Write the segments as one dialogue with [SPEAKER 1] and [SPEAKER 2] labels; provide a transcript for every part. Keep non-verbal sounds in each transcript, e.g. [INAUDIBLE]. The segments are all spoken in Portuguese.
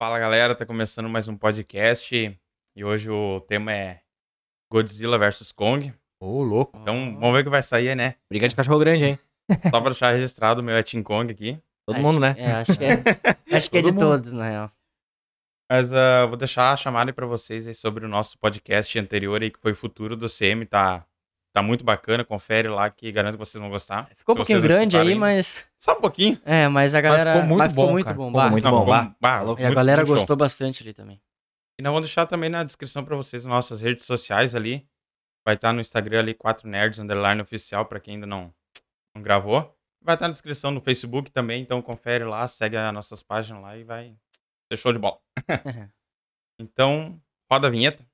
[SPEAKER 1] Fala galera, tá começando mais um podcast e hoje o tema é Godzilla vs Kong.
[SPEAKER 2] Ô, louco.
[SPEAKER 1] Então vamos ver o que vai sair, né?
[SPEAKER 2] Briga de cachorro grande, hein?
[SPEAKER 1] [LAUGHS] Só pra deixar registrado, o meu é Team Kong aqui.
[SPEAKER 2] Todo
[SPEAKER 3] Acho-
[SPEAKER 2] mundo, né?
[SPEAKER 3] É, acho que
[SPEAKER 2] [LAUGHS]
[SPEAKER 3] é, acho que é de
[SPEAKER 2] Todo mundo.
[SPEAKER 3] todos, na real.
[SPEAKER 1] Mas ah, vou deixar a chamada aí pra vocês aí sobre o nosso podcast anterior aí, que foi Futuro do CM, tá, tá muito bacana, confere lá que garanto que vocês vão gostar.
[SPEAKER 3] Ficou
[SPEAKER 1] Se
[SPEAKER 3] um pouquinho
[SPEAKER 1] vocês não
[SPEAKER 3] grande aí,
[SPEAKER 1] escutaram
[SPEAKER 3] mas.
[SPEAKER 1] Só um pouquinho.
[SPEAKER 3] É, mas a galera.
[SPEAKER 2] ficou muito
[SPEAKER 3] mas ficou
[SPEAKER 2] bom,
[SPEAKER 3] muito
[SPEAKER 2] cara.
[SPEAKER 3] bom.
[SPEAKER 2] Ficou
[SPEAKER 3] bah.
[SPEAKER 2] muito
[SPEAKER 1] Não,
[SPEAKER 2] bom,
[SPEAKER 1] ficou-
[SPEAKER 2] bah.
[SPEAKER 1] bah,
[SPEAKER 2] Falou.
[SPEAKER 3] E a
[SPEAKER 1] muito-
[SPEAKER 3] galera
[SPEAKER 1] muito show.
[SPEAKER 3] gostou bastante ali também.
[SPEAKER 1] E nós vamos deixar também na descrição pra vocês nas nossas redes sociais ali. Vai estar no Instagram ali, 4nerds, underline oficial, pra quem ainda não, não gravou. Vai estar na descrição no Facebook também, então confere lá, segue as nossas páginas lá e vai ser show de bola. [LAUGHS] então, roda a vinheta.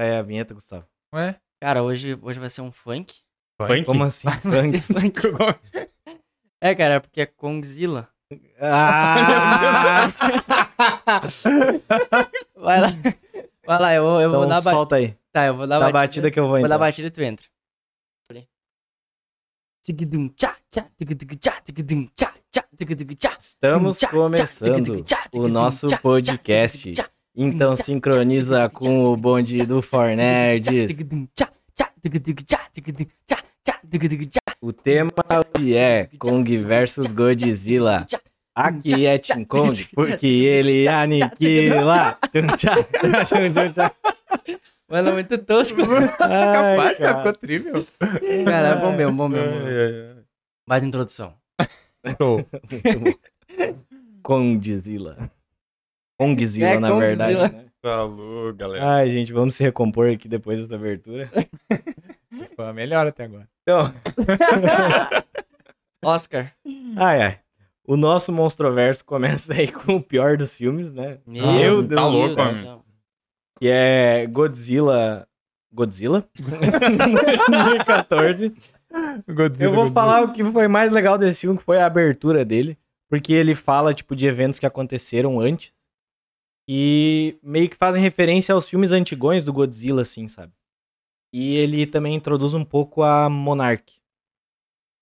[SPEAKER 2] É a vinheta, Gustavo.
[SPEAKER 4] Ué?
[SPEAKER 3] Cara, hoje, hoje vai ser um funk.
[SPEAKER 1] Funk?
[SPEAKER 2] Como assim?
[SPEAKER 3] Vai ser
[SPEAKER 2] Funk? [LAUGHS]
[SPEAKER 3] funk. É, cara, porque é Kongzilla.
[SPEAKER 2] Ah!
[SPEAKER 3] Vai
[SPEAKER 2] [LAUGHS]
[SPEAKER 3] lá. Vai lá, eu, vou- eu [LAUGHS] vou
[SPEAKER 2] então
[SPEAKER 3] dar a ba-
[SPEAKER 2] solta aí.
[SPEAKER 3] Tá, eu vou dar a
[SPEAKER 2] Dá a batida que eu vou
[SPEAKER 3] Vou dar a
[SPEAKER 2] entrar.
[SPEAKER 3] batida e tu entra. Ali. Tigudum, tchá, tchá, tigudum, tchá, tigudum, tchá, tchá, tigudum, tchá.
[SPEAKER 2] Estamos
[SPEAKER 3] Tchá, tchá,
[SPEAKER 2] começando
[SPEAKER 3] tigudum, tchá,
[SPEAKER 2] o
[SPEAKER 3] tigudum,
[SPEAKER 2] nosso
[SPEAKER 3] tchá, tchá,
[SPEAKER 2] podcast.
[SPEAKER 3] tigudum, tchá,
[SPEAKER 2] Então sincroniza com o bonde do Fornerds. O tema hoje é Kong versus Godzilla. Aqui é Tim Kong, porque ele aniquila. Tchum, tchá, tchum, tchum, tchá.
[SPEAKER 3] Mano, é muito tosco.
[SPEAKER 4] É
[SPEAKER 2] Ai, cara.
[SPEAKER 1] trível.
[SPEAKER 3] [LAUGHS] Cara, é bom mesmo, bom mesmo.
[SPEAKER 1] É.
[SPEAKER 3] bom mesmo. Baita introdução.
[SPEAKER 2] Muito bom. Kongzilla. Kongzilla,
[SPEAKER 3] É,
[SPEAKER 2] na
[SPEAKER 3] Kongzilla.
[SPEAKER 2] verdade. né?
[SPEAKER 1] Tá louco, galera.
[SPEAKER 2] Ai, gente, vamos se recompor aqui depois dessa
[SPEAKER 3] [LAUGHS]
[SPEAKER 2] abertura.
[SPEAKER 4] Esse Ah, foi a melhor até agora.
[SPEAKER 2] Então,
[SPEAKER 3] Oscar.
[SPEAKER 2] ai, ai. O nosso Monstroverso começa aí com o pior dos filmes, né?
[SPEAKER 3] Ah,
[SPEAKER 1] Meu Deus Tá
[SPEAKER 3] do
[SPEAKER 1] louco,
[SPEAKER 3] céu.
[SPEAKER 1] homem.
[SPEAKER 2] Que é Godzilla. Godzilla? 2014. Eu vou falar o que foi mais legal desse filme, que foi a abertura dele. Porque ele fala, tipo, de eventos que aconteceram antes. E meio que fazem referência aos filmes antigões do Godzilla, assim, sabe? E ele também introduz um pouco a Monarch.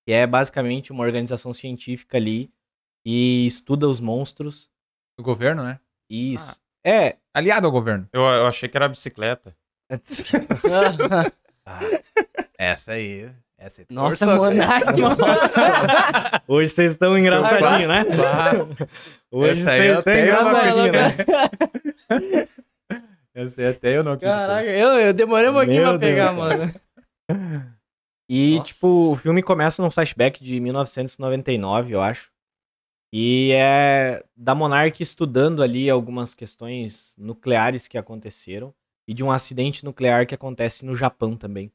[SPEAKER 2] Que é basicamente uma organização científica ali que estuda os monstros.
[SPEAKER 4] O governo, né?
[SPEAKER 2] E isso. É.
[SPEAKER 4] Aliado ao governo.
[SPEAKER 1] Eu, eu achei que era a bicicleta.
[SPEAKER 4] Essa aí. Essa aí.
[SPEAKER 3] [LAUGHS] Nossa, Monark.
[SPEAKER 2] Hoje vocês estão engraçadinhos, né? Hoje
[SPEAKER 4] Essa aí
[SPEAKER 2] vocês
[SPEAKER 4] eu
[SPEAKER 2] estão
[SPEAKER 4] tenho uma
[SPEAKER 2] engraçadinhos, né?
[SPEAKER 4] acredito. Essa aí até eu não acredito.
[SPEAKER 3] Caraca, eu, eu demorei um pouquinho
[SPEAKER 2] Meu
[SPEAKER 3] pra pegar,
[SPEAKER 2] Deus.
[SPEAKER 3] mano.
[SPEAKER 2] E,
[SPEAKER 3] Nossa.
[SPEAKER 2] tipo, o filme começa num flashback de 1999, eu acho. E é da Monark estudando ali algumas questões nucleares que aconteceram e de um acidente nuclear que acontece no Japão também.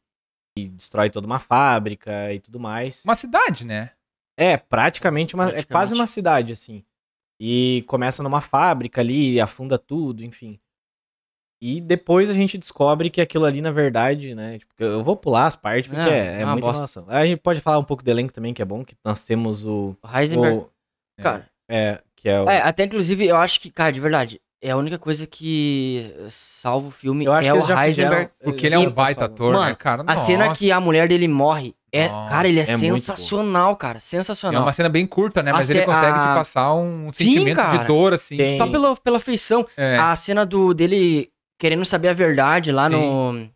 [SPEAKER 2] E destrói toda uma fábrica e tudo mais.
[SPEAKER 4] Uma cidade, né?
[SPEAKER 2] É, praticamente uma. É
[SPEAKER 3] Praticamente.
[SPEAKER 2] quase uma cidade, assim. E começa numa fábrica ali, afunda tudo, enfim. E depois a gente descobre que aquilo ali, na verdade, né? tipo, eu vou pular as partes, porque
[SPEAKER 3] É,
[SPEAKER 2] é, é,
[SPEAKER 3] é uma
[SPEAKER 2] muita
[SPEAKER 3] bosta.
[SPEAKER 2] informação. A gente pode falar um pouco do elenco também, que é bom, que nós temos o.
[SPEAKER 3] O Heisenberg,
[SPEAKER 2] o
[SPEAKER 3] cara.
[SPEAKER 2] é, que é o.
[SPEAKER 3] É, até inclusive, eu acho que, cara, de verdade, é a única coisa que salva o filme
[SPEAKER 2] eu acho
[SPEAKER 3] é o
[SPEAKER 2] que eles já
[SPEAKER 3] Heisenberg.
[SPEAKER 2] fizeram-
[SPEAKER 4] Porque ele é um
[SPEAKER 2] eles já
[SPEAKER 4] baita
[SPEAKER 2] passaram.
[SPEAKER 4] ator, né,
[SPEAKER 3] Mano,
[SPEAKER 4] cara?
[SPEAKER 3] A cena que a mulher dele morre é,
[SPEAKER 4] Nossa,
[SPEAKER 3] cara, ele é,
[SPEAKER 2] é muito boa.
[SPEAKER 3] sensacional, cara,
[SPEAKER 4] É
[SPEAKER 3] sensacional.
[SPEAKER 4] uma cena bem curta, né?
[SPEAKER 3] A
[SPEAKER 4] Mas ele
[SPEAKER 3] ce-
[SPEAKER 4] consegue te
[SPEAKER 3] a-
[SPEAKER 4] passar um
[SPEAKER 3] Sim,
[SPEAKER 4] sentimento
[SPEAKER 3] cara.
[SPEAKER 4] de dor, assim.
[SPEAKER 2] Tem-
[SPEAKER 3] Só pela, pela feição,
[SPEAKER 4] É.
[SPEAKER 3] a cena do dele querendo saber a verdade lá
[SPEAKER 4] Sim.
[SPEAKER 3] no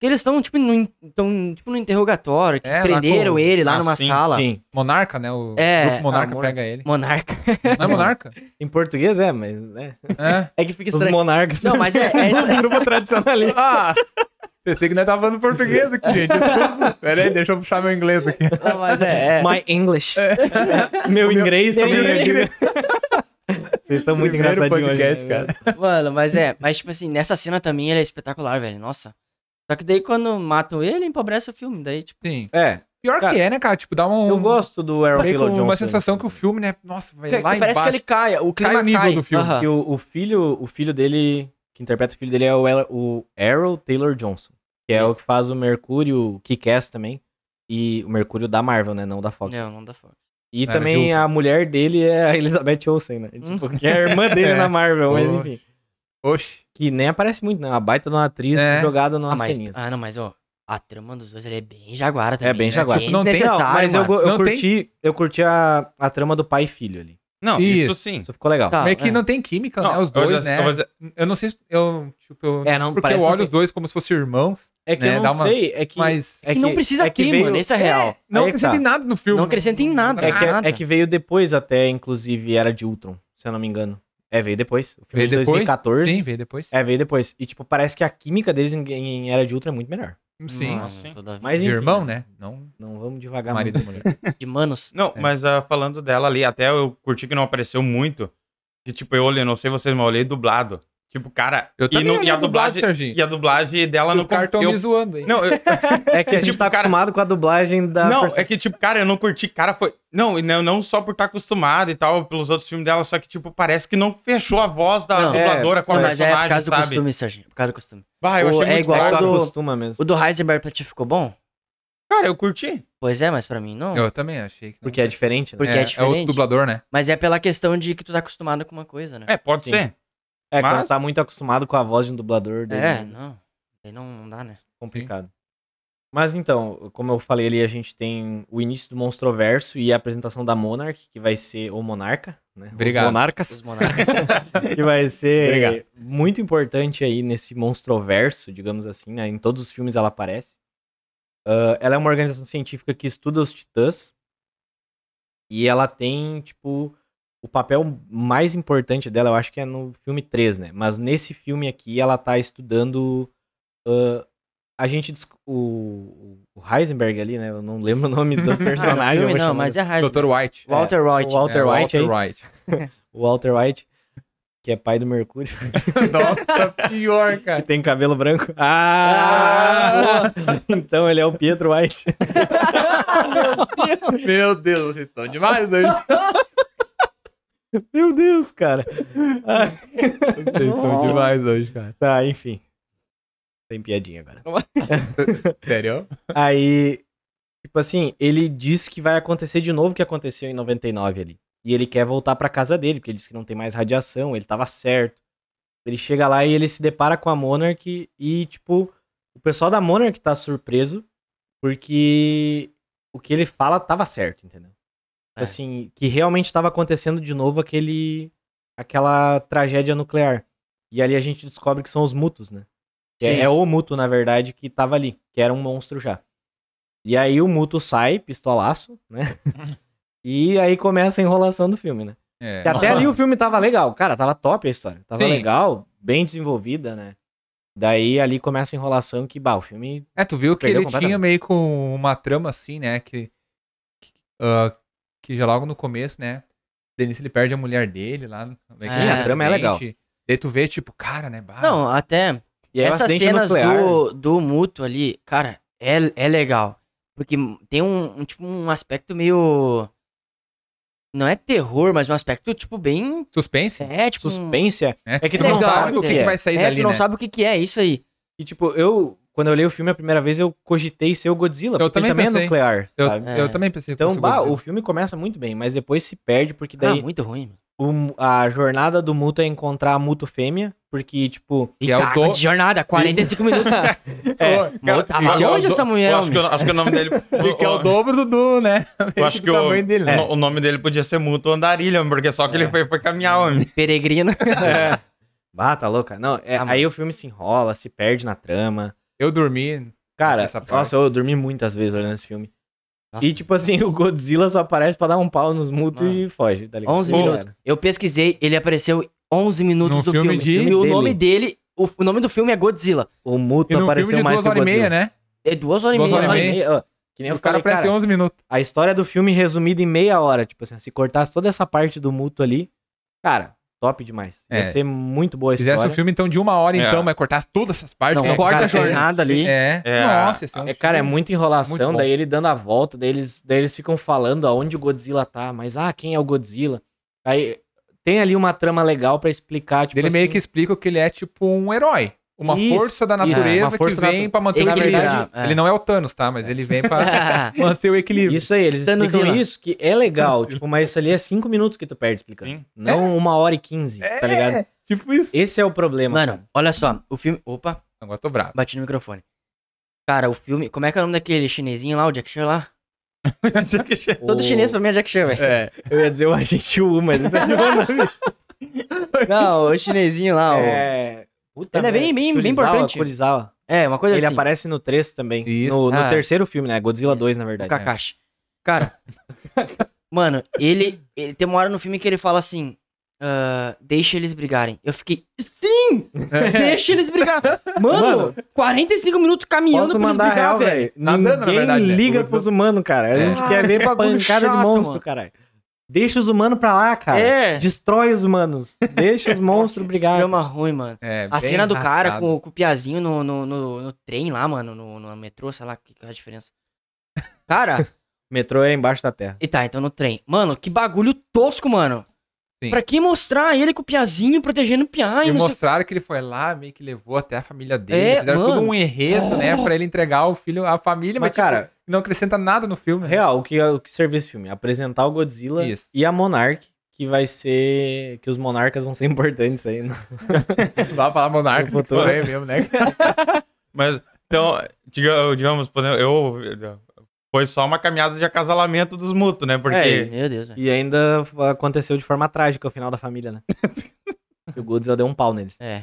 [SPEAKER 3] que eles estão tipo no in- tão, tipo no interrogatório, que
[SPEAKER 4] É, lá
[SPEAKER 3] prenderam
[SPEAKER 4] com-
[SPEAKER 3] ele lá
[SPEAKER 1] Ah,
[SPEAKER 3] numa
[SPEAKER 1] sim,
[SPEAKER 3] sala.
[SPEAKER 2] Sim.
[SPEAKER 4] Monarca, né? O
[SPEAKER 3] É,
[SPEAKER 4] grupo Monarca
[SPEAKER 2] ah, Monarca.
[SPEAKER 4] pega ele.
[SPEAKER 3] Monarca. [LAUGHS]
[SPEAKER 4] Não é Monarca?
[SPEAKER 2] Em português é, mas. Né?
[SPEAKER 4] é.
[SPEAKER 3] É que fica
[SPEAKER 4] [LAUGHS]
[SPEAKER 2] Os monarcas.
[SPEAKER 3] Não, mas é,
[SPEAKER 2] [LAUGHS]
[SPEAKER 3] é isso-
[SPEAKER 2] um grupo tradicionalista.
[SPEAKER 4] Ah! Pensei que nós tava falando português aqui, gente.
[SPEAKER 1] [LAUGHS]
[SPEAKER 4] Desculpa. Pera aí, deixa eu puxar meu inglês aqui.
[SPEAKER 3] Não, mas é, é.
[SPEAKER 2] My English. Meu inglês
[SPEAKER 3] meu
[SPEAKER 2] também.
[SPEAKER 3] inglês.
[SPEAKER 2] Vocês estão muito
[SPEAKER 4] Primeiro
[SPEAKER 2] engraçadinhos hoje,
[SPEAKER 4] podcast,
[SPEAKER 2] né?
[SPEAKER 4] cara.
[SPEAKER 3] Mano, mas é, mas tipo assim, nessa cena também ele é espetacular, velho. Nossa. Só que daí quando matam ele, empobrece o filme. Daí, tipo,
[SPEAKER 4] Sim.
[SPEAKER 2] É,
[SPEAKER 4] Pior
[SPEAKER 2] Cara,
[SPEAKER 4] que é, né, cara? Tipo, dá um.
[SPEAKER 2] eu gosto do Aaron
[SPEAKER 4] Fica
[SPEAKER 2] Taylor
[SPEAKER 4] uma
[SPEAKER 2] Johnson.
[SPEAKER 4] sensação que o filme, né? Nossa, vai
[SPEAKER 3] que-
[SPEAKER 4] lá
[SPEAKER 3] que parece
[SPEAKER 4] embaixo.
[SPEAKER 3] que ele caia. O clima
[SPEAKER 4] Cai o nível do filme,
[SPEAKER 3] Aham.
[SPEAKER 2] Que o, o filho, o filho dele, que interpreta o filho dele é o, Ela- o Errol Taylor Johnson, que é o que faz o Mercúrio, Kick-Ass também, e o Mercúrio da Marvel, né, não da Fox.
[SPEAKER 3] Não, não dá foto.
[SPEAKER 2] E
[SPEAKER 4] Era
[SPEAKER 2] também
[SPEAKER 4] junto.
[SPEAKER 2] a mulher dele é a Elizabeth Olsen, né?
[SPEAKER 3] Hum.
[SPEAKER 2] Tipo, que é a irmã
[SPEAKER 4] [LAUGHS]
[SPEAKER 2] dele
[SPEAKER 4] É.
[SPEAKER 2] na Marvel, mas
[SPEAKER 4] Oxe.
[SPEAKER 2] enfim.
[SPEAKER 4] Oxi.
[SPEAKER 2] Que nem aparece muito, né? Uma baita de uma atriz
[SPEAKER 4] É.
[SPEAKER 2] jogada numa
[SPEAKER 3] Ah, mas,
[SPEAKER 2] ceninha. assim.
[SPEAKER 3] ah, não, mas ó, a trama dos dois ele é bem jaguara
[SPEAKER 2] É
[SPEAKER 3] também.
[SPEAKER 2] bem jaguara.
[SPEAKER 3] Bem
[SPEAKER 4] Ah, Não tem-
[SPEAKER 3] desnecessário,
[SPEAKER 2] Mas eu,
[SPEAKER 3] mano.
[SPEAKER 2] go- eu
[SPEAKER 4] Não tem-
[SPEAKER 2] curti, eu curti a, a trama do pai e filho ali.
[SPEAKER 1] Não, isso,
[SPEAKER 4] Isso.
[SPEAKER 1] sim.
[SPEAKER 2] Isso ficou legal.
[SPEAKER 3] Tá.
[SPEAKER 4] Meio que
[SPEAKER 3] é.
[SPEAKER 4] não tem química,
[SPEAKER 1] Não,
[SPEAKER 4] né? Os
[SPEAKER 1] eu
[SPEAKER 4] dois,
[SPEAKER 1] já- eu vou
[SPEAKER 4] né?
[SPEAKER 1] dizer-
[SPEAKER 4] Eu não sei se. Eu, tipo, eu,
[SPEAKER 2] É, não,
[SPEAKER 4] porque
[SPEAKER 2] parece
[SPEAKER 4] eu
[SPEAKER 2] que não
[SPEAKER 4] olho
[SPEAKER 2] tem.
[SPEAKER 4] os dois como se fossem irmãos,
[SPEAKER 2] É que
[SPEAKER 4] né,
[SPEAKER 2] eu
[SPEAKER 4] dá
[SPEAKER 2] não
[SPEAKER 4] uma-
[SPEAKER 2] sei, é que...
[SPEAKER 4] mas.
[SPEAKER 2] é
[SPEAKER 3] que não precisa
[SPEAKER 2] é que
[SPEAKER 3] ter,
[SPEAKER 2] veio-
[SPEAKER 3] mano. Esse é real.
[SPEAKER 4] Não
[SPEAKER 2] Aí que
[SPEAKER 4] acrescenta
[SPEAKER 2] tá.
[SPEAKER 4] em nada no filme.
[SPEAKER 3] Não acrescenta em nada.
[SPEAKER 2] É que,
[SPEAKER 3] nada.
[SPEAKER 2] é que veio depois até, inclusive, era de Ultron, se eu não me engano. É, veio depois. O filme
[SPEAKER 4] Veio
[SPEAKER 2] de
[SPEAKER 4] depois?
[SPEAKER 2] 2014.
[SPEAKER 4] Sim, veio depois.
[SPEAKER 2] É, veio depois. E, tipo, parece que a química deles em, em Era de Ultron é muito melhor.
[SPEAKER 4] Sim.
[SPEAKER 1] Nossa.
[SPEAKER 3] Mano, toda-
[SPEAKER 2] Mas,
[SPEAKER 4] De
[SPEAKER 2] enfim,
[SPEAKER 4] irmão, né? Não
[SPEAKER 2] Não vamos devagar
[SPEAKER 4] marido e
[SPEAKER 2] muito.
[SPEAKER 4] mulher.
[SPEAKER 3] De manos.
[SPEAKER 1] Não,
[SPEAKER 4] É.
[SPEAKER 1] mas ah, falando dela ali, até eu curti que não apareceu muito. Que, tipo, eu olhei, não sei vocês, mas eu olhei dublado. Tipo, cara,
[SPEAKER 4] Eu
[SPEAKER 1] e,
[SPEAKER 4] também
[SPEAKER 1] não- e
[SPEAKER 4] olhei
[SPEAKER 1] a
[SPEAKER 4] dublado,
[SPEAKER 1] dublagem.
[SPEAKER 4] Serginho.
[SPEAKER 1] E a dublagem dela
[SPEAKER 4] Os
[SPEAKER 1] não.
[SPEAKER 4] caras estão
[SPEAKER 1] eu-
[SPEAKER 4] me zoando aí.
[SPEAKER 1] Não,
[SPEAKER 4] [LAUGHS]
[SPEAKER 1] eu-
[SPEAKER 2] É que a gente
[SPEAKER 1] Tipo,
[SPEAKER 2] tá
[SPEAKER 1] cara-
[SPEAKER 2] acostumado com a dublagem da...
[SPEAKER 1] não,
[SPEAKER 2] perso-
[SPEAKER 1] é que, tipo, cara, eu não curti. Cara, foi. Não, e não, não só por estar acostumado e tal, pelos outros filmes dela, só que, tipo, parece que não fechou a voz da
[SPEAKER 3] Não,
[SPEAKER 1] dubladora com a
[SPEAKER 3] Não, mas é
[SPEAKER 1] personagem,
[SPEAKER 3] por causa do
[SPEAKER 1] sabe?
[SPEAKER 3] costume, Serginho. Por causa do costume.
[SPEAKER 1] Bah, eu
[SPEAKER 3] Ou
[SPEAKER 1] achei
[SPEAKER 3] é
[SPEAKER 1] muito
[SPEAKER 3] igual
[SPEAKER 1] fraco.
[SPEAKER 2] é que tu
[SPEAKER 3] do-
[SPEAKER 2] acostuma mesmo.
[SPEAKER 3] O do Heisenberg pra ti ficou bom?
[SPEAKER 1] Cara, eu curti.
[SPEAKER 3] Pois é, mas pra mim não.
[SPEAKER 4] Eu também achei que. não.
[SPEAKER 2] Porque é diferente, né?
[SPEAKER 3] Porque é
[SPEAKER 4] É outro
[SPEAKER 3] diferente.
[SPEAKER 4] dublador, né?
[SPEAKER 3] Mas é pela questão de que tu tá acostumado com uma coisa, né?
[SPEAKER 1] É, pode
[SPEAKER 2] Sim.
[SPEAKER 1] ser.
[SPEAKER 2] É,
[SPEAKER 1] mas-
[SPEAKER 2] quando tá muito acostumado com a voz de um dublador dele.
[SPEAKER 3] É, não. Aí não, não dá, né?
[SPEAKER 2] complicado. Mas então, como eu falei ali, a gente tem o início do Monstroverso e a apresentação da Monarch, que vai ser o Monarca, né?
[SPEAKER 4] Obrigado.
[SPEAKER 2] Os Monarcas,
[SPEAKER 3] Os monarcas.
[SPEAKER 2] que vai ser
[SPEAKER 4] Obrigado.
[SPEAKER 2] muito importante aí nesse Monstroverso, digamos assim, né? Em todos os filmes ela aparece. Ah, ela é uma organização científica que estuda os titãs e ela tem, tipo, o papel mais importante dela, eu acho que é no filme 3, né? Mas nesse filme aqui ela tá estudando ah, a gente desc- o, o Heisenberg ali, né? Eu não lembro o
[SPEAKER 3] [LAUGHS]
[SPEAKER 2] nome do personagem. eu
[SPEAKER 3] filme,
[SPEAKER 2] vou
[SPEAKER 3] não,
[SPEAKER 2] chamar
[SPEAKER 3] mas
[SPEAKER 2] de-
[SPEAKER 3] é Heisenberg.
[SPEAKER 4] Dr. White.
[SPEAKER 3] Walter White.
[SPEAKER 2] o Walter
[SPEAKER 4] É,
[SPEAKER 2] White aí,
[SPEAKER 4] White.
[SPEAKER 2] o Walter White, que é pai do Mercúrio,
[SPEAKER 4] [LAUGHS] Nossa, pior,
[SPEAKER 2] que
[SPEAKER 4] cara.
[SPEAKER 2] tem cabelo branco. Ah! [LAUGHS] então ele é o Pietro White.
[SPEAKER 4] Meu Deus, vocês estão demais hoje.
[SPEAKER 2] Meu Deus, cara. Ah,
[SPEAKER 4] Vocês estão demais hoje, cara.
[SPEAKER 2] tá, enfim. Tem piadinha agora.
[SPEAKER 4] Sério?
[SPEAKER 2] Aí, tipo assim, ele diz que vai acontecer de novo o que aconteceu em 99 ali. E ele quer voltar pra casa dele, porque ele diz que não tem mais radiação, ele tava certo. Ele chega lá e ele se depara com a Monarch e, tipo, o pessoal da Monarch tá surpreso, porque o que ele fala tava certo, entendeu?
[SPEAKER 3] É.
[SPEAKER 2] Assim, que realmente tava acontecendo de novo aquele aquela tragédia nuclear. E ali a gente descobre que são os mutos, né? Que É,
[SPEAKER 3] Sim.
[SPEAKER 2] é o Muto, na verdade, que tava ali, que era um monstro já. E aí o Muto sai, pistolaço,
[SPEAKER 4] [LAUGHS]
[SPEAKER 2] né? e aí começa a enrolação do filme, né?
[SPEAKER 4] É.
[SPEAKER 2] Que até ali o filme tava legal, cara, tava top a história. Tava
[SPEAKER 4] Sim.
[SPEAKER 2] legal, bem desenvolvida, né? Daí ali começa a enrolação que, bah, o filme
[SPEAKER 4] É, tu viu
[SPEAKER 2] Se
[SPEAKER 4] que
[SPEAKER 2] perdeu
[SPEAKER 4] ele tinha
[SPEAKER 2] completamente.
[SPEAKER 4] meio com uma trama assim, né? Que, que, ah, que já logo no começo, né? Denise ele perde a mulher dele lá. no- meio que
[SPEAKER 3] Sim,
[SPEAKER 4] no
[SPEAKER 3] a
[SPEAKER 2] trama é legal.
[SPEAKER 4] acidente. Daí tu vê, tipo, cara, né? bah,
[SPEAKER 3] Não, até.
[SPEAKER 2] E aí o
[SPEAKER 3] Essas
[SPEAKER 2] um acidente
[SPEAKER 3] cenas
[SPEAKER 2] nuclear-
[SPEAKER 3] do, do mútuo ali, cara, é, é legal. Porque tem um, um, tipo, um aspecto meio. Não é terror, mas um aspecto, tipo, bem.
[SPEAKER 4] Suspense?
[SPEAKER 3] É, tipo. um-
[SPEAKER 2] Suspense é.
[SPEAKER 4] né?
[SPEAKER 2] É que
[SPEAKER 4] tu
[SPEAKER 3] tem
[SPEAKER 4] não
[SPEAKER 3] legal,
[SPEAKER 4] sabe o que,
[SPEAKER 3] tem.
[SPEAKER 4] que vai sair
[SPEAKER 3] é,
[SPEAKER 4] dali,
[SPEAKER 3] tu não
[SPEAKER 4] né?
[SPEAKER 3] sabe o que, que é isso aí.
[SPEAKER 2] E tipo, eu, quando eu li o filme a primeira vez, eu cogitei ser o Godzilla,
[SPEAKER 4] Eu
[SPEAKER 2] porque ele
[SPEAKER 4] também
[SPEAKER 2] também é
[SPEAKER 4] pensei.
[SPEAKER 2] nuclear,
[SPEAKER 4] Eu,
[SPEAKER 2] sabe?
[SPEAKER 3] É.
[SPEAKER 4] eu também pensei que
[SPEAKER 2] Então,
[SPEAKER 4] fosse assim, o
[SPEAKER 2] bah,
[SPEAKER 4] Godzilla.
[SPEAKER 2] o filme começa muito bem, mas depois se perde, porque
[SPEAKER 3] Ah,
[SPEAKER 2] daí
[SPEAKER 3] muito ruim. mano.
[SPEAKER 2] o- a jornada do Muto é encontrar a Muto fêmea, porque, tipo,
[SPEAKER 3] E
[SPEAKER 4] Que é o
[SPEAKER 3] cara, [LAUGHS]
[SPEAKER 4] do-
[SPEAKER 3] de jornada, 45 minutos.
[SPEAKER 4] É,
[SPEAKER 3] Mano, tava
[SPEAKER 1] E que é o
[SPEAKER 3] longe
[SPEAKER 1] do-
[SPEAKER 3] essa mulher,
[SPEAKER 1] eu acho, que, eu-
[SPEAKER 3] homem.
[SPEAKER 1] acho que o nome
[SPEAKER 4] [LAUGHS]
[SPEAKER 1] dele.
[SPEAKER 4] que é o dobro do, do [LAUGHS] né?
[SPEAKER 1] Eu acho que
[SPEAKER 4] do
[SPEAKER 1] o,
[SPEAKER 4] tamanho dele, né?
[SPEAKER 1] o nome dele podia ser Muto Andarilha, porque só
[SPEAKER 3] É.
[SPEAKER 1] que ele foi, foi caminhar, homem.
[SPEAKER 3] Peregrina.
[SPEAKER 4] É.
[SPEAKER 2] bah, tá louca. Não, é,
[SPEAKER 3] Ah, mano.
[SPEAKER 2] aí o filme se enrola, se perde na trama.
[SPEAKER 4] Eu dormi.
[SPEAKER 2] Cara,
[SPEAKER 4] Essa parte.
[SPEAKER 2] nossa, eu dormi muitas vezes olhando esse filme.
[SPEAKER 3] Nossa.
[SPEAKER 2] E, tipo assim, o Godzilla só aparece pra dar um pau nos Muto
[SPEAKER 4] Ah.
[SPEAKER 2] e foge, tá ligado?
[SPEAKER 3] 11
[SPEAKER 2] Pô,
[SPEAKER 3] minutos. Eu pesquisei, ele apareceu 11 minutos
[SPEAKER 4] Num
[SPEAKER 3] do
[SPEAKER 4] filme
[SPEAKER 3] filme.
[SPEAKER 4] de-
[SPEAKER 3] E o
[SPEAKER 2] dele.
[SPEAKER 3] nome dele, o, o nome do filme é Godzilla.
[SPEAKER 2] O
[SPEAKER 4] E
[SPEAKER 2] Muto
[SPEAKER 4] no filme
[SPEAKER 2] apareceu
[SPEAKER 4] de
[SPEAKER 2] mais
[SPEAKER 4] duas
[SPEAKER 2] que o
[SPEAKER 4] horas e
[SPEAKER 2] Godzilla.
[SPEAKER 4] meia, né?
[SPEAKER 3] É duas horas e
[SPEAKER 4] Duas
[SPEAKER 3] meia.
[SPEAKER 4] horas e
[SPEAKER 3] né?
[SPEAKER 4] meia.
[SPEAKER 2] ó, que nem eu
[SPEAKER 4] o cara
[SPEAKER 2] falei, cara,
[SPEAKER 4] aparece 11 minutos.
[SPEAKER 2] a história do filme resumida em meia hora. Tipo assim, se cortasse toda essa parte do Muto ali, cara, top demais. Ia
[SPEAKER 4] É.
[SPEAKER 2] ser muito boa a história.
[SPEAKER 4] Fizesse um filme, então, de uma hora,
[SPEAKER 1] É.
[SPEAKER 4] então, mas cortasse todas essas partes.
[SPEAKER 3] Não,
[SPEAKER 4] né?
[SPEAKER 3] corta
[SPEAKER 4] Cara,
[SPEAKER 3] a jornada
[SPEAKER 4] é-
[SPEAKER 3] ali.
[SPEAKER 4] É.
[SPEAKER 1] É.
[SPEAKER 4] Nossa, esse é um
[SPEAKER 2] É, cara, é
[SPEAKER 4] filme-
[SPEAKER 2] muita enrolação,
[SPEAKER 4] Muito bom.
[SPEAKER 2] daí ele dando a volta, daí eles, daí eles ficam falando aonde o Godzilla tá, mas ah, quem é o Godzilla? Aí tem ali uma trama legal pra explicar, tipo
[SPEAKER 4] Ele
[SPEAKER 2] assim,
[SPEAKER 4] meio que explica que ele é tipo um herói. Uma
[SPEAKER 2] Isso,
[SPEAKER 4] força da
[SPEAKER 2] isso.
[SPEAKER 4] natureza
[SPEAKER 2] É, Uma força
[SPEAKER 4] que
[SPEAKER 2] da
[SPEAKER 4] vem
[SPEAKER 2] natu-
[SPEAKER 4] pra manter o
[SPEAKER 2] Na
[SPEAKER 4] equilíbrio.
[SPEAKER 3] verdade, é.
[SPEAKER 4] Ele não é o Thanos, tá? Mas ele vem
[SPEAKER 2] [LAUGHS]
[SPEAKER 3] [LAUGHS]
[SPEAKER 4] pra manter o equilíbrio.
[SPEAKER 2] Isso aí, eles explicam
[SPEAKER 3] Thanosila.
[SPEAKER 2] isso, que é
[SPEAKER 4] [LAUGHS]
[SPEAKER 2] legal, tipo, mas isso ali é cinco minutos que tu perde explicando.
[SPEAKER 1] Sim.
[SPEAKER 2] Não
[SPEAKER 3] É.
[SPEAKER 2] uma hora e quinze, tá ligado?
[SPEAKER 4] Tipo isso.
[SPEAKER 2] Esse é o problema, cara.
[SPEAKER 3] Mano, olha só. O filme. Opa.
[SPEAKER 4] Agora eu tô bravo.
[SPEAKER 3] Bati no microfone. Cara, o filme. Como é que é o nome daquele chinesinho lá, o Jack Chan lá?
[SPEAKER 1] Jack Chan.
[SPEAKER 3] Todo chinês pra mim é Jack Chan, velho.
[SPEAKER 2] É, eu ia dizer o agente U, mas isso é de
[SPEAKER 3] [LAUGHS]
[SPEAKER 2] Manaus.
[SPEAKER 3] Não, o chinesinho [LAUGHS] lá, é...
[SPEAKER 2] É. Puta,
[SPEAKER 3] Ele é bem-
[SPEAKER 2] merda.
[SPEAKER 3] bem- bem
[SPEAKER 2] Kurizawa,
[SPEAKER 3] importante.
[SPEAKER 2] Kurizawa.
[SPEAKER 3] é, uma coisa
[SPEAKER 2] Ele
[SPEAKER 3] assim.
[SPEAKER 2] aparece no 3 também.
[SPEAKER 4] Isso.
[SPEAKER 2] No, no
[SPEAKER 3] Ah.
[SPEAKER 2] terceiro filme, né? Godzilla 2, na
[SPEAKER 3] O
[SPEAKER 2] verdade. né?
[SPEAKER 3] Kakashi. Cara, mano, ele, ele tem uma hora no filme que ele fala assim: ah, deixa eles brigarem. Eu fiquei, sim! Deixa eles brigar.
[SPEAKER 2] né?
[SPEAKER 3] Mano, 45 minutos caminhando
[SPEAKER 2] Posso
[SPEAKER 3] pra eles
[SPEAKER 2] mandar
[SPEAKER 3] brigar,
[SPEAKER 2] real,
[SPEAKER 3] velho.
[SPEAKER 2] velho.
[SPEAKER 4] Tá dando, na
[SPEAKER 2] Ninguém
[SPEAKER 4] verdade, né?
[SPEAKER 2] liga
[SPEAKER 4] Godzilla.
[SPEAKER 2] pros humanos, cara. A
[SPEAKER 4] É.
[SPEAKER 2] gente quer ver
[SPEAKER 3] que bagulho
[SPEAKER 2] pancada de
[SPEAKER 3] chato,
[SPEAKER 2] monstro,
[SPEAKER 3] mano.
[SPEAKER 2] caralho. Deixa os humanos pra lá, cara.
[SPEAKER 3] É.
[SPEAKER 2] Destrói os humanos. Deixa os monstros brigar.
[SPEAKER 3] Drama ruim, mano.
[SPEAKER 4] É,
[SPEAKER 3] A
[SPEAKER 4] bem
[SPEAKER 3] cena do cara
[SPEAKER 4] arrastado.
[SPEAKER 3] com, com o piazinho no, no, no- no trem lá, mano, no, no metrô, sei lá, que, que é a diferença. Cara,
[SPEAKER 2] Metrô é embaixo da terra.
[SPEAKER 3] e tá, então no trem. Mano, que bagulho tosco, mano.
[SPEAKER 4] Sim.
[SPEAKER 3] Pra que mostrar ele com o piazinho protegendo o piá e
[SPEAKER 4] E
[SPEAKER 3] não sei o
[SPEAKER 4] mostraram que ele foi lá, meio que levou até a família dele.
[SPEAKER 3] É,
[SPEAKER 4] fizeram todo
[SPEAKER 3] mano.
[SPEAKER 4] um enredo, né? Pra ele entregar o filho à família, mas,
[SPEAKER 2] Mas, cara,
[SPEAKER 4] tipo, não acrescenta nada no filme. né?
[SPEAKER 2] Real, o que, é, o que serviu esse filme? Apresentar o Godzilla
[SPEAKER 4] Isso.
[SPEAKER 2] e a Monarch, que vai ser. que os monarcas vão ser [LAUGHS] importantes aí. né?
[SPEAKER 4] [LAUGHS] Vai falar monarca,
[SPEAKER 2] O
[SPEAKER 4] que
[SPEAKER 2] futuro.
[SPEAKER 4] foi mesmo, né?
[SPEAKER 1] Mas, então, diga- digamos, por exemplo, eu. Foi só uma caminhada de acasalamento dos mútuos, né? Porque.
[SPEAKER 2] É,
[SPEAKER 3] que. Meu Deus, velho.
[SPEAKER 2] E ainda aconteceu de forma trágica o final da família, né? E o Godzilla deu um pau neles.
[SPEAKER 3] É,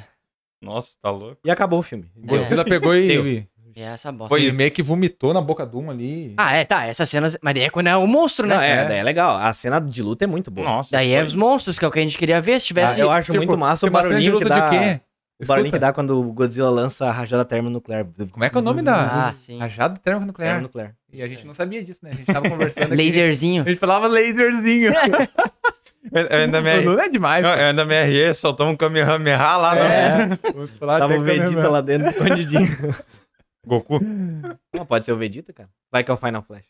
[SPEAKER 1] Nossa, tá louco.
[SPEAKER 2] E acabou o filme.
[SPEAKER 4] Godzilla pegou e,
[SPEAKER 3] e é essa bosta.
[SPEAKER 4] foi, meio que vomitou na boca de um ali.
[SPEAKER 3] Ah, é, tá, essas cenas. Mas daí é quando é o monstro, né?
[SPEAKER 2] Não, é,
[SPEAKER 4] É.
[SPEAKER 2] daí é legal. A cena de luta é muito boa.
[SPEAKER 1] Nossa.
[SPEAKER 3] Daí é
[SPEAKER 1] foi-
[SPEAKER 3] os monstros, que é o que a gente queria ver. Se
[SPEAKER 2] Ah,
[SPEAKER 3] tivesse.
[SPEAKER 2] eu acho
[SPEAKER 4] tipo,
[SPEAKER 2] muito massa o
[SPEAKER 4] Tem bastante
[SPEAKER 2] barulhinho que,
[SPEAKER 4] luta de
[SPEAKER 2] dá,
[SPEAKER 4] quê?
[SPEAKER 2] o barulhinho que
[SPEAKER 4] Escuta,
[SPEAKER 2] dá quando o Godzilla lança a rajada termonuclear.
[SPEAKER 4] Como é que é o nome da
[SPEAKER 3] Ah, sim.
[SPEAKER 4] rajada térmica nuclear?
[SPEAKER 2] Termonuclear.
[SPEAKER 4] E a gente não sabia disso, né? A gente tava conversando aqui.
[SPEAKER 3] Laserzinho.
[SPEAKER 4] A gente falava laserzinho.
[SPEAKER 1] Eu, eu ainda me
[SPEAKER 3] [LAUGHS] Uhum.
[SPEAKER 4] Não é demais.
[SPEAKER 1] eu, eu ainda me arrei, soltamos um Kamehameha
[SPEAKER 2] É.
[SPEAKER 1] lá,
[SPEAKER 3] É.
[SPEAKER 1] né?
[SPEAKER 2] Tava um o Vegeta lá [LAUGHS] dentro, escondidinho.
[SPEAKER 1] Goku.
[SPEAKER 2] não, pode ser o Vegeta, cara. Vai que é o Final Flash.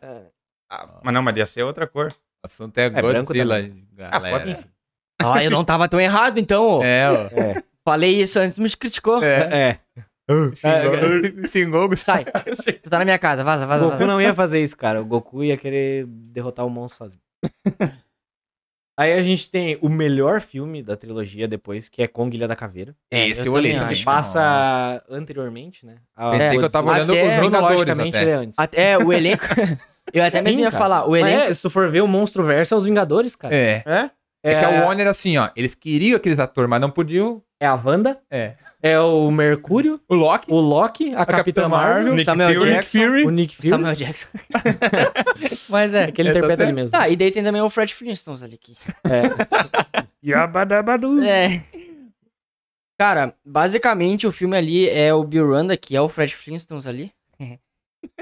[SPEAKER 2] É.
[SPEAKER 1] Ah, mas não, mas ia ser outra cor.
[SPEAKER 4] O assunto é,
[SPEAKER 2] branco
[SPEAKER 4] Godzilla,
[SPEAKER 1] Ah, pode
[SPEAKER 4] galera.
[SPEAKER 3] Ó, eu não tava tão errado, então. ó.
[SPEAKER 4] é, ó.
[SPEAKER 2] É.
[SPEAKER 3] Falei isso antes, me criticou.
[SPEAKER 4] É.
[SPEAKER 2] É.
[SPEAKER 4] Xingou, xingou o Gustavo.
[SPEAKER 3] Sai. Tu tá na minha casa, vaza,
[SPEAKER 2] O
[SPEAKER 3] vaza,
[SPEAKER 2] Goku
[SPEAKER 3] vaza.
[SPEAKER 2] não ia fazer isso, cara. O Goku ia querer derrotar o monstro sozinho. [LAUGHS] Aí a gente tem o melhor filme da trilogia depois, que é Kong Ilha da Caveira.
[SPEAKER 3] É,
[SPEAKER 4] Esse
[SPEAKER 3] eu
[SPEAKER 4] eu olhei,
[SPEAKER 3] também
[SPEAKER 4] esse
[SPEAKER 2] Que
[SPEAKER 3] acho.
[SPEAKER 2] se passa anteriormente, né? ao
[SPEAKER 4] Pensei que eu
[SPEAKER 2] Godzilla. é
[SPEAKER 4] tava olhando
[SPEAKER 3] Até
[SPEAKER 4] os Vingadores
[SPEAKER 2] Cronologicamente ele
[SPEAKER 4] até.
[SPEAKER 2] é antes.
[SPEAKER 3] Até o elenco. Eu até mesmo
[SPEAKER 2] Sim,
[SPEAKER 3] ia
[SPEAKER 2] cara.
[SPEAKER 3] falar, o
[SPEAKER 2] Mas
[SPEAKER 3] elenco.
[SPEAKER 2] é, se tu for ver o Monstro Verso é os Vingadores, cara.
[SPEAKER 4] É.
[SPEAKER 3] É?
[SPEAKER 4] É que a Warner, assim, ó, eles queriam aqueles atores, mas não podiam.
[SPEAKER 2] é a Wanda,
[SPEAKER 4] É.
[SPEAKER 2] é o Mercúrio,
[SPEAKER 4] O Loki.
[SPEAKER 2] o Loki, a, Capitã
[SPEAKER 4] Capitã
[SPEAKER 2] Marvel,
[SPEAKER 4] Marvel,
[SPEAKER 1] Nick
[SPEAKER 3] Samuel
[SPEAKER 1] Fury.
[SPEAKER 3] Jackson.
[SPEAKER 2] o Nick Fury,
[SPEAKER 3] Samuel Jackson. [LAUGHS] Mas é.
[SPEAKER 2] que ele
[SPEAKER 4] É, tá
[SPEAKER 2] interpreta
[SPEAKER 4] certo.
[SPEAKER 2] ele mesmo.
[SPEAKER 3] Tá, e daí tem também o Fred Flintstones ali. Que...
[SPEAKER 2] É. Yabadabadu.
[SPEAKER 3] É. [LAUGHS] Cara, basicamente o filme ali é o Bill Randa, que é o Fred Flintstones ali.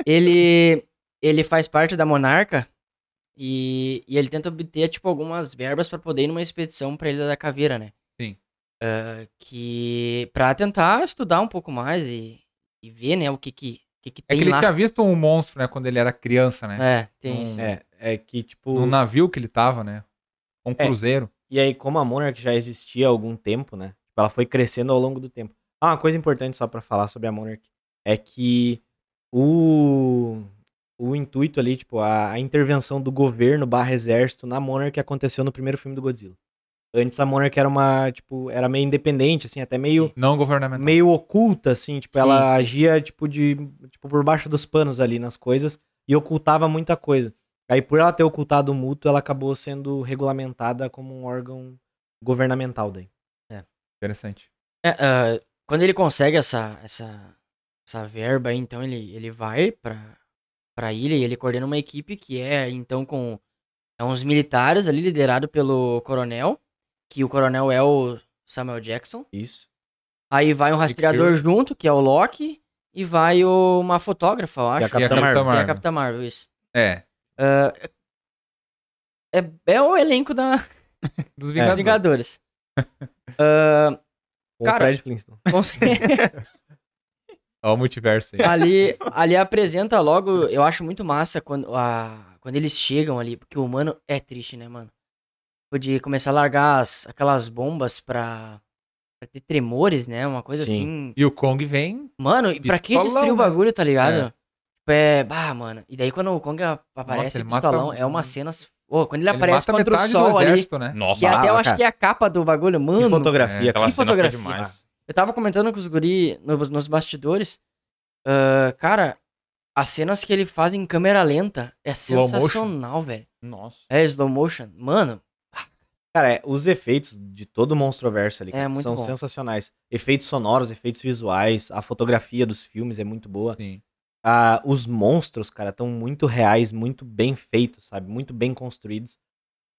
[SPEAKER 3] ele ele faz parte da Monarca e, e ele tenta obter tipo algumas verbas pra poder ir numa expedição pra Ilha da Caveira, né?
[SPEAKER 4] Sim.
[SPEAKER 3] Ah, que para tentar estudar um pouco mais e, e ver, né, o que que o que, que
[SPEAKER 4] É
[SPEAKER 3] tem
[SPEAKER 4] que ele
[SPEAKER 3] lá.
[SPEAKER 4] tinha visto um monstro, né, quando ele era criança, né?
[SPEAKER 3] É, tem isso.
[SPEAKER 4] Um-
[SPEAKER 2] É, é que tipo...
[SPEAKER 4] Um navio que ele tava, né? Um
[SPEAKER 2] É.
[SPEAKER 4] cruzeiro.
[SPEAKER 2] E aí, como a Monarch já existia há algum tempo, né? Tipo, Ela foi crescendo ao longo do tempo. Ah, uma coisa importante só pra falar sobre a Monarch é que o, o intuito ali, tipo, a, a intervenção do governo barra exército na Monarch aconteceu no primeiro filme do Godzilla. Antes a Monarch era uma, tipo, era meio independente, assim, até meio,
[SPEAKER 4] Não governamental.
[SPEAKER 2] meio oculta, assim, tipo,
[SPEAKER 3] Sim,
[SPEAKER 2] ela
[SPEAKER 3] sim.
[SPEAKER 2] agia, tipo, de, tipo, por baixo dos panos ali nas coisas e ocultava muita coisa. Aí, por ela ter ocultado o mútuo, ela acabou sendo regulamentada como um órgão governamental daí.
[SPEAKER 4] Interessante.
[SPEAKER 3] É, ah, quando ele consegue essa, essa, essa verba, aí, então ele, ele vai pra, pra ilha e ele coordena uma equipe que é, então, com é uns militares ali, liderado pelo coronel, que o coronel é o Samuel Jackson.
[SPEAKER 2] Isso.
[SPEAKER 3] Aí vai um rastreador junto, que é o Loki, e vai o- uma fotógrafa, eu
[SPEAKER 2] E
[SPEAKER 3] acho.
[SPEAKER 2] é a Capitã
[SPEAKER 4] Capitã
[SPEAKER 2] Marvel.
[SPEAKER 3] E a
[SPEAKER 4] Marvel.
[SPEAKER 3] Capitã Marvel, isso.
[SPEAKER 4] É.
[SPEAKER 3] Ah, é, é o elenco da
[SPEAKER 4] Dos
[SPEAKER 2] É.
[SPEAKER 4] Vingadores.
[SPEAKER 3] Vingadores.
[SPEAKER 2] [LAUGHS]
[SPEAKER 3] Ah,
[SPEAKER 2] Com
[SPEAKER 3] Cara-
[SPEAKER 2] o Fred Flintstone.
[SPEAKER 3] com certeza.
[SPEAKER 4] Ó, o multiverso aí.
[SPEAKER 3] ali, ali apresenta logo, eu acho muito massa quando, a, quando eles chegam ali, porque o humano é triste, né, mano? Podia começar a largar as- aquelas bombas pra, pra ter tremores, né? Uma coisa
[SPEAKER 2] Sim.
[SPEAKER 3] assim.
[SPEAKER 4] E o Kong vem.
[SPEAKER 3] Mano, e pra que
[SPEAKER 4] Pistolão,
[SPEAKER 3] destruir o
[SPEAKER 4] né?
[SPEAKER 3] bagulho, tá ligado? Tipo, é. Bah, mano. E daí quando o Kong a- aparece
[SPEAKER 4] ele
[SPEAKER 3] com o
[SPEAKER 4] mata
[SPEAKER 3] pistolão,
[SPEAKER 4] um-
[SPEAKER 3] é uma cena. Ô, quando ele,
[SPEAKER 4] Ele
[SPEAKER 3] aparece
[SPEAKER 4] mata
[SPEAKER 3] contra o
[SPEAKER 4] metade do
[SPEAKER 3] sol ali.
[SPEAKER 4] exército, né?
[SPEAKER 1] Nossa, ah,
[SPEAKER 3] Que até eu
[SPEAKER 2] Fala,
[SPEAKER 3] acho
[SPEAKER 2] cara.
[SPEAKER 3] que é a capa do bagulho,
[SPEAKER 2] Que
[SPEAKER 3] mano. é.
[SPEAKER 2] fotografia,
[SPEAKER 1] aquela
[SPEAKER 3] que
[SPEAKER 1] cena
[SPEAKER 3] fotografia.
[SPEAKER 1] foi demais.
[SPEAKER 3] Eu tava comentando com os guri no- nos bastidores. ah, cara, As cenas que ele faz em câmera lenta é
[SPEAKER 4] Slow motion.
[SPEAKER 3] sensacional, velho.
[SPEAKER 1] Nossa.
[SPEAKER 3] É slow motion. Mano,
[SPEAKER 2] Cara, é, os efeitos de todo o Monstroverso ali
[SPEAKER 3] É
[SPEAKER 2] cara,
[SPEAKER 3] muito
[SPEAKER 2] são
[SPEAKER 3] bom.
[SPEAKER 2] sensacionais. Efeitos sonoros, efeitos visuais, a fotografia dos filmes é muito boa.
[SPEAKER 4] Sim.
[SPEAKER 2] Ah, os monstros, cara, estão muito reais, muito bem feitos, sabe? Muito bem construídos.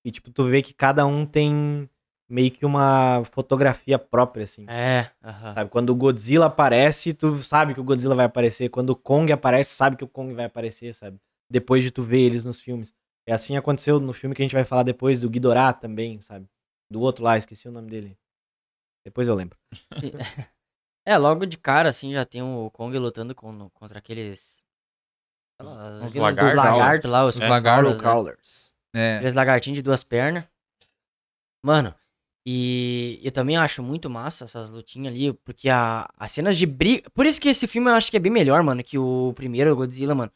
[SPEAKER 2] E, tipo, tu vê que cada um tem meio que uma fotografia própria, assim.
[SPEAKER 3] é. aham.
[SPEAKER 2] Sabe? Quando o Godzilla aparece, tu sabe que o Godzilla vai aparecer. Quando o Kong aparece, sabe que o Kong vai aparecer, sabe? Depois de tu ver eles nos filmes. É assim aconteceu no filme que a gente vai falar depois, do Ghidorah também, sabe? Do outro lá, esqueci o nome dele. Depois eu lembro.
[SPEAKER 3] É, logo de cara, assim, já tem o Kong lutando com- contra aqueles. aquelas-
[SPEAKER 1] Os
[SPEAKER 3] aqueles
[SPEAKER 1] lagartos.
[SPEAKER 3] lagartos lá, os
[SPEAKER 1] Os
[SPEAKER 3] lagartos. né?
[SPEAKER 2] Crawlers.
[SPEAKER 4] É,
[SPEAKER 3] Aqueles lagartinhos de duas pernas. Mano, e eu também acho muito massa essas lutinhas ali, porque a, as cenas de briga. Por isso que esse filme eu acho que é bem melhor, mano, que o primeiro Godzilla, mano.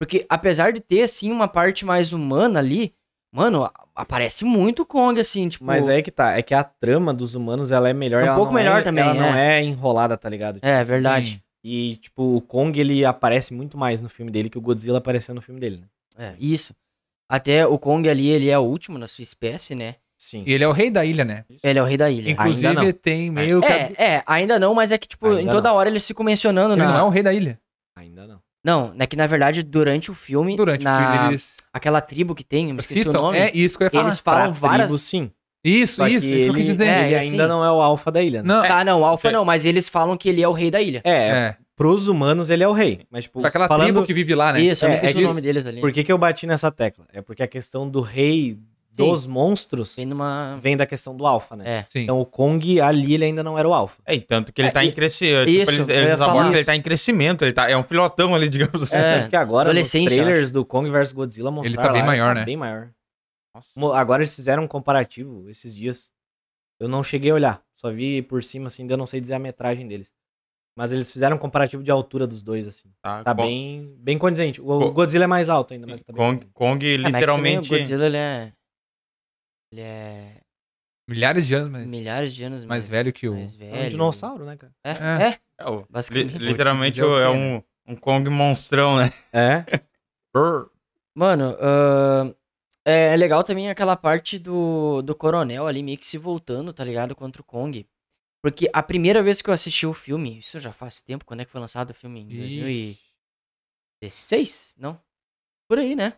[SPEAKER 3] Porque apesar de ter, assim, uma parte mais humana ali, mano, a- aparece muito Kong, assim, tipo.
[SPEAKER 2] Mas aí que tá, é que a trama dos humanos, ela é melhor.
[SPEAKER 3] É um
[SPEAKER 2] ela
[SPEAKER 3] pouco
[SPEAKER 2] não
[SPEAKER 3] melhor também,
[SPEAKER 2] Ela não
[SPEAKER 3] é.
[SPEAKER 2] é enrolada, tá ligado? Tipo
[SPEAKER 3] É,
[SPEAKER 2] assim,
[SPEAKER 3] verdade.
[SPEAKER 4] sim.
[SPEAKER 2] E, tipo, o Kong, ele aparece muito mais no filme dele que o Godzilla apareceu no filme dele, né?
[SPEAKER 3] É, isso. Até o Kong ali, ele é o último na sua espécie, né?
[SPEAKER 2] Sim.
[SPEAKER 4] E ele é o rei da ilha, né?
[SPEAKER 3] Ele é o rei da ilha.
[SPEAKER 2] Ainda
[SPEAKER 4] Inclusive,
[SPEAKER 2] não.
[SPEAKER 4] tem meio que. Ele
[SPEAKER 3] É, é, ainda não, mas é que, tipo, em
[SPEAKER 2] Ainda
[SPEAKER 3] toda hora eles ficam mencionando né? na.
[SPEAKER 4] não é o rei da ilha.
[SPEAKER 2] Ainda não.
[SPEAKER 3] Não, é que na verdade, durante o filme,
[SPEAKER 4] Durante
[SPEAKER 3] na...
[SPEAKER 4] o filme, eles
[SPEAKER 3] aquela tribo que tem, eu me esqueci o
[SPEAKER 4] citam.
[SPEAKER 3] nome.
[SPEAKER 4] É isso que eu ia falar.
[SPEAKER 3] Eles falam
[SPEAKER 2] Pra
[SPEAKER 3] várias.
[SPEAKER 2] tribo, sim.
[SPEAKER 4] Isso,
[SPEAKER 2] Só
[SPEAKER 4] isso,
[SPEAKER 2] que
[SPEAKER 4] isso que eu quis
[SPEAKER 2] ele-
[SPEAKER 4] dizer.
[SPEAKER 3] é,
[SPEAKER 2] ele
[SPEAKER 3] é
[SPEAKER 2] ainda
[SPEAKER 3] assim.
[SPEAKER 2] não é o alfa da ilha, né?
[SPEAKER 4] Não,
[SPEAKER 3] Tá, não, Alpha
[SPEAKER 1] É.
[SPEAKER 3] não, mas eles falam que ele é o rei da ilha.
[SPEAKER 2] É,
[SPEAKER 4] é.
[SPEAKER 2] pros humanos ele é o rei. Mas, tipo,
[SPEAKER 4] Pra aquela
[SPEAKER 2] falando...
[SPEAKER 4] tribo que vive lá, né?
[SPEAKER 3] Isso, eu me
[SPEAKER 2] É,
[SPEAKER 3] esqueci
[SPEAKER 2] é
[SPEAKER 3] o
[SPEAKER 2] que-
[SPEAKER 3] nome deles ali.
[SPEAKER 2] Por que, que eu bati nessa tecla? É porque a questão do rei
[SPEAKER 3] Sim.
[SPEAKER 2] dos monstros
[SPEAKER 3] Tem numa. Ah,
[SPEAKER 2] vem da questão do alfa, né?
[SPEAKER 3] É.
[SPEAKER 4] Sim.
[SPEAKER 2] Então o Kong ali ele ainda não era o alfa.
[SPEAKER 1] É, e tanto que ele
[SPEAKER 3] É,
[SPEAKER 1] tá
[SPEAKER 3] e-
[SPEAKER 1] em crescimento. Tipo,
[SPEAKER 3] isso,
[SPEAKER 1] ele,
[SPEAKER 3] eu ia
[SPEAKER 1] eles
[SPEAKER 3] falar
[SPEAKER 1] abordam que ele
[SPEAKER 3] isso.
[SPEAKER 1] tá em crescimento. Ele tá, é um filotão ali, [LAUGHS] digamos assim.
[SPEAKER 3] É,
[SPEAKER 2] Tanto que agora nos
[SPEAKER 3] adolescência,
[SPEAKER 2] trailers do Kong vs Godzilla mostraram
[SPEAKER 4] tá bem
[SPEAKER 2] lá,
[SPEAKER 4] maior, né?
[SPEAKER 2] Bem maior.
[SPEAKER 1] Nossa.
[SPEAKER 2] Mo- Agora eles fizeram um comparativo esses dias. Eu não cheguei a olhar, só vi por cima assim, ainda não sei dizer a metragem deles. Mas eles fizeram um comparativo de altura dos dois assim. Tá
[SPEAKER 1] Kong-
[SPEAKER 2] bem, bem condizente. O, o
[SPEAKER 1] Co-
[SPEAKER 2] Godzilla é mais alto ainda, mas tá bem
[SPEAKER 1] Kong, Kong
[SPEAKER 3] Ah, mas é que também
[SPEAKER 1] literalmente.
[SPEAKER 3] O Godzilla, ele é. Ele é.
[SPEAKER 4] Milhares de anos, mas.
[SPEAKER 3] Milhares de anos
[SPEAKER 4] mais velho que o-
[SPEAKER 3] mais
[SPEAKER 2] É um
[SPEAKER 3] velho.
[SPEAKER 2] dinossauro, né, cara?
[SPEAKER 3] É,
[SPEAKER 4] É.
[SPEAKER 3] é.
[SPEAKER 1] É, o- li-
[SPEAKER 3] Basicamente.
[SPEAKER 1] literalmente
[SPEAKER 4] Vou te dizer
[SPEAKER 1] é
[SPEAKER 4] o quê,
[SPEAKER 1] um, um Kong monstrão, né?
[SPEAKER 2] É.
[SPEAKER 3] Mano, ahn, é legal também aquela parte do, do coronel ali meio que se voltando, tá ligado? Contra o Kong. Porque a primeira vez que eu assisti o filme, isso já faz tempo, quando é que foi lançado o filme? Em
[SPEAKER 4] Ixi.
[SPEAKER 3] 2016? Não? Por aí, né?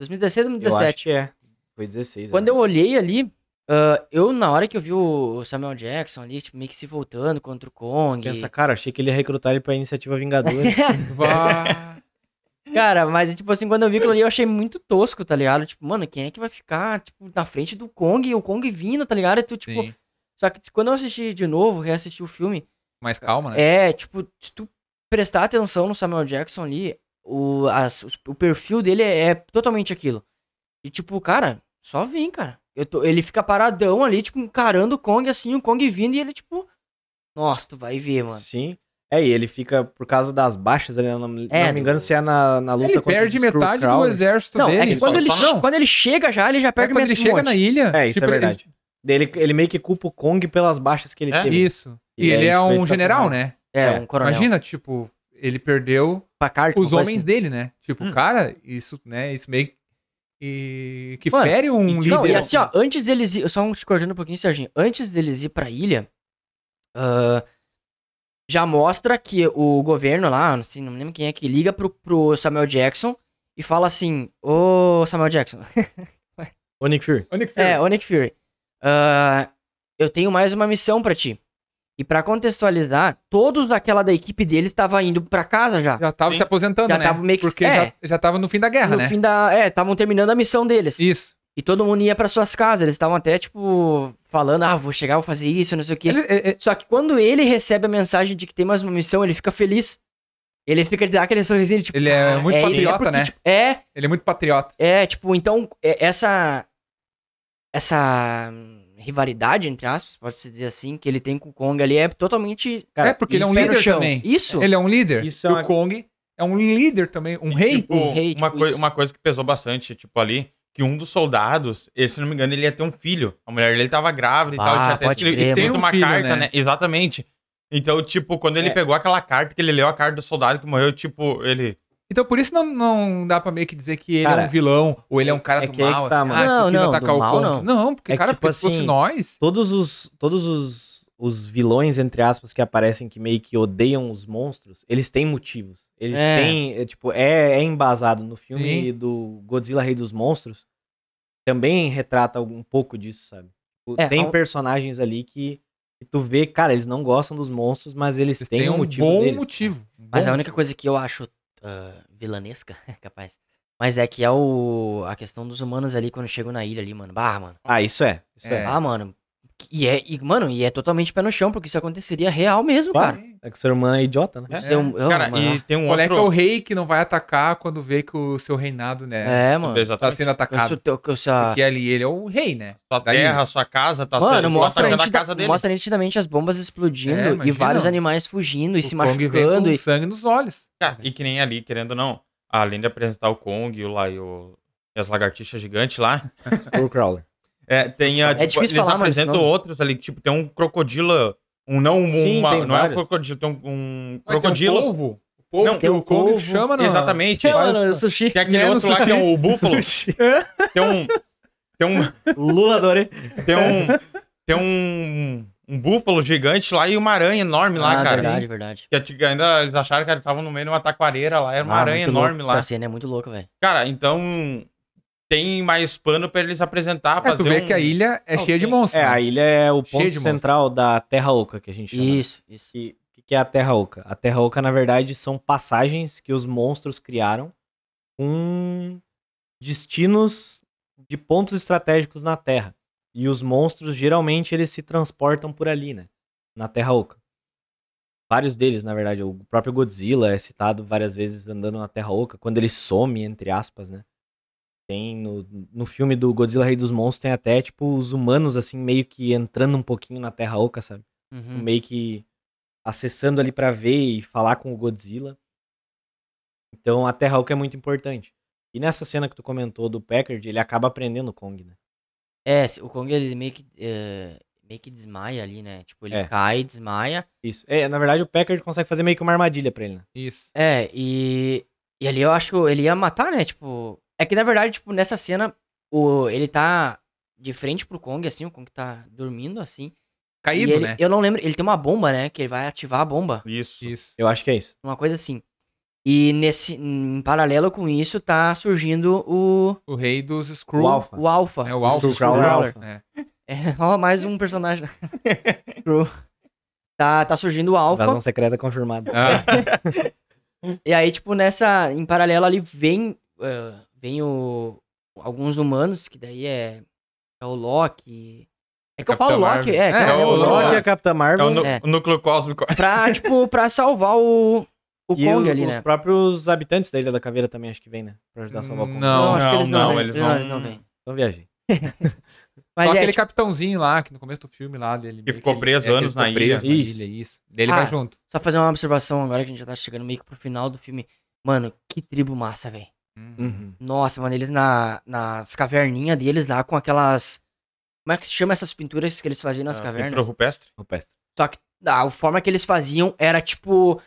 [SPEAKER 3] 2016,
[SPEAKER 2] Eu acho
[SPEAKER 3] 2017.
[SPEAKER 2] que é. Foi é. 16.
[SPEAKER 3] Quando eu olhei ali, ah, eu, na hora que eu vi o Samuel Jackson ali, tipo, meio que se voltando contra o Kong.
[SPEAKER 2] Pensa, cara, achei que ele ia recrutar ele pra iniciativa Vingadores.
[SPEAKER 4] Vá.
[SPEAKER 3] Cara, mas tipo assim, quando eu vi aquilo ali, eu achei muito tosco, tá ligado? Tipo, mano, quem é que vai ficar, tipo, na frente do Kong e o Kong vindo, tá ligado? E tu, [LAUGHS] tipo.
[SPEAKER 4] Sim.
[SPEAKER 3] Só que quando eu assisti de novo, reassisti o filme,
[SPEAKER 4] Mais calma, né?
[SPEAKER 3] é, tipo, se tu prestar atenção no Samuel Jackson ali, o, as- os- o perfil dele é, é totalmente aquilo. E tipo, cara, só vem, cara. Eu tô- ele fica paradão ali, tipo, encarando o Kong assim, o Kong vindo, e ele, tipo. Nossa, tu vai ver, [LAUGHS] mano.
[SPEAKER 2] Sim. É, e ele fica por causa das baixas ali, eu não, não
[SPEAKER 3] É,
[SPEAKER 2] me engano
[SPEAKER 3] do-
[SPEAKER 2] se é na, na luta
[SPEAKER 4] Ele
[SPEAKER 2] contra
[SPEAKER 4] perde
[SPEAKER 2] os
[SPEAKER 4] metade do
[SPEAKER 2] Skullcrawlers.
[SPEAKER 4] exército
[SPEAKER 3] Não,
[SPEAKER 4] dele.
[SPEAKER 3] é que quando
[SPEAKER 4] só-
[SPEAKER 3] ele,
[SPEAKER 4] só- não,
[SPEAKER 3] quando ele chega já, ele já
[SPEAKER 4] é
[SPEAKER 3] perde
[SPEAKER 4] quando ele
[SPEAKER 3] metade do
[SPEAKER 4] chega
[SPEAKER 3] monte.
[SPEAKER 4] na ilha.
[SPEAKER 2] É, isso é
[SPEAKER 4] tipo, ele-
[SPEAKER 2] verdade. Daí Ele, ele meio que culpa o Kong pelas baixas que ele
[SPEAKER 1] É,
[SPEAKER 2] teve.
[SPEAKER 4] Isso. E
[SPEAKER 2] E
[SPEAKER 4] ele
[SPEAKER 2] aí,
[SPEAKER 4] é
[SPEAKER 2] tipo, ele
[SPEAKER 4] um
[SPEAKER 2] tá
[SPEAKER 4] general,
[SPEAKER 2] com-
[SPEAKER 4] né?
[SPEAKER 3] É,
[SPEAKER 2] É,
[SPEAKER 3] um coronel.
[SPEAKER 4] Imagina, tipo, ele perdeu
[SPEAKER 3] pra carta,
[SPEAKER 4] os
[SPEAKER 3] uma coisa
[SPEAKER 4] homens dele, né? Tipo,
[SPEAKER 1] Hum.
[SPEAKER 4] cara, isso, né? Isso meio que- e- que
[SPEAKER 3] Mano,
[SPEAKER 4] fere um
[SPEAKER 3] assim.
[SPEAKER 4] líder.
[SPEAKER 3] Não, e assim, ó, antes deles ir. Só um te cortando um pouquinho, Serginho. Antes deles ir pra ilha. ah, já mostra que o governo lá, não sei, não me lembro quem é que liga pro, pro Samuel Jackson e fala assim: Ô Samuel Jackson. [LAUGHS]
[SPEAKER 2] O Nick Fury.
[SPEAKER 4] Ô, Nick Fury,
[SPEAKER 3] É, ô Nick Fury. ah, eu tenho mais uma missão pra ti. E pra contextualizar, todos daquela da equipe dele estavam indo pra casa já.
[SPEAKER 4] já tava
[SPEAKER 1] Sim.
[SPEAKER 4] se aposentando,
[SPEAKER 3] é, Já
[SPEAKER 4] né?
[SPEAKER 3] tava meio que-
[SPEAKER 4] Porque
[SPEAKER 3] é.
[SPEAKER 4] já, já tava no fim da
[SPEAKER 3] no
[SPEAKER 4] guerra, né?
[SPEAKER 3] fim da. É, estavam terminando a missão deles.
[SPEAKER 4] Isso.
[SPEAKER 3] E todo mundo ia pra suas casas. Eles estavam até, tipo, falando: ah, vou chegar, vou fazer isso, não sei o quê.
[SPEAKER 4] Ele, é- é-
[SPEAKER 3] Só que quando ele recebe a mensagem de que tem mais uma missão, ele fica feliz. Ele fica dá aquele sorrisinho, tipo,
[SPEAKER 4] Ele é
[SPEAKER 3] "Ah,
[SPEAKER 4] muito
[SPEAKER 3] isso",
[SPEAKER 4] patriota,
[SPEAKER 3] porque,
[SPEAKER 4] né?
[SPEAKER 3] tipo, é,
[SPEAKER 4] ele é muito patriota.
[SPEAKER 3] é, tipo, então, é- essa. Essa hum, rivalidade, entre aspas, pode-se dizer assim, que ele tem com o Kong ali é totalmente.
[SPEAKER 2] Cara,
[SPEAKER 4] É, porque ele é um
[SPEAKER 2] isso
[SPEAKER 3] pé no
[SPEAKER 4] líder
[SPEAKER 3] chão.
[SPEAKER 4] também.
[SPEAKER 3] Isso?
[SPEAKER 4] Ele é um líder.
[SPEAKER 2] Isso é
[SPEAKER 4] E
[SPEAKER 2] uma-
[SPEAKER 4] o Kong é um líder também, um
[SPEAKER 1] E,
[SPEAKER 4] rei.
[SPEAKER 1] tipo,
[SPEAKER 3] Um rei,
[SPEAKER 1] uma,
[SPEAKER 3] tipo
[SPEAKER 1] coi-
[SPEAKER 3] isso.
[SPEAKER 1] uma coisa que pesou bastante, tipo, ali, que um dos soldados, ele, se não me engano, ele ia ter um filho. A mulher dele tava grávida e
[SPEAKER 3] Ah,
[SPEAKER 1] tal. Ele tinha até
[SPEAKER 3] pode
[SPEAKER 1] escri-
[SPEAKER 3] crer,
[SPEAKER 1] escrito
[SPEAKER 4] mano.
[SPEAKER 1] uma
[SPEAKER 4] Tem um filho,
[SPEAKER 1] carta,
[SPEAKER 4] né?
[SPEAKER 1] né? Exatamente. Então, tipo, quando ele
[SPEAKER 2] É.
[SPEAKER 1] pegou aquela carta, que ele leu a carta do soldado que morreu, tipo, ele.
[SPEAKER 4] Então por isso não, não dá pra meio que dizer que ele é
[SPEAKER 2] Cara,
[SPEAKER 4] um vilão, ou ele é um cara
[SPEAKER 2] é
[SPEAKER 4] do
[SPEAKER 2] que aí que
[SPEAKER 4] mal,
[SPEAKER 2] tá,
[SPEAKER 4] assim,
[SPEAKER 2] mano.
[SPEAKER 4] ah,
[SPEAKER 3] Não,
[SPEAKER 4] que quis
[SPEAKER 3] não,
[SPEAKER 4] atacar
[SPEAKER 3] do
[SPEAKER 4] o
[SPEAKER 3] mal,
[SPEAKER 4] conto.
[SPEAKER 3] não.
[SPEAKER 4] Não, porque,
[SPEAKER 2] É que,
[SPEAKER 4] cara,
[SPEAKER 2] tipo
[SPEAKER 4] porque se fosse
[SPEAKER 2] assim,
[SPEAKER 4] nós,
[SPEAKER 2] Todos os, todos os, os vilões, entre aspas, que aparecem que meio que odeiam os monstros, eles têm motivos. Eles
[SPEAKER 3] É.
[SPEAKER 2] têm, é, tipo, é, é embasado no filme
[SPEAKER 4] Sim.
[SPEAKER 2] do Godzilla Rei dos Monstros. Também retrata um pouco disso, sabe? Tipo,
[SPEAKER 3] É,
[SPEAKER 2] tem
[SPEAKER 3] ao-
[SPEAKER 2] personagens ali que, que tu vê, cara, eles não gostam dos monstros, mas eles,
[SPEAKER 4] eles
[SPEAKER 2] têm,
[SPEAKER 4] têm
[SPEAKER 2] um motivo
[SPEAKER 4] bom
[SPEAKER 2] deles.
[SPEAKER 4] motivo. Um
[SPEAKER 3] Mas
[SPEAKER 4] bom
[SPEAKER 3] a única
[SPEAKER 4] motivo.
[SPEAKER 3] coisa que eu acho ah, vilanesca, [LAUGHS] capaz. Mas é que é o a questão dos humanos ali quando chegam na ilha ali, mano. Bah, mano.
[SPEAKER 2] Ah, isso é. Isso é.
[SPEAKER 4] É.
[SPEAKER 3] Ah, mano. E é, e, mano, e é totalmente pé no chão, porque isso aconteceria real mesmo,
[SPEAKER 2] Claro.
[SPEAKER 3] cara.
[SPEAKER 2] É que o ser humano é idiota, né?
[SPEAKER 3] O
[SPEAKER 4] É.
[SPEAKER 3] ser hum- eu,
[SPEAKER 1] Cara,
[SPEAKER 3] mano,
[SPEAKER 1] e tem um
[SPEAKER 4] Qual é que é o
[SPEAKER 1] outro...
[SPEAKER 4] rei que não vai atacar quando vê que o seu reinado, né,
[SPEAKER 3] É, mano.
[SPEAKER 4] tá
[SPEAKER 1] Exatamente.
[SPEAKER 4] sendo
[SPEAKER 3] Eu
[SPEAKER 4] atacado?
[SPEAKER 3] sou teu- eu
[SPEAKER 2] tá
[SPEAKER 3] sou a-
[SPEAKER 4] Porque ali ele é o rei, né?
[SPEAKER 1] Sua
[SPEAKER 4] Daí-
[SPEAKER 1] terra, sua casa, tá
[SPEAKER 3] Mano,
[SPEAKER 1] sendo
[SPEAKER 3] mostra,
[SPEAKER 1] atacando a
[SPEAKER 3] nitida-
[SPEAKER 1] casa dele.
[SPEAKER 3] mostra nitidamente as bombas explodindo
[SPEAKER 4] É,
[SPEAKER 3] e
[SPEAKER 4] imagina.
[SPEAKER 3] vários animais fugindo e
[SPEAKER 4] o
[SPEAKER 3] se
[SPEAKER 4] Kong vem
[SPEAKER 3] machucando.
[SPEAKER 4] com um
[SPEAKER 3] E...
[SPEAKER 4] sangue nos olhos.
[SPEAKER 1] Cara, e que nem ali, querendo ou não, além de apresentar o Kong e, o, lá, e, o- e as lagartixas gigantes lá,
[SPEAKER 2] Skullcrawler.
[SPEAKER 1] é, tem a,
[SPEAKER 3] É difícil
[SPEAKER 1] eles
[SPEAKER 3] falar, mano, esse
[SPEAKER 1] apresentam
[SPEAKER 3] nome.
[SPEAKER 1] outros ali, que, tipo, tem um crocodilo, um não, um-
[SPEAKER 2] Sim,
[SPEAKER 1] uma-
[SPEAKER 2] tem
[SPEAKER 1] não é um
[SPEAKER 2] vários.
[SPEAKER 1] crocodilo, tem um, um
[SPEAKER 4] Vai ter
[SPEAKER 1] crocodilo,
[SPEAKER 4] O polvo, o polvo
[SPEAKER 1] Não, um
[SPEAKER 4] que o Kong
[SPEAKER 2] polvo.
[SPEAKER 4] chama, não.
[SPEAKER 1] exatamente,
[SPEAKER 2] é sushi.
[SPEAKER 1] tem aquele
[SPEAKER 4] né, no
[SPEAKER 1] outro lá que
[SPEAKER 4] sushi.
[SPEAKER 1] é
[SPEAKER 2] [LAUGHS]
[SPEAKER 1] o
[SPEAKER 4] [LAUGHS]
[SPEAKER 1] búfalo, tem um, tem um,
[SPEAKER 2] Lula, adorei.
[SPEAKER 1] tem um,
[SPEAKER 4] [LAUGHS]
[SPEAKER 1] tem um, um búfalo gigante lá e uma aranha enorme lá,
[SPEAKER 3] Ah,
[SPEAKER 1] cara.
[SPEAKER 3] verdade, verdade.
[SPEAKER 1] Que ati- ainda eles acharam que eles estavam no meio de uma taquareira lá, era uma
[SPEAKER 2] Ah,
[SPEAKER 1] aranha
[SPEAKER 2] muito louco.
[SPEAKER 1] enorme lá.
[SPEAKER 3] Essa cena é muito louca, velho.
[SPEAKER 1] Cara, então tem mais pano pra eles apresentar,
[SPEAKER 4] É,
[SPEAKER 1] fazer
[SPEAKER 4] tu vê
[SPEAKER 1] um-
[SPEAKER 4] que a ilha é
[SPEAKER 1] Não,
[SPEAKER 4] cheia de
[SPEAKER 1] tem-
[SPEAKER 4] monstros.
[SPEAKER 2] É,
[SPEAKER 4] né?
[SPEAKER 2] a ilha é o
[SPEAKER 4] Cheio
[SPEAKER 2] ponto
[SPEAKER 4] de
[SPEAKER 2] central da Terra Oca, que a gente chama. né?
[SPEAKER 3] Isso, isso.
[SPEAKER 2] Que, que que é a Terra Oca? A Terra Oca, na verdade, são passagens que os monstros criaram com destinos de pontos estratégicos na Terra. E os monstros, geralmente, eles se transportam por ali, né? Na Terra Oca. Vários deles, na verdade. O próprio Godzilla é citado várias vezes andando na Terra Oca, quando ele some, entre aspas, né? Tem no, no filme do Godzilla Rei dos Monstros, tem até, tipo, os humanos, assim, meio que entrando um pouquinho na Terra Oca, sabe?
[SPEAKER 3] Uhum.
[SPEAKER 2] meio que acessando ali pra ver e falar com o Godzilla. Então a Terra Oca é muito importante. E nessa cena que tu comentou do Packard, ele acaba aprendendo o Kong, né?
[SPEAKER 3] É, se- o Kong ele meio que, eh, meio que desmaia ali, né? Tipo, ele
[SPEAKER 2] É.
[SPEAKER 3] cai, desmaia.
[SPEAKER 2] Isso. É, na verdade o Packard consegue fazer meio que uma armadilha pra ele, né?
[SPEAKER 4] Isso.
[SPEAKER 3] É, e. E ali eu acho que ele ia matar, né? Tipo. É que na verdade, tipo, nessa cena, o, ele tá de frente pro Kong, assim, o Kong tá dormindo, assim.
[SPEAKER 4] Caído,
[SPEAKER 3] e ele,
[SPEAKER 4] né?
[SPEAKER 3] Eu não lembro, ele tem uma bomba, né? Que ele vai ativar a bomba.
[SPEAKER 1] Isso.
[SPEAKER 4] Isso.
[SPEAKER 2] Eu acho que é isso.
[SPEAKER 3] Uma coisa assim. E nesse. Em paralelo com isso, tá surgindo o.
[SPEAKER 4] O rei dos Skrull.
[SPEAKER 2] O Alpha.
[SPEAKER 3] O Alpha.
[SPEAKER 4] É o Alpha.
[SPEAKER 2] Skullcrawler.
[SPEAKER 4] É.
[SPEAKER 3] É, [LAUGHS] ó, mais um personagem. True. tá, tá surgindo o Alpha.
[SPEAKER 2] Invasão secreta confirmada.
[SPEAKER 4] Ah,
[SPEAKER 3] E aí, tipo, nessa. Em paralelo ali vem. ah, vem o. Alguns humanos, que daí é. É o Loki. É que eu
[SPEAKER 4] Capitão
[SPEAKER 3] falo Loki,
[SPEAKER 4] Marvel.
[SPEAKER 3] é,
[SPEAKER 4] É,
[SPEAKER 3] cara,
[SPEAKER 1] é
[SPEAKER 3] é
[SPEAKER 1] o
[SPEAKER 2] O Loki,
[SPEAKER 1] Loki,
[SPEAKER 2] a Capitã
[SPEAKER 1] É o,
[SPEAKER 2] Marvel
[SPEAKER 1] nu-
[SPEAKER 3] É.
[SPEAKER 1] o núcleo cósmico.
[SPEAKER 3] Pra, tipo, pra salvar o. O
[SPEAKER 2] e
[SPEAKER 3] Kong
[SPEAKER 2] os,
[SPEAKER 3] ali,
[SPEAKER 2] os
[SPEAKER 3] né?
[SPEAKER 2] próprios habitantes da Ilha da Caveira também acho que vem, né? Pra ajudar a salvar o Kong.
[SPEAKER 4] Não,
[SPEAKER 3] acho que eles não,
[SPEAKER 1] não,
[SPEAKER 3] vêm,
[SPEAKER 1] eles
[SPEAKER 3] não,
[SPEAKER 1] não-
[SPEAKER 3] eles não vêm.
[SPEAKER 2] Então viajei.
[SPEAKER 3] Mas
[SPEAKER 4] só
[SPEAKER 3] é,
[SPEAKER 4] aquele
[SPEAKER 3] tipo,
[SPEAKER 4] capitãozinho lá, que no começo do filme lá dele.
[SPEAKER 1] Que ficou
[SPEAKER 4] é,
[SPEAKER 1] preso anos na
[SPEAKER 2] ilha.
[SPEAKER 4] Isso.
[SPEAKER 2] Isso.
[SPEAKER 4] isso. Daí ele
[SPEAKER 3] Ah.
[SPEAKER 4] vai junto.
[SPEAKER 3] só fazer uma observação agora que a gente já tá chegando meio que pro final do filme. Mano, que tribo massa, velho.
[SPEAKER 2] Uhum.
[SPEAKER 3] Nossa, mano, eles na, nas caverninhas deles lá com aquelas. Como é que chama essas pinturas que eles faziam nas
[SPEAKER 1] Ah, pintura
[SPEAKER 3] cavernas?
[SPEAKER 1] rupestre.
[SPEAKER 2] Rupestre.
[SPEAKER 3] Só que a forma que eles faziam era tipo.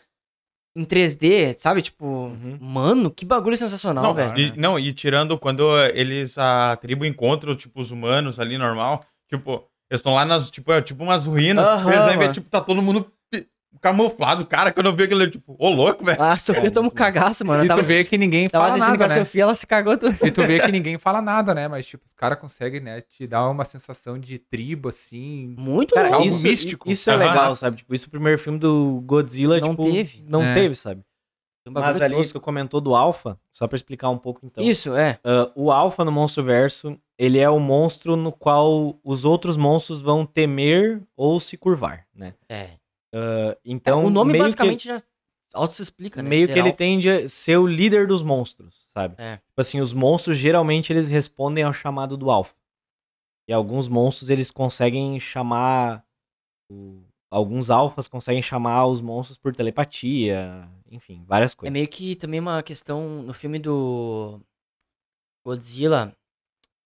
[SPEAKER 3] Em 3D, sabe? Tipo.
[SPEAKER 2] Uhum.
[SPEAKER 3] Mano, que bagulho sensacional,
[SPEAKER 1] Não,
[SPEAKER 3] velho.
[SPEAKER 1] e, não, e tirando quando eles, a tribo encontra, tipo, os humanos ali, normal, tipo, eles estão lá nas, tipo, é, tipo umas ruínas,
[SPEAKER 3] Aham,
[SPEAKER 1] eles devem ver,
[SPEAKER 3] mano.
[SPEAKER 1] tipo, tá todo mundo pi- camuflado, cara, quando eu vi aquele, tipo, ô louco, velho.
[SPEAKER 3] Ah, a Sofia
[SPEAKER 2] É,
[SPEAKER 3] toma um
[SPEAKER 2] muito massa.
[SPEAKER 3] cagaço, mano. Eu
[SPEAKER 4] e
[SPEAKER 3] tava,
[SPEAKER 4] tu vê que ninguém
[SPEAKER 3] tava
[SPEAKER 4] fala
[SPEAKER 3] assistindo com
[SPEAKER 4] nada,
[SPEAKER 3] a
[SPEAKER 4] né?
[SPEAKER 3] Sofia, ela se cagou tudo.
[SPEAKER 4] E tu vê que ninguém fala nada, né? Mas, tipo, os caras conseguem, né, te dar uma sensação de tribo, assim.
[SPEAKER 3] Muito
[SPEAKER 2] Cara, é um
[SPEAKER 4] Algo
[SPEAKER 3] louco.
[SPEAKER 2] isso,
[SPEAKER 4] místico.
[SPEAKER 2] Isso é
[SPEAKER 1] Aham.
[SPEAKER 2] legal, sabe? Tipo, isso o primeiro filme do Godzilla,
[SPEAKER 3] Não
[SPEAKER 2] tipo,
[SPEAKER 3] teve.
[SPEAKER 2] não
[SPEAKER 4] É.
[SPEAKER 2] teve, sabe?
[SPEAKER 3] Um bagulho
[SPEAKER 2] Mas ali
[SPEAKER 3] tosco.
[SPEAKER 2] que tu comentou do Alpha, só pra explicar um pouco então.
[SPEAKER 3] Isso, é.
[SPEAKER 2] Ah, o Alpha no Monstro Verso, ele é o monstro no qual os outros monstros vão temer ou se curvar, né?
[SPEAKER 3] É.
[SPEAKER 2] Ah, então,
[SPEAKER 3] o nome
[SPEAKER 2] meio
[SPEAKER 3] basicamente já auto se
[SPEAKER 2] que,
[SPEAKER 3] explica, né?
[SPEAKER 2] meio que ele
[SPEAKER 3] Geral.
[SPEAKER 2] tende a ser o líder dos monstros, sabe?
[SPEAKER 3] É.
[SPEAKER 2] Tipo assim, os monstros geralmente eles respondem ao chamado do Alpha. E alguns monstros eles conseguem chamar o- alguns alfas conseguem chamar os monstros por telepatia, enfim, várias
[SPEAKER 3] É
[SPEAKER 2] coisas.
[SPEAKER 3] meio que também uma questão no filme do Godzilla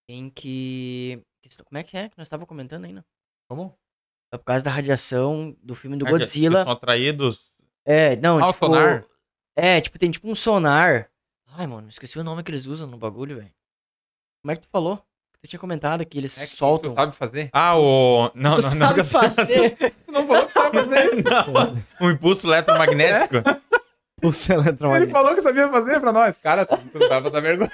[SPEAKER 3] em que. questão- Como é que é que nós estávamos comentando ainda?
[SPEAKER 4] Como?
[SPEAKER 3] É por causa da radiação do filme do
[SPEAKER 1] É que eles
[SPEAKER 3] Godzilla.
[SPEAKER 1] são atraídos.
[SPEAKER 3] É, não,
[SPEAKER 4] Ah, o
[SPEAKER 3] tipo.
[SPEAKER 4] sonar?
[SPEAKER 3] É, tipo, tem tipo um sonar. Ai, mano, esqueci o nome que eles usam no bagulho, velho. Como é que tu falou? Tu tinha comentado que eles
[SPEAKER 4] É que tu
[SPEAKER 3] soltam.
[SPEAKER 1] [LAUGHS]
[SPEAKER 4] sabe fazer?
[SPEAKER 1] Ah, o. Não,
[SPEAKER 3] [LAUGHS]
[SPEAKER 1] não,
[SPEAKER 3] Tu
[SPEAKER 1] não. [LAUGHS]
[SPEAKER 3] sabe fazer.
[SPEAKER 4] Tu não falou que sabe [LAUGHS] fazer.
[SPEAKER 2] [LAUGHS]
[SPEAKER 1] não. Um impulso eletromagnético.
[SPEAKER 3] [LAUGHS] É.
[SPEAKER 2] Pulso
[SPEAKER 4] Ele
[SPEAKER 2] eletromagnético.
[SPEAKER 4] falou que sabia fazer pra nós. Cara, tu tu não vai passar vergonha.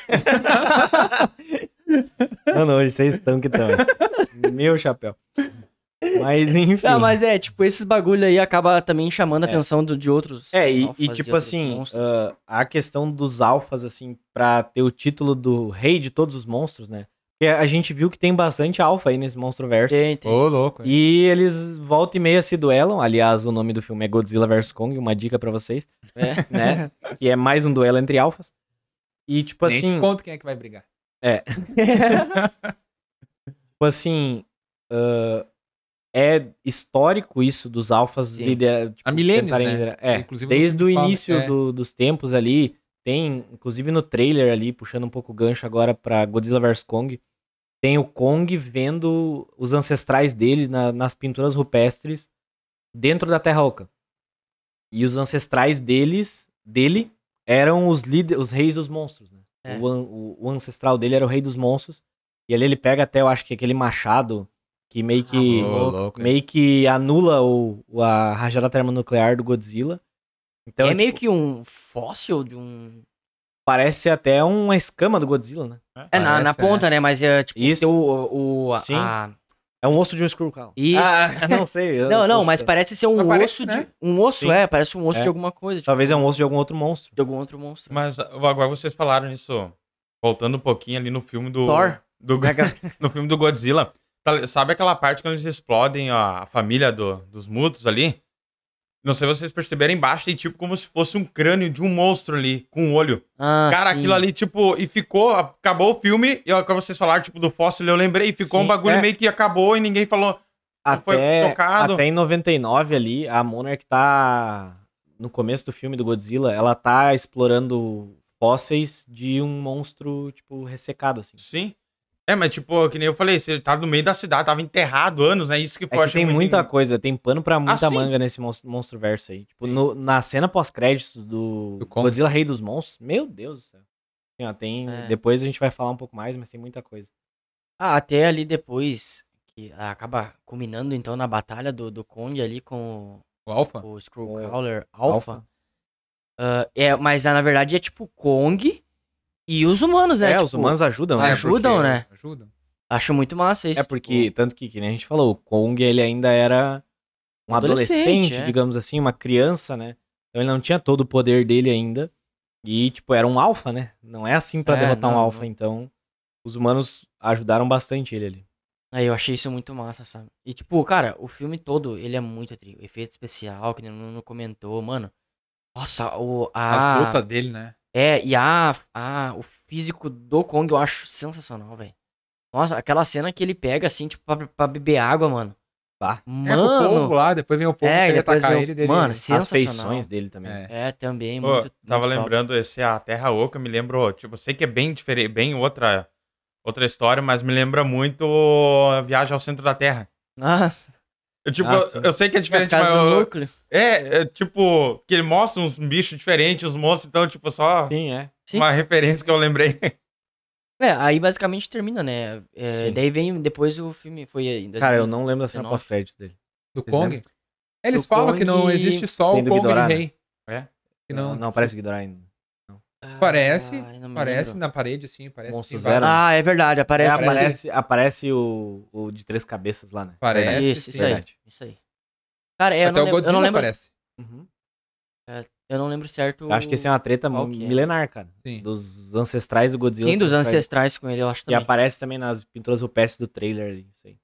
[SPEAKER 2] Não, não, hoje vocês estão que estão. Meu chapéu. Mas, enfim.
[SPEAKER 3] Não, mas é, tipo, esses bagulho aí acaba também chamando a
[SPEAKER 2] É.
[SPEAKER 3] atenção do- de outros.
[SPEAKER 2] É, e,
[SPEAKER 3] alfas
[SPEAKER 2] e tipo
[SPEAKER 3] outros
[SPEAKER 2] assim,
[SPEAKER 3] monstros.
[SPEAKER 2] ah, a questão dos alfas, assim, pra ter o título do rei de todos os monstros, né? Porque a gente viu que tem bastante alfa aí nesse monstro verso.
[SPEAKER 3] tem, tem.
[SPEAKER 4] louco. hein?
[SPEAKER 2] E eles volta e meia se duelam. Aliás, o nome do filme é Godzilla vs Kong, uma dica pra vocês,
[SPEAKER 3] É. [LAUGHS]
[SPEAKER 2] né? que é mais um duelo entre alfas. E tipo
[SPEAKER 4] Nem
[SPEAKER 2] assim,
[SPEAKER 4] te conto quem é que vai brigar.
[SPEAKER 2] tipo assim, ah, é histórico isso dos alfas
[SPEAKER 3] Sim.
[SPEAKER 2] lider, tipo,
[SPEAKER 4] Há milênios,
[SPEAKER 2] tentarem
[SPEAKER 4] né?
[SPEAKER 2] liderar- É.
[SPEAKER 4] Inclusive,
[SPEAKER 2] Desde
[SPEAKER 4] no
[SPEAKER 2] o
[SPEAKER 4] filme fala,
[SPEAKER 2] início
[SPEAKER 4] é,
[SPEAKER 2] do- dos tempos ali, tem, inclusive no trailer ali, puxando um pouco o gancho agora pra Godzilla vs Kong, tem o Kong vendo os ancestrais dele na- nas pinturas rupestres dentro da Terra Oca. E os ancestrais deles, dele, eram os líderes, os reis dos monstros, né?
[SPEAKER 3] É.
[SPEAKER 2] O, an- o- o ancestral dele era o rei dos monstros. E ali ele pega até, eu acho que aquele machado que meio que
[SPEAKER 4] ô, Tá louco, hein?
[SPEAKER 2] meio que anula o, o- a rajada termonuclear do Godzilla. Então,
[SPEAKER 3] é meio
[SPEAKER 2] tipo,
[SPEAKER 3] que um fóssil de um.
[SPEAKER 2] parece até uma escama do Godzilla, né?
[SPEAKER 3] É, na, na
[SPEAKER 4] Parece, né?
[SPEAKER 3] ponta, né? Mas é tipo.
[SPEAKER 2] Isso.
[SPEAKER 3] tem O, o, a-
[SPEAKER 2] Sim.
[SPEAKER 3] a-
[SPEAKER 2] É um osso de um Skrull.
[SPEAKER 3] Isso.
[SPEAKER 2] [LAUGHS] Ah, não sei. eu
[SPEAKER 3] não, não,
[SPEAKER 2] posso-
[SPEAKER 3] mas parece ser um
[SPEAKER 4] Mas parece,
[SPEAKER 3] osso
[SPEAKER 4] né?
[SPEAKER 3] de. Um osso,
[SPEAKER 2] é. Sim.
[SPEAKER 3] é, parece um osso
[SPEAKER 2] É.
[SPEAKER 3] de alguma coisa. Tipo,
[SPEAKER 2] Talvez é um osso de algum outro monstro.
[SPEAKER 3] de algum outro monstro.
[SPEAKER 1] Mas ah, agora vocês falaram isso, voltando um pouquinho ali no filme do.
[SPEAKER 3] Thor? é
[SPEAKER 1] do- no filme do Godzilla. Tá- Sabe aquela parte quando eles explodem a a família do- dos mutos ali? Não sei se vocês perceberam embaixo, tem tipo como se fosse um crânio de um monstro ali, com um olho.
[SPEAKER 3] Ah,
[SPEAKER 1] Cara,
[SPEAKER 3] sim.
[SPEAKER 1] aquilo ali, tipo, e ficou, acabou o filme, e quando vocês falaram, tipo, do fóssil, eu lembrei, e ficou
[SPEAKER 2] Sim,
[SPEAKER 1] um bagulho
[SPEAKER 2] é.
[SPEAKER 1] meio que acabou e ninguém falou. Não foi
[SPEAKER 2] Até,
[SPEAKER 1] tocado.
[SPEAKER 2] até em 99 ali, a Monarch tá. No começo do filme do Godzilla, ela tá explorando fósseis de um monstro, tipo, ressecado, assim.
[SPEAKER 1] Sim. É, mas tipo, que nem eu falei, você tava no meio da cidade, tava enterrado anos, né? Isso que foi,
[SPEAKER 2] É que
[SPEAKER 1] achei
[SPEAKER 2] tem
[SPEAKER 1] muito
[SPEAKER 2] muita
[SPEAKER 1] en-
[SPEAKER 2] coisa, tem pano pra muita
[SPEAKER 1] sim.
[SPEAKER 2] manga nesse monstro, monstro verso aí. Tipo, no- na cena pós-crédito do,
[SPEAKER 4] Do Kong.
[SPEAKER 2] Godzilla Rei dos Monstros, meu Deus do céu. Assim, ó, tem,
[SPEAKER 3] É.
[SPEAKER 2] Depois a gente vai falar um pouco mais, mas tem muita coisa.
[SPEAKER 3] Ah, até ali depois. Que ah, acaba culminando então na batalha do, do Kong ali com
[SPEAKER 4] O Alpha?
[SPEAKER 3] o, o
[SPEAKER 2] O
[SPEAKER 3] Skullcrawler Alpha. Ah, é, mas ah, na verdade é tipo Kong e os humanos,
[SPEAKER 2] É,
[SPEAKER 3] né?
[SPEAKER 2] os
[SPEAKER 3] Tipo,
[SPEAKER 2] humanos ajudam, né?
[SPEAKER 3] Mas- ajudam,
[SPEAKER 4] porque-
[SPEAKER 3] né?
[SPEAKER 4] Ajudam.
[SPEAKER 3] Acho muito massa isso. tipo
[SPEAKER 2] É porque, tanto que, que nem a gente falou, o Kong ele ainda era um adolescente,
[SPEAKER 3] Adolescente, é.
[SPEAKER 2] digamos assim, uma criança, né? Então ele não tinha todo o poder dele ainda. E, tipo, era um alfa, né? Não é assim pra
[SPEAKER 3] É,
[SPEAKER 2] derrotar um
[SPEAKER 3] não,
[SPEAKER 2] alfa,
[SPEAKER 3] não.
[SPEAKER 2] então os humanos ajudaram bastante ele ali.
[SPEAKER 3] Aí eu achei isso muito massa, sabe? E tipo, cara, o filme todo, ele é muito tri. O efeito especial, que nem o Nuno comentou, mano. Nossa, o. A...
[SPEAKER 4] As lutas dele, né?
[SPEAKER 3] É, e a, a, o físico do Kong eu acho sensacional, velho. Nossa, aquela cena que ele pega, assim, tipo, pra, pra beber água, mano.
[SPEAKER 2] Bah.
[SPEAKER 4] É com o povo
[SPEAKER 3] Mano,
[SPEAKER 4] lá, depois vem o povo
[SPEAKER 3] é,
[SPEAKER 4] querer
[SPEAKER 3] depois
[SPEAKER 4] atacar
[SPEAKER 3] eu-
[SPEAKER 4] ele. Dele.
[SPEAKER 3] Mano,
[SPEAKER 2] As
[SPEAKER 3] sensacional.
[SPEAKER 2] feições dele também.
[SPEAKER 4] É.
[SPEAKER 3] É, também,
[SPEAKER 1] Ô,
[SPEAKER 3] muito
[SPEAKER 1] tava
[SPEAKER 3] muito top.
[SPEAKER 1] lembrando esse a Terra Oca, me lembrou, tipo, sei que é bem diferente, bem outra outra história, mas me lembra muito a Viagem ao Centro da Terra.
[SPEAKER 3] Nossa,
[SPEAKER 1] Eu, tipo,
[SPEAKER 2] Ah,
[SPEAKER 1] eu-
[SPEAKER 2] sim.
[SPEAKER 1] eu, sei que é
[SPEAKER 3] é por
[SPEAKER 1] diferente, mas
[SPEAKER 3] causa do
[SPEAKER 1] eu-
[SPEAKER 3] núcleo.
[SPEAKER 1] é, é, tipo, que ele mostra uns bichos diferentes, os monstros, então, tipo, só
[SPEAKER 2] Sim, é.
[SPEAKER 3] Sim.
[SPEAKER 1] uma referência que eu lembrei. [LAUGHS]
[SPEAKER 3] É, aí basicamente termina, né? É,
[SPEAKER 2] Sim.
[SPEAKER 3] daí vem depois o filme, foi em
[SPEAKER 2] Cara,
[SPEAKER 3] 2000.
[SPEAKER 2] eu não lembro da cena
[SPEAKER 3] 19.
[SPEAKER 2] pós-crédito dele.
[SPEAKER 4] Do
[SPEAKER 2] Vocês
[SPEAKER 4] Kong?
[SPEAKER 2] lembram?
[SPEAKER 4] Eles
[SPEAKER 3] Do
[SPEAKER 4] falam
[SPEAKER 3] Kong
[SPEAKER 4] que não existe só
[SPEAKER 2] tem
[SPEAKER 4] o
[SPEAKER 2] do
[SPEAKER 4] Kong de
[SPEAKER 2] Ghidorah, né?
[SPEAKER 4] rei.
[SPEAKER 1] É?
[SPEAKER 4] Que não,
[SPEAKER 2] não parece o Ghidorah ainda.
[SPEAKER 4] Parece,
[SPEAKER 3] Ai, não me
[SPEAKER 4] Parece
[SPEAKER 3] lembro.
[SPEAKER 4] na parede, assim, parece. que
[SPEAKER 2] Monstro
[SPEAKER 4] tem vários-
[SPEAKER 2] Zero. né?
[SPEAKER 3] Ah, é verdade,
[SPEAKER 2] É,
[SPEAKER 3] aparece.
[SPEAKER 2] aparece,
[SPEAKER 3] mas-
[SPEAKER 2] aparece, o, o de três cabeças lá, né?
[SPEAKER 4] Parece.
[SPEAKER 2] Verdade.
[SPEAKER 3] Isso, isso aí.
[SPEAKER 2] Verdade.
[SPEAKER 3] Isso aí. Cara, é, eu,
[SPEAKER 4] Até
[SPEAKER 3] não
[SPEAKER 4] o
[SPEAKER 3] lembro, eu
[SPEAKER 4] Godzilla
[SPEAKER 3] não lembro.
[SPEAKER 4] aparece.
[SPEAKER 2] Uhum.
[SPEAKER 3] Eu não lembro certo.
[SPEAKER 2] Eu Acho que essa é uma treta
[SPEAKER 3] Qual que é?
[SPEAKER 2] milenar, cara.
[SPEAKER 4] Sim.
[SPEAKER 2] Dos ancestrais do Godzilla.
[SPEAKER 3] Sim, dos
[SPEAKER 2] que sai-
[SPEAKER 3] ancestrais com ele, eu acho
[SPEAKER 2] Que
[SPEAKER 3] também.
[SPEAKER 2] aparece também nas pinturas rupestres do trailer. ali, Isso aí.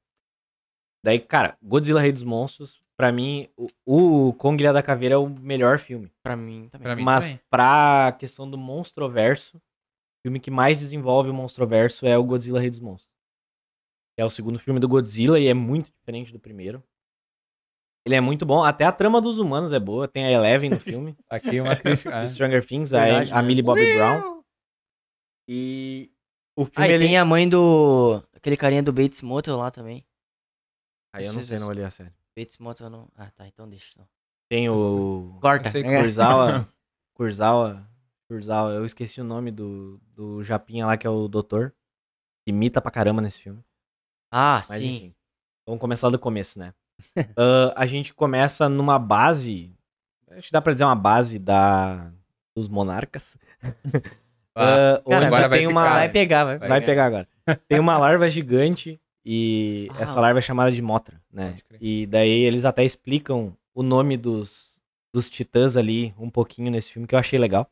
[SPEAKER 2] Daí, cara, Godzilla Rei dos Monstros, pra mim, o, o Kong Ilha da Caveira é o melhor filme.
[SPEAKER 3] Pra mim também.
[SPEAKER 4] Pra mim
[SPEAKER 2] Mas
[SPEAKER 4] também.
[SPEAKER 2] pra questão do Monstroverso, o filme que mais desenvolve o Monstroverso é o Godzilla Rei dos Monstros. Que é o segundo filme do Godzilla e é muito diferente do primeiro. Ele é muito bom, até a trama dos humanos é boa, tem a Eleven [LAUGHS] no filme,
[SPEAKER 3] [LAUGHS]
[SPEAKER 4] Aqui uma crítica. ah.
[SPEAKER 2] Stranger Things,
[SPEAKER 3] Verdade,
[SPEAKER 2] a, a
[SPEAKER 3] né?
[SPEAKER 2] Millie Bobby Brown. E o
[SPEAKER 3] Ah,
[SPEAKER 2] filme
[SPEAKER 3] e
[SPEAKER 2] ele...
[SPEAKER 3] tem a mãe do. Aquele carinha do Bates Motel lá também.
[SPEAKER 2] Aí eu não sei, não olhei a série.
[SPEAKER 3] Bates Motel não. Ah, tá, então deixa. Então.
[SPEAKER 2] Tem o
[SPEAKER 4] Eu
[SPEAKER 3] Corta.
[SPEAKER 4] sei
[SPEAKER 3] É.
[SPEAKER 4] que-
[SPEAKER 3] [LAUGHS]
[SPEAKER 2] Kurosawa, Kurzawa. Kurzawa, eu esqueci o nome do, do Japinha lá, que é o doutor. Que imita pra caramba nesse filme.
[SPEAKER 3] Ah,
[SPEAKER 2] Mas
[SPEAKER 3] sim.
[SPEAKER 2] enfim. Vamos começar do começo, né? [LAUGHS] Ah, a gente começa numa base. Acho que dá pra dizer uma base da, dos monarcas.
[SPEAKER 4] Ah,
[SPEAKER 2] Ah, onde
[SPEAKER 4] agora vai
[SPEAKER 2] tem
[SPEAKER 4] ficar,
[SPEAKER 2] uma.
[SPEAKER 4] né?
[SPEAKER 3] Vai pegar, vai.
[SPEAKER 4] Vai
[SPEAKER 2] Vai
[SPEAKER 4] ganhar.
[SPEAKER 2] pegar agora. Tem uma larva gigante
[SPEAKER 4] [LAUGHS]
[SPEAKER 2] e
[SPEAKER 3] Ah.
[SPEAKER 2] essa larva é chamada de Motra, né?
[SPEAKER 4] Pode crer.
[SPEAKER 2] E daí eles até explicam o nome dos, dos titãs ali um pouquinho nesse filme que eu achei legal.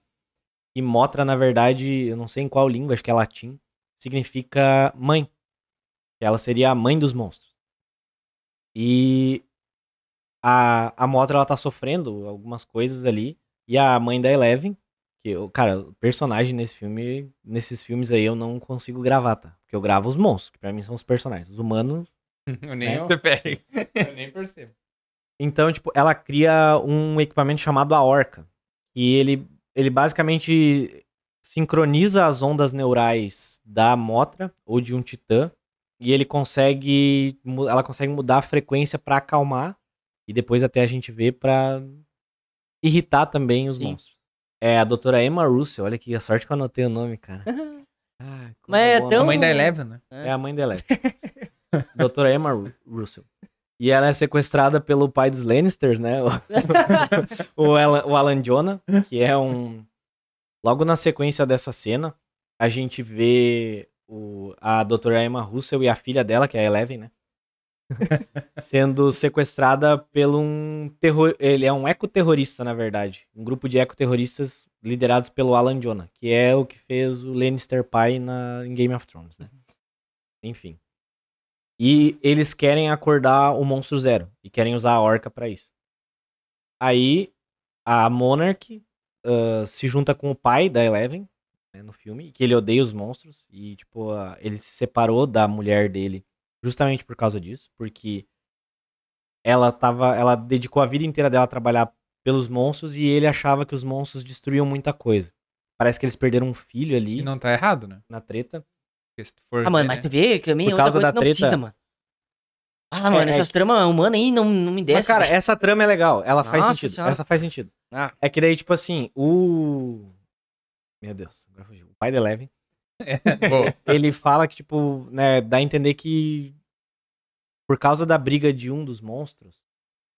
[SPEAKER 2] E Motra, na verdade, eu não sei em qual língua, acho que é latim, significa mãe. Ela seria a mãe dos monstros. E a, a Motra, ela tá sofrendo algumas coisas ali. E a mãe da Eleven, que, eu- cara, o personagem nesse filme, nesses filmes aí eu não consigo gravar, tá? Porque eu gravo os monstros, que pra mim são os personagens. Os humanos
[SPEAKER 1] Eu nem,
[SPEAKER 2] É.
[SPEAKER 1] você pega.
[SPEAKER 3] [LAUGHS]
[SPEAKER 4] Eu nem percebo.
[SPEAKER 2] Então, tipo, ela cria um equipamento chamado a Orca. E ele, ele basicamente sincroniza as ondas neurais da Motra ou de um Titã. E ele consegue. mu- Ela consegue mudar a frequência pra acalmar. E depois até a gente vê pra irritar também os
[SPEAKER 3] Sim.
[SPEAKER 2] monstros. É a doutora Emma Russell. Olha que a sorte que eu anotei o nome,
[SPEAKER 3] [LAUGHS]
[SPEAKER 2] cara. Ah, como
[SPEAKER 3] Mas é
[SPEAKER 2] bom
[SPEAKER 3] tão-
[SPEAKER 4] A mãe da Eleven, né?
[SPEAKER 2] é a mãe dela. [LAUGHS] Doutora Emma Ru- Russell. E ela é sequestrada pelo pai dos Lannisters, né? O, o, Alan, o Alan Jonah, que é um. Logo na sequência dessa cena, a gente vê o, a doutora Emma Russell e a filha dela, que é a Eleven, né? Sendo sequestrada pelo um terror. Ele é um ecoterrorista, na verdade. Um grupo de ecoterroristas liderados pelo Alan Jonah, que é o que fez o Lannister pai na, em Game of Thrones, né? Enfim. E eles querem acordar o Monstro Zero. E querem usar a Orca pra isso. Aí, a Monarch ah, se junta com o pai da Eleven, né, no filme, que ele odeia os monstros. E, tipo, ah, ele se separou da mulher dele justamente por causa disso. Porque ela tava. Ela dedicou a vida inteira dela a trabalhar pelos monstros e ele achava que os monstros destruíam muita coisa. Parece que eles perderam um filho ali
[SPEAKER 4] E não tá errado, né?
[SPEAKER 2] na treta.
[SPEAKER 4] Porque se tu for
[SPEAKER 3] Ah,
[SPEAKER 4] ver,
[SPEAKER 3] mano, mas
[SPEAKER 4] né?
[SPEAKER 3] tu vê que também
[SPEAKER 2] Por
[SPEAKER 3] outra
[SPEAKER 2] causa
[SPEAKER 3] coisa
[SPEAKER 2] da
[SPEAKER 3] que não
[SPEAKER 2] treta-
[SPEAKER 3] precisa, mano. Ah, mano,
[SPEAKER 2] é
[SPEAKER 3] essas tramas humanas aí não, não me descem.
[SPEAKER 2] Mas, cara, essa trama é legal. Ela faz
[SPEAKER 3] Nossa
[SPEAKER 2] sentido.
[SPEAKER 3] Senhora.
[SPEAKER 2] Essa faz sentido.
[SPEAKER 3] Ah.
[SPEAKER 2] É que daí, tipo assim, o. Meu Deus, agora fugiu. O pai da Eleven.
[SPEAKER 4] Boa.
[SPEAKER 2] Ele [LAUGHS] fala que, tipo, né, dá a entender que. Por causa da briga de um dos monstros,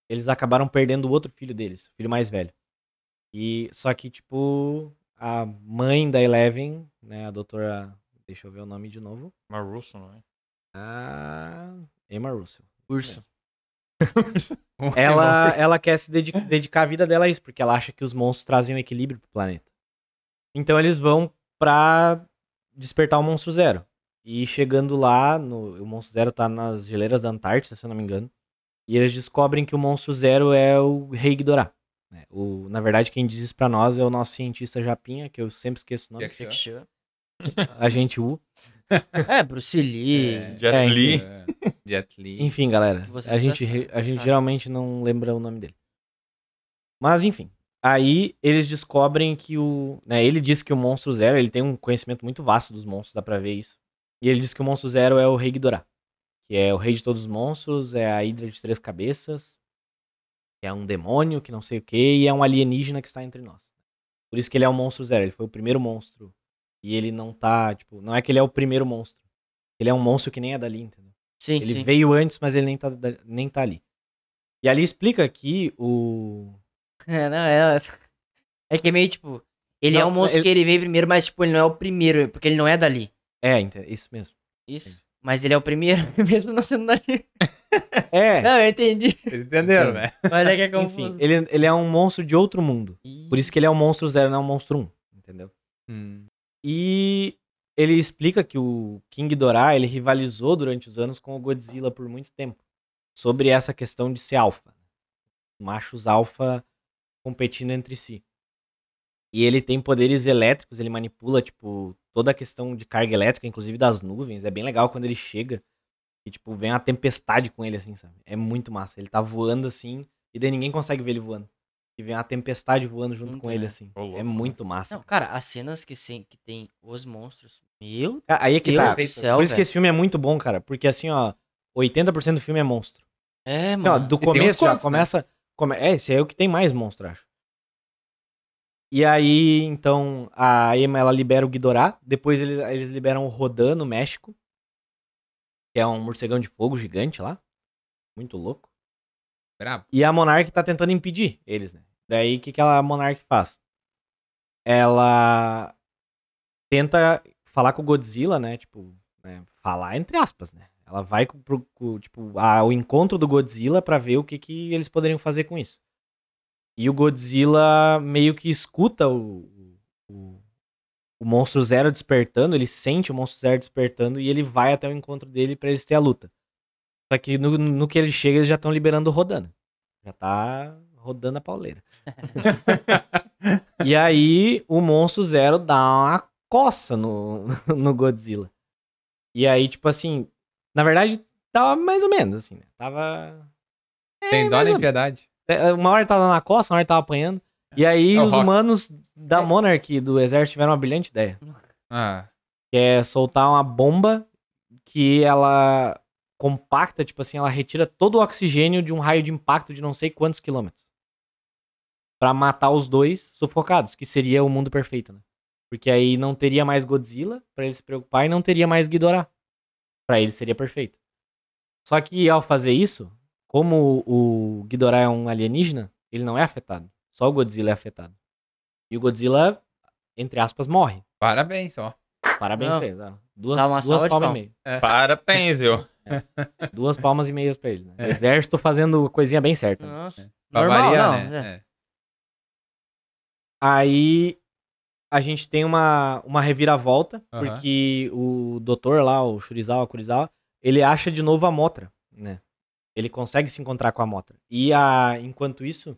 [SPEAKER 2] eles acabaram perdendo o outro filho deles, o filho mais velho. E. Só que, tipo, a mãe da Eleven, né, a doutora. Deixa eu ver o nome de novo.
[SPEAKER 1] Uma Russo, não é?
[SPEAKER 2] A. Emma Russell.
[SPEAKER 3] Urso. [LAUGHS]
[SPEAKER 2] Ela, ela quer se dedi- dedicar a vida dela a isso, porque ela acha que os monstros trazem um equilíbrio pro planeta. Então eles vão pra despertar o Monstro Zero. E chegando lá, no, o Monstro Zero tá nas geleiras da Antártida, se eu não me engano. E eles descobrem que o Monstro Zero é o Rei Ghidorah. né? O, na verdade, quem diz isso pra nós é o nosso cientista Japinha, que eu sempre esqueço o nome,
[SPEAKER 4] Jack Chan.
[SPEAKER 2] a gente U.
[SPEAKER 3] É, Bruce Lee.
[SPEAKER 4] É.
[SPEAKER 1] Jet
[SPEAKER 2] É,
[SPEAKER 1] Li.
[SPEAKER 4] [LAUGHS] É, Jet Li.
[SPEAKER 2] Enfim, galera,
[SPEAKER 3] Que vocês
[SPEAKER 2] a
[SPEAKER 3] já
[SPEAKER 2] gente,
[SPEAKER 3] sabem,
[SPEAKER 2] re- a gente
[SPEAKER 3] sabe?
[SPEAKER 2] geralmente não lembra o nome dele. Mas enfim, aí eles descobrem que o, né, ele diz que o Monstro Zero, ele tem um conhecimento muito vasto dos monstros, dá pra ver isso. E ele diz que o Monstro Zero é o Rei Ghidorah, que é o rei de todos os monstros, é a Hidra de três cabeças, que é um demônio, que não sei o que, e é um alienígena que está entre nós. Por isso que ele é o Monstro Zero, ele foi o primeiro monstro. E ele não tá, tipo, não é que ele é o primeiro monstro. Ele é um monstro que nem é dali, entendeu?
[SPEAKER 3] Sim,
[SPEAKER 2] Ele
[SPEAKER 3] sim.
[SPEAKER 2] veio antes, mas ele nem tá, da- nem tá ali. E ali explica que o.
[SPEAKER 3] [LAUGHS] É, não, é... é que é meio tipo. Ele
[SPEAKER 2] Não,
[SPEAKER 3] é um monstro
[SPEAKER 2] ele-
[SPEAKER 3] que ele veio primeiro, mas tipo, ele não é o primeiro, porque ele não é dali.
[SPEAKER 2] É, ente- isso
[SPEAKER 3] [LAUGHS]
[SPEAKER 2] mesmo.
[SPEAKER 3] Isso. Mas ele é o primeiro, [LAUGHS] mesmo não sendo dali.
[SPEAKER 2] É,
[SPEAKER 3] Não, eu entendi.
[SPEAKER 4] Vocês entenderam, né?
[SPEAKER 3] Mas é que é
[SPEAKER 2] enfim,
[SPEAKER 3] confuso.
[SPEAKER 2] ele, ele é um monstro de outro mundo. Por isso que ele é um monstro zero, não é um monstro um. Entendeu?
[SPEAKER 4] Hum.
[SPEAKER 2] E ele explica que o King Ghidorah, ele rivalizou durante os anos com o Godzilla por muito tempo. Sobre essa questão de ser alfa. né? Machos alfa competindo entre si. E ele tem poderes elétricos, ele manipula, tipo, toda a questão de carga elétrica, inclusive das nuvens. É bem legal quando ele chega e, tipo, vem uma tempestade com ele, assim, sabe? É muito massa. Ele tá voando, assim, e daí ninguém consegue ver ele voando. E vem uma tempestade voando junto
[SPEAKER 3] Muito
[SPEAKER 2] com ele,
[SPEAKER 3] legal.
[SPEAKER 2] assim.
[SPEAKER 1] Ô, louco, né?
[SPEAKER 2] é
[SPEAKER 1] mano.
[SPEAKER 2] muito massa.
[SPEAKER 3] Não, cara, as cenas que, sim, que tem os monstros. Meu
[SPEAKER 2] Ah, Aí é que
[SPEAKER 3] Deus
[SPEAKER 2] tá.
[SPEAKER 3] do céu.
[SPEAKER 2] Por isso que
[SPEAKER 3] velho.
[SPEAKER 2] esse filme é muito bom, cara. Porque assim, ó, 80% do filme é monstro.
[SPEAKER 3] É,
[SPEAKER 2] Assim, ó,
[SPEAKER 3] mano.
[SPEAKER 2] do
[SPEAKER 4] tem uns
[SPEAKER 2] começo já
[SPEAKER 4] quantos, né?
[SPEAKER 2] começa. come- É, esse é o que tem mais monstro, acho. E aí, então, a Emma, ela libera o Ghidorah. Depois eles, eles liberam o Rodan no México. Que é um morcegão de fogo gigante lá. Muito louco.
[SPEAKER 4] Brabo.
[SPEAKER 2] E a Monark tá tentando impedir eles, né? Daí, o que, que ela- a Monark faz? Ela tenta falar com o Godzilla, né? Tipo, né? falar entre aspas, né? Ela vai com- pro, com, tipo, ao encontro do Godzilla pra ver o que, que eles poderiam fazer com isso. E o Godzilla meio que escuta o, o, o Monstro Zero despertando, ele sente o Monstro Zero despertando e ele vai até o encontro dele pra eles ter a luta. Só que no, no que ele chega, eles já estão liberando o Rodana. Já tá rodando
[SPEAKER 4] [LAUGHS]
[SPEAKER 2] a pauleira. e aí, o Monstro Zero dá uma coça no, [LAUGHS] no Godzilla. E aí, tipo assim, na verdade, tava mais ou menos, assim, né? Tava.
[SPEAKER 3] É,
[SPEAKER 4] Tem dó
[SPEAKER 2] mais
[SPEAKER 4] nem
[SPEAKER 2] ou-
[SPEAKER 4] piedade.
[SPEAKER 2] é, Uma hora tava na costa, uma hora tava apanhando. E aí
[SPEAKER 4] É o
[SPEAKER 2] os
[SPEAKER 4] rock.
[SPEAKER 2] humanos da Monarch e do exército tiveram uma brilhante ideia.
[SPEAKER 4] Ah,
[SPEAKER 2] Que é soltar uma bomba que ela compacta, tipo assim, ela retira todo o oxigênio de um raio de impacto de não sei quantos quilômetros. Pra matar os dois sufocados, que seria o mundo perfeito, né? Porque aí não teria mais Godzilla pra ele se preocupar e não teria mais Ghidorah. Pra ele seria perfeito. Só que ao fazer isso, como o Ghidorah é um alienígena, ele não é afetado. Só o Godzilla é afetado. E o Godzilla, entre aspas, morre.
[SPEAKER 4] parabéns, ó.
[SPEAKER 2] Parabéns
[SPEAKER 3] Não.
[SPEAKER 2] pra eles. ó. Duas,
[SPEAKER 3] Salva- uma
[SPEAKER 2] duas
[SPEAKER 3] salva de
[SPEAKER 2] palmas e
[SPEAKER 3] palmas.
[SPEAKER 2] meia.
[SPEAKER 1] Parabéns, viu?
[SPEAKER 2] Duas palmas e meias pra ele. Né? Exército fazendo coisinha bem certa. né?
[SPEAKER 3] Nossa.
[SPEAKER 4] Pra
[SPEAKER 3] Normal,
[SPEAKER 4] variar,
[SPEAKER 3] não,
[SPEAKER 4] né? É.
[SPEAKER 2] Aí a gente tem uma, uma reviravolta,
[SPEAKER 4] Aham.
[SPEAKER 2] porque o doutor lá, o Shurizawa, Kurizawa, ele acha de novo a Motra, né? Ele consegue se encontrar com a Motra. E a, enquanto isso,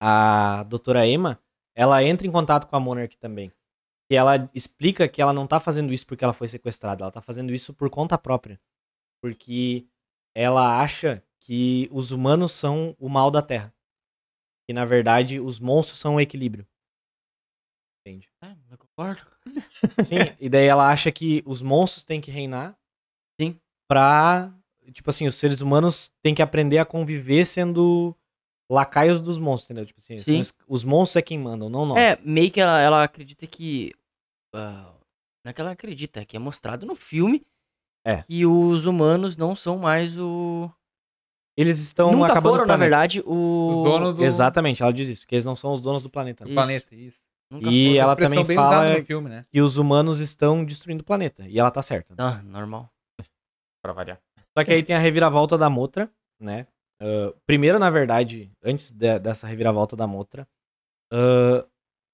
[SPEAKER 2] a doutora Emma, ela entra em contato com a Monarch também. E ela explica que ela não tá fazendo isso porque ela foi sequestrada, ela tá fazendo isso por conta própria. Porque ela acha que os humanos são o mal da Terra. Que na verdade os monstros são o equilíbrio. Entende?
[SPEAKER 3] Ah, eu concordo. [LAUGHS]
[SPEAKER 2] Sim, e daí ela acha que os monstros têm que reinar.
[SPEAKER 3] Sim.
[SPEAKER 2] Pra. Tipo assim, os seres humanos têm que aprender a conviver sendo lacaios dos monstros, entendeu? Tipo assim, são
[SPEAKER 3] Sim.
[SPEAKER 2] es- os monstros é quem mandam, não nós.
[SPEAKER 3] É, meio que ela, ela acredita que. ah, não é que ela acredita, é que é mostrado no filme
[SPEAKER 2] É.
[SPEAKER 3] que os humanos não são mais o.
[SPEAKER 2] Eles estão
[SPEAKER 3] Nunca
[SPEAKER 2] Então, acabando
[SPEAKER 3] foram,
[SPEAKER 2] o
[SPEAKER 3] na
[SPEAKER 2] planeta.
[SPEAKER 3] verdade, Hum. o.
[SPEAKER 4] Os donos do
[SPEAKER 2] Exatamente, ela diz isso, que eles não são os donos do planeta.
[SPEAKER 3] Isso.
[SPEAKER 4] planeta, isso.
[SPEAKER 3] Nunca
[SPEAKER 2] E
[SPEAKER 3] foram.
[SPEAKER 2] ela
[SPEAKER 4] Essa expressão
[SPEAKER 2] também
[SPEAKER 4] bem
[SPEAKER 2] fala
[SPEAKER 4] usada no filme, né?
[SPEAKER 2] E os humanos estão destruindo o planeta. E ela tá certa.
[SPEAKER 3] Ah, normal.
[SPEAKER 1] Pra variar.
[SPEAKER 2] Só que aí tem a reviravolta da Motra, né? Ah, primeiro, na verdade, antes de- dessa reviravolta da Motra, ah,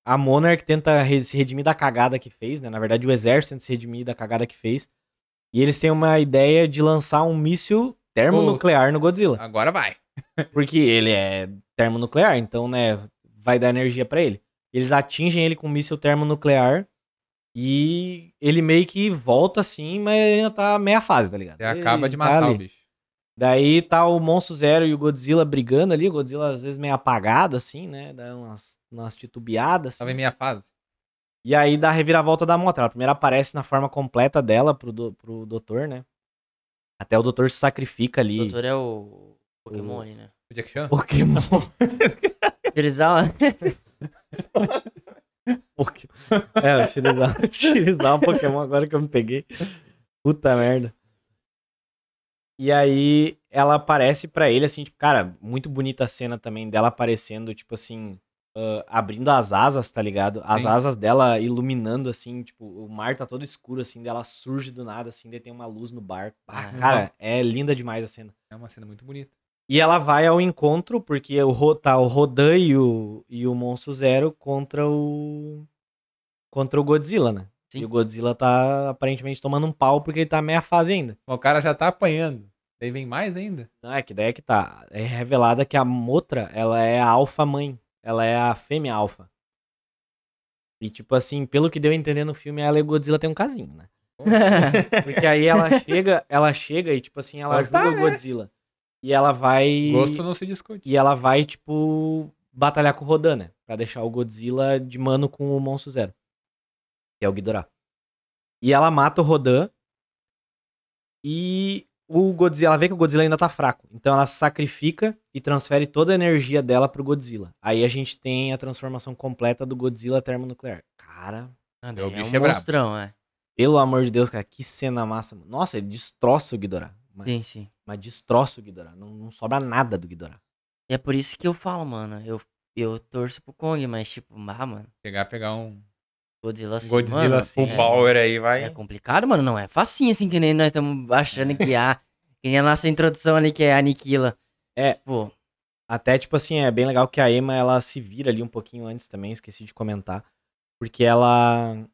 [SPEAKER 2] a Monarch tenta re- se redimir da cagada que fez, né? Na verdade, o exército tenta se redimir da cagada que fez. E eles têm uma ideia de lançar um míssil termonuclear no Godzilla.
[SPEAKER 4] Agora vai.
[SPEAKER 2] Porque ele é termonuclear, então, né, vai dar energia pra ele. Eles atingem ele com um míssil termonuclear e ele meio que volta assim, mas ainda tá meia fase, tá ligado?
[SPEAKER 4] Você acaba de
[SPEAKER 2] Ele tá
[SPEAKER 4] matar
[SPEAKER 2] ali.
[SPEAKER 4] o bicho.
[SPEAKER 2] Daí tá o Monstro Zero e o Godzilla brigando ali. O Godzilla às vezes meio apagado, assim, né? Dá umas, umas titubeadas.
[SPEAKER 4] Tava
[SPEAKER 2] assim.
[SPEAKER 4] em minha fase.
[SPEAKER 2] E aí dá a reviravolta da Motra. Ela primeiro aparece na forma completa dela pro, do, pro doutor, né? Até o doutor se sacrifica
[SPEAKER 3] O
[SPEAKER 2] ali.
[SPEAKER 3] doutor é o. Pokémon
[SPEAKER 2] O-
[SPEAKER 3] ali, né?
[SPEAKER 4] O Jack Chan?
[SPEAKER 2] Pokémon. né?
[SPEAKER 3] [LAUGHS] Utilizar.
[SPEAKER 2] Poké- É, o Shirizal. [LAUGHS] Shirizal um Pokémon agora que eu me peguei. Puta merda. E aí ela aparece pra ele assim, tipo, cara, muito bonita a cena também dela aparecendo, tipo assim, ah, abrindo as asas, tá ligado? As
[SPEAKER 4] Sim.
[SPEAKER 2] asas dela iluminando assim, tipo, o mar tá todo escuro assim, dela surge do nada assim, daí tem uma luz no barco. Ah,
[SPEAKER 3] Ah.
[SPEAKER 2] cara, é linda demais a cena.
[SPEAKER 4] É uma cena muito bonita.
[SPEAKER 2] E ela vai ao encontro, porque o, Ro- tá o Rodan e o, e o Monstro Zero contra o. Contra o Godzilla, né?
[SPEAKER 3] Sim.
[SPEAKER 2] E o Godzilla tá aparentemente tomando um pau porque ele tá meia fase ainda.
[SPEAKER 4] O cara já tá apanhando. Daí vem mais ainda.
[SPEAKER 2] Não é que daí é que tá. É revelada que a Motra, ela é a alfa mãe. Ela é a fêmea alfa. E tipo assim, pelo que deu a entender no filme, ela e o Godzilla tem um casinho, né? Porque aí ela chega, ela chega e tipo assim, ela
[SPEAKER 4] Pode
[SPEAKER 2] ajuda o Godzilla. E ela vai.
[SPEAKER 4] Gosto não se discute.
[SPEAKER 2] E ela vai, tipo, batalhar com o Rodan, né? Pra deixar o Godzilla de mano com o Monstro Zero. Que é o Ghidorah. E ela mata o Rodan. E o Godzilla, ela vê que o Godzilla ainda tá fraco. Então ela sacrifica e transfere toda a energia dela pro Godzilla. Aí a gente tem a transformação completa do Godzilla termonuclear. Cara,
[SPEAKER 3] Ah,
[SPEAKER 4] Daí o
[SPEAKER 3] daí é
[SPEAKER 4] bicho
[SPEAKER 3] um
[SPEAKER 4] é brabo.
[SPEAKER 3] monstrão, é.
[SPEAKER 2] pelo amor de Deus, cara, que cena massa. mano. Nossa, ele destroça o Ghidorah. Mas,
[SPEAKER 3] Sim, sim.
[SPEAKER 2] mas destroça o Ghidorah. Não, não sobra nada do Ghidorah.
[SPEAKER 3] E é por isso que eu falo, mano. Eu, eu torço pro Kong, mas tipo, ah, mano.
[SPEAKER 4] Pegar, pegar um.
[SPEAKER 3] Godzilla assim,
[SPEAKER 4] Godzilla
[SPEAKER 3] mano,
[SPEAKER 4] assim,
[SPEAKER 1] Full
[SPEAKER 3] é,
[SPEAKER 1] power aí, vai.
[SPEAKER 3] É complicado, mano. Não é facinho assim que nem nós estamos achando que há. Que nem a nossa introdução ali que é aniquila.
[SPEAKER 2] É.
[SPEAKER 3] Tipo,
[SPEAKER 2] Até, tipo assim, é bem legal que a Emma, ela se vira ali um pouquinho antes também, esqueci de comentar. Porque ela.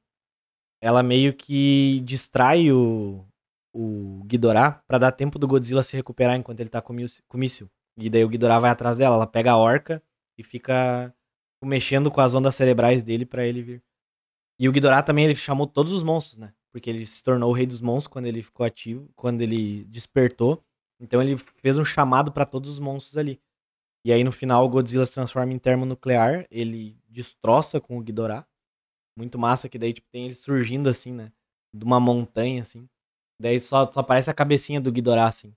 [SPEAKER 2] Ela meio que distrai o, o Ghidorah pra dar tempo do Godzilla se recuperar enquanto ele tá com o míssil- com o míssil. E daí o Ghidorah vai atrás dela, ela pega a orca e fica mexendo com as ondas cerebrais dele pra ele vir. E o Ghidorah também, ele chamou todos os monstros, né? Porque ele se tornou o rei dos monstros quando ele ficou ativo, quando ele despertou. Então ele fez um chamado pra todos os monstros ali. E aí no final o Godzilla se transforma em termonuclear, ele destroça com o Ghidorah. Muito massa que daí tipo, tem ele surgindo assim, né? De uma montanha assim. Daí só, só aparece a cabecinha do Ghidorah assim.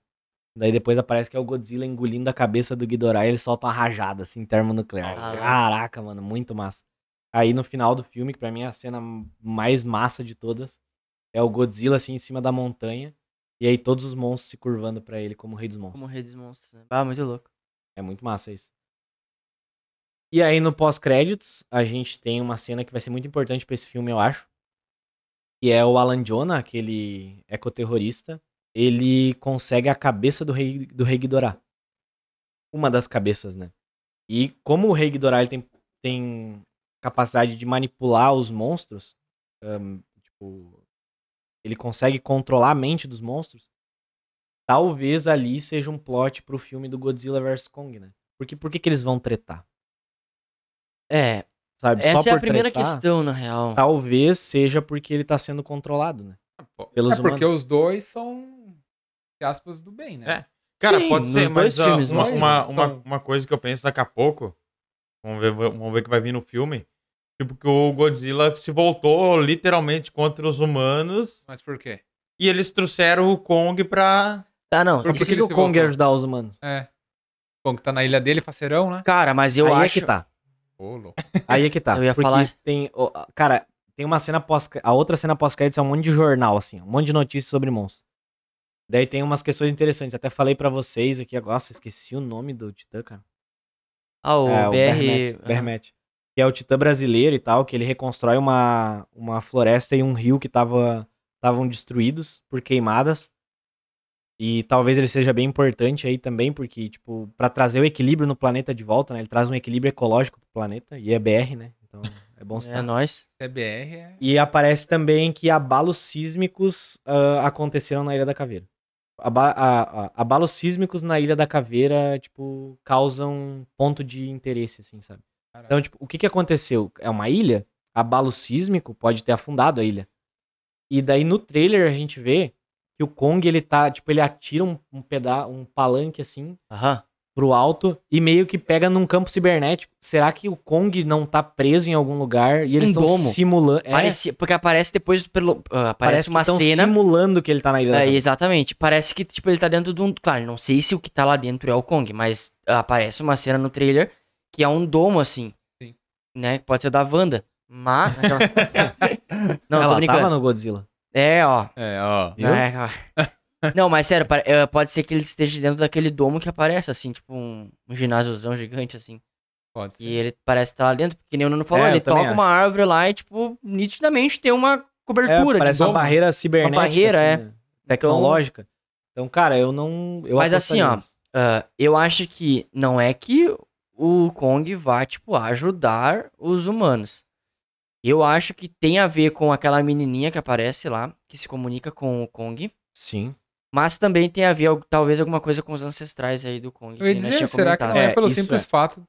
[SPEAKER 2] Daí depois aparece que é o Godzilla engolindo a cabeça do Ghidorah e ele solta uma rajada assim, termonuclear.
[SPEAKER 3] Ah, louco.
[SPEAKER 2] Caraca, mano, muito massa. Aí no final do filme, que pra mim é a cena mais massa de todas, é o Godzilla assim em cima da montanha. E aí todos os monstros se curvando pra ele como o rei dos monstros.
[SPEAKER 3] como rei dos monstros. né? Ah, muito louco.
[SPEAKER 2] É muito massa isso. E aí no pós-créditos, a gente tem uma cena que vai ser muito importante pra esse filme, eu acho. Que é o Alan Jonah, aquele ecoterrorista, ele consegue a cabeça do rei, do rei Ghidorah. Uma das cabeças, né? E como o rei Ghidorah ele tem, tem capacidade de manipular os monstros, ahn, tipo, ele consegue controlar a mente dos monstros, talvez ali seja um plot pro filme do Godzilla vs Kong, né? Porque por que que eles vão tretar?
[SPEAKER 3] É,
[SPEAKER 2] Sabe? Só
[SPEAKER 3] essa é a
[SPEAKER 2] por
[SPEAKER 3] primeira
[SPEAKER 2] tretar,
[SPEAKER 3] questão, na real.
[SPEAKER 2] Talvez seja porque ele tá sendo controlado, né?
[SPEAKER 4] É
[SPEAKER 2] Pelos
[SPEAKER 4] porque
[SPEAKER 2] humanos.
[SPEAKER 4] os dois são, entre aspas, do bem, né?
[SPEAKER 1] É. Cara,
[SPEAKER 3] Sim,
[SPEAKER 1] pode
[SPEAKER 3] nos
[SPEAKER 1] ser,
[SPEAKER 3] dois
[SPEAKER 1] mas ó,
[SPEAKER 3] filmes
[SPEAKER 1] uma,
[SPEAKER 4] mostra.
[SPEAKER 1] uma, uma,
[SPEAKER 4] Então-
[SPEAKER 1] uma coisa que eu penso daqui a pouco, vamos ver, vamos ver que vai vir no filme, tipo que o Godzilla se voltou literalmente contra os humanos
[SPEAKER 4] Mas por quê?
[SPEAKER 1] e eles trouxeram o Kong pra...
[SPEAKER 3] Tá, não.
[SPEAKER 4] Por
[SPEAKER 2] Por
[SPEAKER 4] que
[SPEAKER 2] que,
[SPEAKER 4] ele
[SPEAKER 2] que o
[SPEAKER 4] se
[SPEAKER 2] Kong ia
[SPEAKER 4] voltou?
[SPEAKER 2] ajudar os humanos?
[SPEAKER 4] É. Bom, que tá na ilha dele, faceirão, né?
[SPEAKER 3] Cara, mas eu
[SPEAKER 2] aí
[SPEAKER 3] acho.
[SPEAKER 2] é que tá.
[SPEAKER 4] Ô, louco.
[SPEAKER 2] Aí é que tá.
[SPEAKER 3] Eu ia
[SPEAKER 2] porque
[SPEAKER 3] falar.
[SPEAKER 2] tem. ó, Cara, tem uma cena pós. A outra cena pós-crédito é um monte de jornal, assim. Um monte de notícias sobre monstros. Daí tem umas questões interessantes. Até falei pra vocês aqui agora. Nossa, esqueci o nome do Titã, cara.
[SPEAKER 3] Ah, o
[SPEAKER 2] É,
[SPEAKER 3] BR.
[SPEAKER 2] Bermet, Bermet. Que é o Titã brasileiro e tal, que ele reconstrói uma, uma floresta e um rio que tava estavam destruídos por queimadas. E talvez ele seja bem importante aí também, porque, tipo, pra trazer o equilíbrio no planeta de volta, né? Ele traz um equilíbrio ecológico pro planeta, e é BR, né? Então, é bom
[SPEAKER 3] É
[SPEAKER 2] citar.
[SPEAKER 3] nóis.
[SPEAKER 4] CBR é.
[SPEAKER 2] E aparece também que abalos sísmicos ah, aconteceram na Ilha da Caveira. Aba- a- a- abalos sísmicos na Ilha da Caveira, tipo, causam ponto de interesse, assim, sabe?
[SPEAKER 4] Caralho.
[SPEAKER 2] Então, tipo, o que que aconteceu? É uma ilha? Abalo sísmico pode ter afundado a ilha. E daí no trailer a gente vê que o Kong, ele tá, tipo, ele atira um, um peda um palanque, assim,
[SPEAKER 3] Aham.
[SPEAKER 2] pro alto e meio que pega num campo cibernético. Será que o Kong não tá preso em algum lugar e eles
[SPEAKER 3] Um
[SPEAKER 2] estão
[SPEAKER 3] domo.
[SPEAKER 2] simulando... É.
[SPEAKER 3] Parecia- porque aparece depois pelo. ah, aparece
[SPEAKER 2] Parece
[SPEAKER 3] uma
[SPEAKER 2] que tão
[SPEAKER 3] cena.
[SPEAKER 2] simulando que ele tá na ilha. da
[SPEAKER 3] É,
[SPEAKER 2] Caveira.
[SPEAKER 3] exatamente. Parece que, tipo, ele tá dentro de um. Claro, não sei se o que tá lá dentro é o Kong, mas aparece uma cena no trailer que é um domo, assim.
[SPEAKER 4] Sim.
[SPEAKER 3] Né? Pode ser da Wanda. Mas.
[SPEAKER 2] [LAUGHS]
[SPEAKER 3] Aquela- não, tô
[SPEAKER 2] Ela
[SPEAKER 3] brincando.
[SPEAKER 2] tava no Godzilla.
[SPEAKER 3] É, ó.
[SPEAKER 4] É, ó.
[SPEAKER 2] Viu?
[SPEAKER 3] É, ó. não, mas sério, pare- eh, pode ser que ele esteja dentro daquele domo que aparece, assim, tipo um, um ginásiozão gigante, assim.
[SPEAKER 4] Pode ser.
[SPEAKER 3] E ele parece estar lá dentro, porque nem o Nuno falou,
[SPEAKER 2] É,
[SPEAKER 3] ele
[SPEAKER 2] eu também
[SPEAKER 3] toca uma árvore lá e, tipo, nitidamente tem uma cobertura.
[SPEAKER 2] É, parece
[SPEAKER 3] de Então,
[SPEAKER 2] uma
[SPEAKER 3] domo.
[SPEAKER 2] barreira
[SPEAKER 3] É,
[SPEAKER 2] cibernética.
[SPEAKER 3] Uma barreira, é.
[SPEAKER 2] assim, né? Tecnológica. Então, cara, eu não. Eu
[SPEAKER 3] Mas assim,
[SPEAKER 2] apostaria
[SPEAKER 3] ó,
[SPEAKER 2] nisso.
[SPEAKER 3] Ah, eu acho que não é que o Kong vá, tipo, ajudar os humanos. Eu acho que tem a ver com aquela menininha que aparece lá, que se comunica com o Kong.
[SPEAKER 2] Sim.
[SPEAKER 3] Mas também tem a ver, al- talvez, alguma coisa com os ancestrais aí do Kong.
[SPEAKER 4] Eu ia
[SPEAKER 3] que nós
[SPEAKER 4] dizer,
[SPEAKER 3] tinha
[SPEAKER 4] será que não
[SPEAKER 3] comentado.
[SPEAKER 4] é,
[SPEAKER 2] É,
[SPEAKER 4] pelo
[SPEAKER 2] isso
[SPEAKER 4] simples
[SPEAKER 2] é.
[SPEAKER 4] fato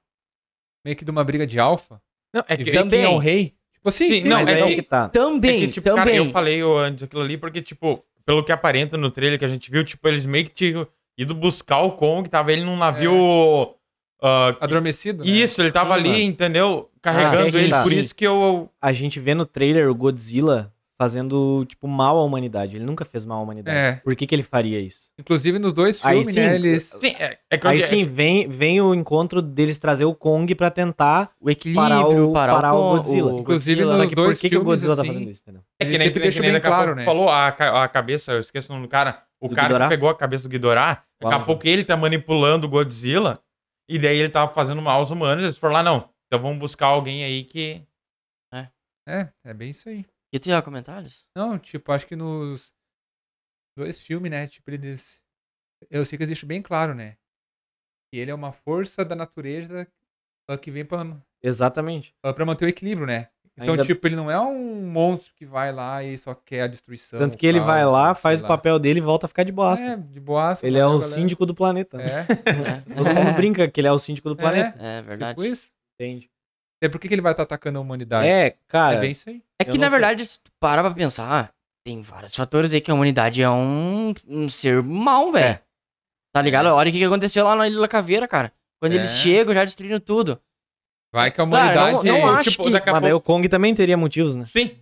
[SPEAKER 4] meio que de uma briga de alfa?
[SPEAKER 1] Não, é
[SPEAKER 4] E
[SPEAKER 1] que,
[SPEAKER 4] ver quem
[SPEAKER 3] Também.
[SPEAKER 4] é o rei? Tipo assim,
[SPEAKER 1] Sim,
[SPEAKER 4] sim,
[SPEAKER 1] não,
[SPEAKER 4] mas
[SPEAKER 2] mas
[SPEAKER 1] é
[SPEAKER 2] é
[SPEAKER 1] que-
[SPEAKER 2] que tá.
[SPEAKER 3] Também,
[SPEAKER 1] é que, tipo, cara,
[SPEAKER 3] também.
[SPEAKER 1] eu falei eu, antes aquilo ali porque, tipo, pelo que aparenta no trailer que a gente viu, tipo, eles meio que tinham ido buscar o Kong, tava ele num navio... ah,
[SPEAKER 4] adormecido, né?
[SPEAKER 1] isso, ele tava
[SPEAKER 2] Sim,
[SPEAKER 1] ali,
[SPEAKER 2] mano.
[SPEAKER 1] entendeu? Carregando
[SPEAKER 2] sim,
[SPEAKER 1] ele,
[SPEAKER 2] tá.
[SPEAKER 1] por
[SPEAKER 2] Sim.
[SPEAKER 1] isso que eu
[SPEAKER 2] A gente vê no trailer o Godzilla fazendo, tipo, mal à humanidade. Ele nunca fez mal à humanidade.
[SPEAKER 4] É.
[SPEAKER 2] Por que, que ele faria isso?
[SPEAKER 4] Inclusive nos dois
[SPEAKER 2] Aí
[SPEAKER 4] filmes,
[SPEAKER 2] sim.
[SPEAKER 4] né? Eles.
[SPEAKER 1] Sim, é, é que eu-
[SPEAKER 2] Aí
[SPEAKER 1] é-
[SPEAKER 2] sim, vem, vem o encontro deles trazer o Kong pra tentar.
[SPEAKER 3] O equilíbrio,
[SPEAKER 2] Parar
[SPEAKER 3] parar
[SPEAKER 2] o-
[SPEAKER 3] o,
[SPEAKER 2] parar o
[SPEAKER 3] Kong,
[SPEAKER 2] Godzilla.
[SPEAKER 4] Inclusive
[SPEAKER 3] Godzilla.
[SPEAKER 2] Só
[SPEAKER 4] nos
[SPEAKER 2] que por
[SPEAKER 4] dois
[SPEAKER 2] que, que o
[SPEAKER 4] filmes,
[SPEAKER 2] Godzilla tá
[SPEAKER 4] assim,
[SPEAKER 2] fazendo isso, entendeu?
[SPEAKER 1] É que nem,
[SPEAKER 4] Ele sempre
[SPEAKER 1] que nem-
[SPEAKER 4] deixa
[SPEAKER 1] que nem
[SPEAKER 4] bem
[SPEAKER 1] daqui a
[SPEAKER 4] claro,
[SPEAKER 1] pouco
[SPEAKER 4] né?
[SPEAKER 1] falou a, ca- a cabeça, eu esqueço o nome do cara. O
[SPEAKER 2] Do
[SPEAKER 1] cara
[SPEAKER 2] Ghidorah?
[SPEAKER 1] que pegou a cabeça do Ghidorah,
[SPEAKER 2] Qual?
[SPEAKER 1] daqui a pouco ele tá manipulando o Godzilla, e daí ele tava fazendo mal aos humanos, eles foram lá, não, então vamos buscar alguém aí que...
[SPEAKER 4] É, é bem isso aí.
[SPEAKER 3] E tu ia comentar,
[SPEAKER 2] [LAUGHS]
[SPEAKER 3] Alisson?
[SPEAKER 4] Não, tipo, acho que nos dois filmes, né? Tipo, eles. Eu sei que existe bem claro, né? Que ele é uma força da natureza ah, que vem pra,
[SPEAKER 2] Exatamente.
[SPEAKER 4] ah, pra manter o equilíbrio, né? Então,
[SPEAKER 2] Ainda-
[SPEAKER 4] tipo, ele não é um monstro que vai lá e só quer a destruição.
[SPEAKER 2] Tanto
[SPEAKER 4] o
[SPEAKER 2] que ele vai
[SPEAKER 4] caos,
[SPEAKER 2] lá,
[SPEAKER 4] Então, tá, sei
[SPEAKER 2] faz o
[SPEAKER 4] lá.
[SPEAKER 2] papel dele e volta a ficar de boassa.
[SPEAKER 4] É, de boassa.
[SPEAKER 2] ele é
[SPEAKER 4] valeu,
[SPEAKER 2] o
[SPEAKER 4] galera.
[SPEAKER 2] síndico [LAUGHS] do planeta. né?
[SPEAKER 4] É,
[SPEAKER 2] Todo
[SPEAKER 4] [LAUGHS]
[SPEAKER 2] mundo
[SPEAKER 3] É,
[SPEAKER 2] brinca que ele é o síndico do planeta.
[SPEAKER 3] é verdade.
[SPEAKER 4] tipo isso.
[SPEAKER 2] Entende?
[SPEAKER 4] É por que que ele vai estar atacando a humanidade?
[SPEAKER 2] É, cara.
[SPEAKER 4] é bem isso aí.
[SPEAKER 3] É
[SPEAKER 2] Eu
[SPEAKER 3] que,
[SPEAKER 2] não
[SPEAKER 3] na
[SPEAKER 2] sei.
[SPEAKER 3] verdade, se tu parar pra pensar, tem vários fatores aí que a humanidade é um, um ser mau, velho. Tá ligado? Olha o que que aconteceu lá na Ilha da Caveira, cara. Quando
[SPEAKER 4] É.
[SPEAKER 3] eles chegam, já destruindo tudo.
[SPEAKER 4] Vai que a
[SPEAKER 3] Cara, não-
[SPEAKER 4] humanidade. é
[SPEAKER 3] não acho que-
[SPEAKER 1] daqui a
[SPEAKER 2] Mas daí
[SPEAKER 1] pouco...
[SPEAKER 2] o Kong também teria motivos, né?
[SPEAKER 1] Sim,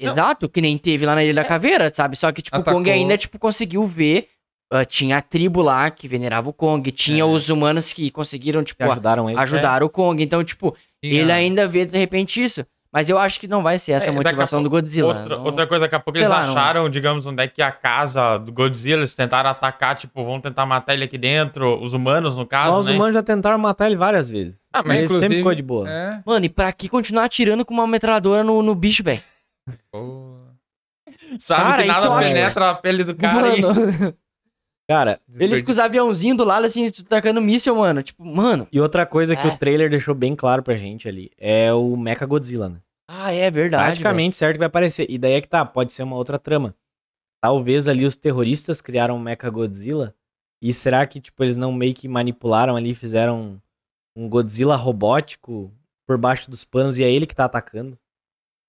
[SPEAKER 3] Exato, que nem teve lá na Ilha da Caveira, sabe? Só que, tipo,
[SPEAKER 4] Atacou.
[SPEAKER 3] o Kong ainda, tipo, conseguiu ver. ah, tinha a tribo lá que venerava o Kong. Tinha
[SPEAKER 4] É.
[SPEAKER 3] os humanos que conseguiram, tipo,
[SPEAKER 2] Que ajudaram ele.
[SPEAKER 3] ajudar o Kong. Então, tipo,
[SPEAKER 4] tinha-
[SPEAKER 3] ele ainda vê de repente isso. Mas eu acho que não vai ser essa
[SPEAKER 1] É,
[SPEAKER 3] a
[SPEAKER 1] daqui a
[SPEAKER 3] motivação do
[SPEAKER 1] pouco-
[SPEAKER 3] Godzilla.
[SPEAKER 1] outra,
[SPEAKER 3] não-
[SPEAKER 1] outra coisa, daqui a pouco
[SPEAKER 3] Sei
[SPEAKER 1] eles
[SPEAKER 3] lá, não-
[SPEAKER 1] acharam, digamos, onde é que é a casa do Godzilla, eles tentaram atacar, tipo, vão tentar matar ele aqui dentro, os humanos, no caso,
[SPEAKER 2] Mas os
[SPEAKER 1] né?
[SPEAKER 2] humanos já tentaram matar ele várias vezes.
[SPEAKER 1] Ah,
[SPEAKER 2] mas
[SPEAKER 1] mas
[SPEAKER 2] ele
[SPEAKER 4] inclusive-
[SPEAKER 2] sempre ficou de boa.
[SPEAKER 4] É.
[SPEAKER 3] Mano, e pra que continuar atirando com uma metralhadora no, no bicho, velho?
[SPEAKER 4] Pô.
[SPEAKER 1] sabe
[SPEAKER 3] Cara,
[SPEAKER 1] que
[SPEAKER 3] isso eu
[SPEAKER 1] nada
[SPEAKER 3] acho-
[SPEAKER 1] penetra a pele do cara e...
[SPEAKER 3] Mano,
[SPEAKER 2] Cara,
[SPEAKER 3] [LAUGHS] eles com os aviãozinhos do lado, assim, tu tacando míssil, mano. Tipo, mano.
[SPEAKER 2] e outra coisa que
[SPEAKER 3] É.
[SPEAKER 2] o trailer deixou bem claro pra gente ali é o Mecha Godzilla, né?
[SPEAKER 3] Ah, é verdade.
[SPEAKER 2] Praticamente certo que vai aparecer. E daí é que tá, pode ser uma outra trama. Talvez ali os terroristas criaram o Mecha Godzilla. E será que, tipo, eles não meio que manipularam ali, fizeram um Godzilla robótico por baixo dos panos e é ele que tá atacando?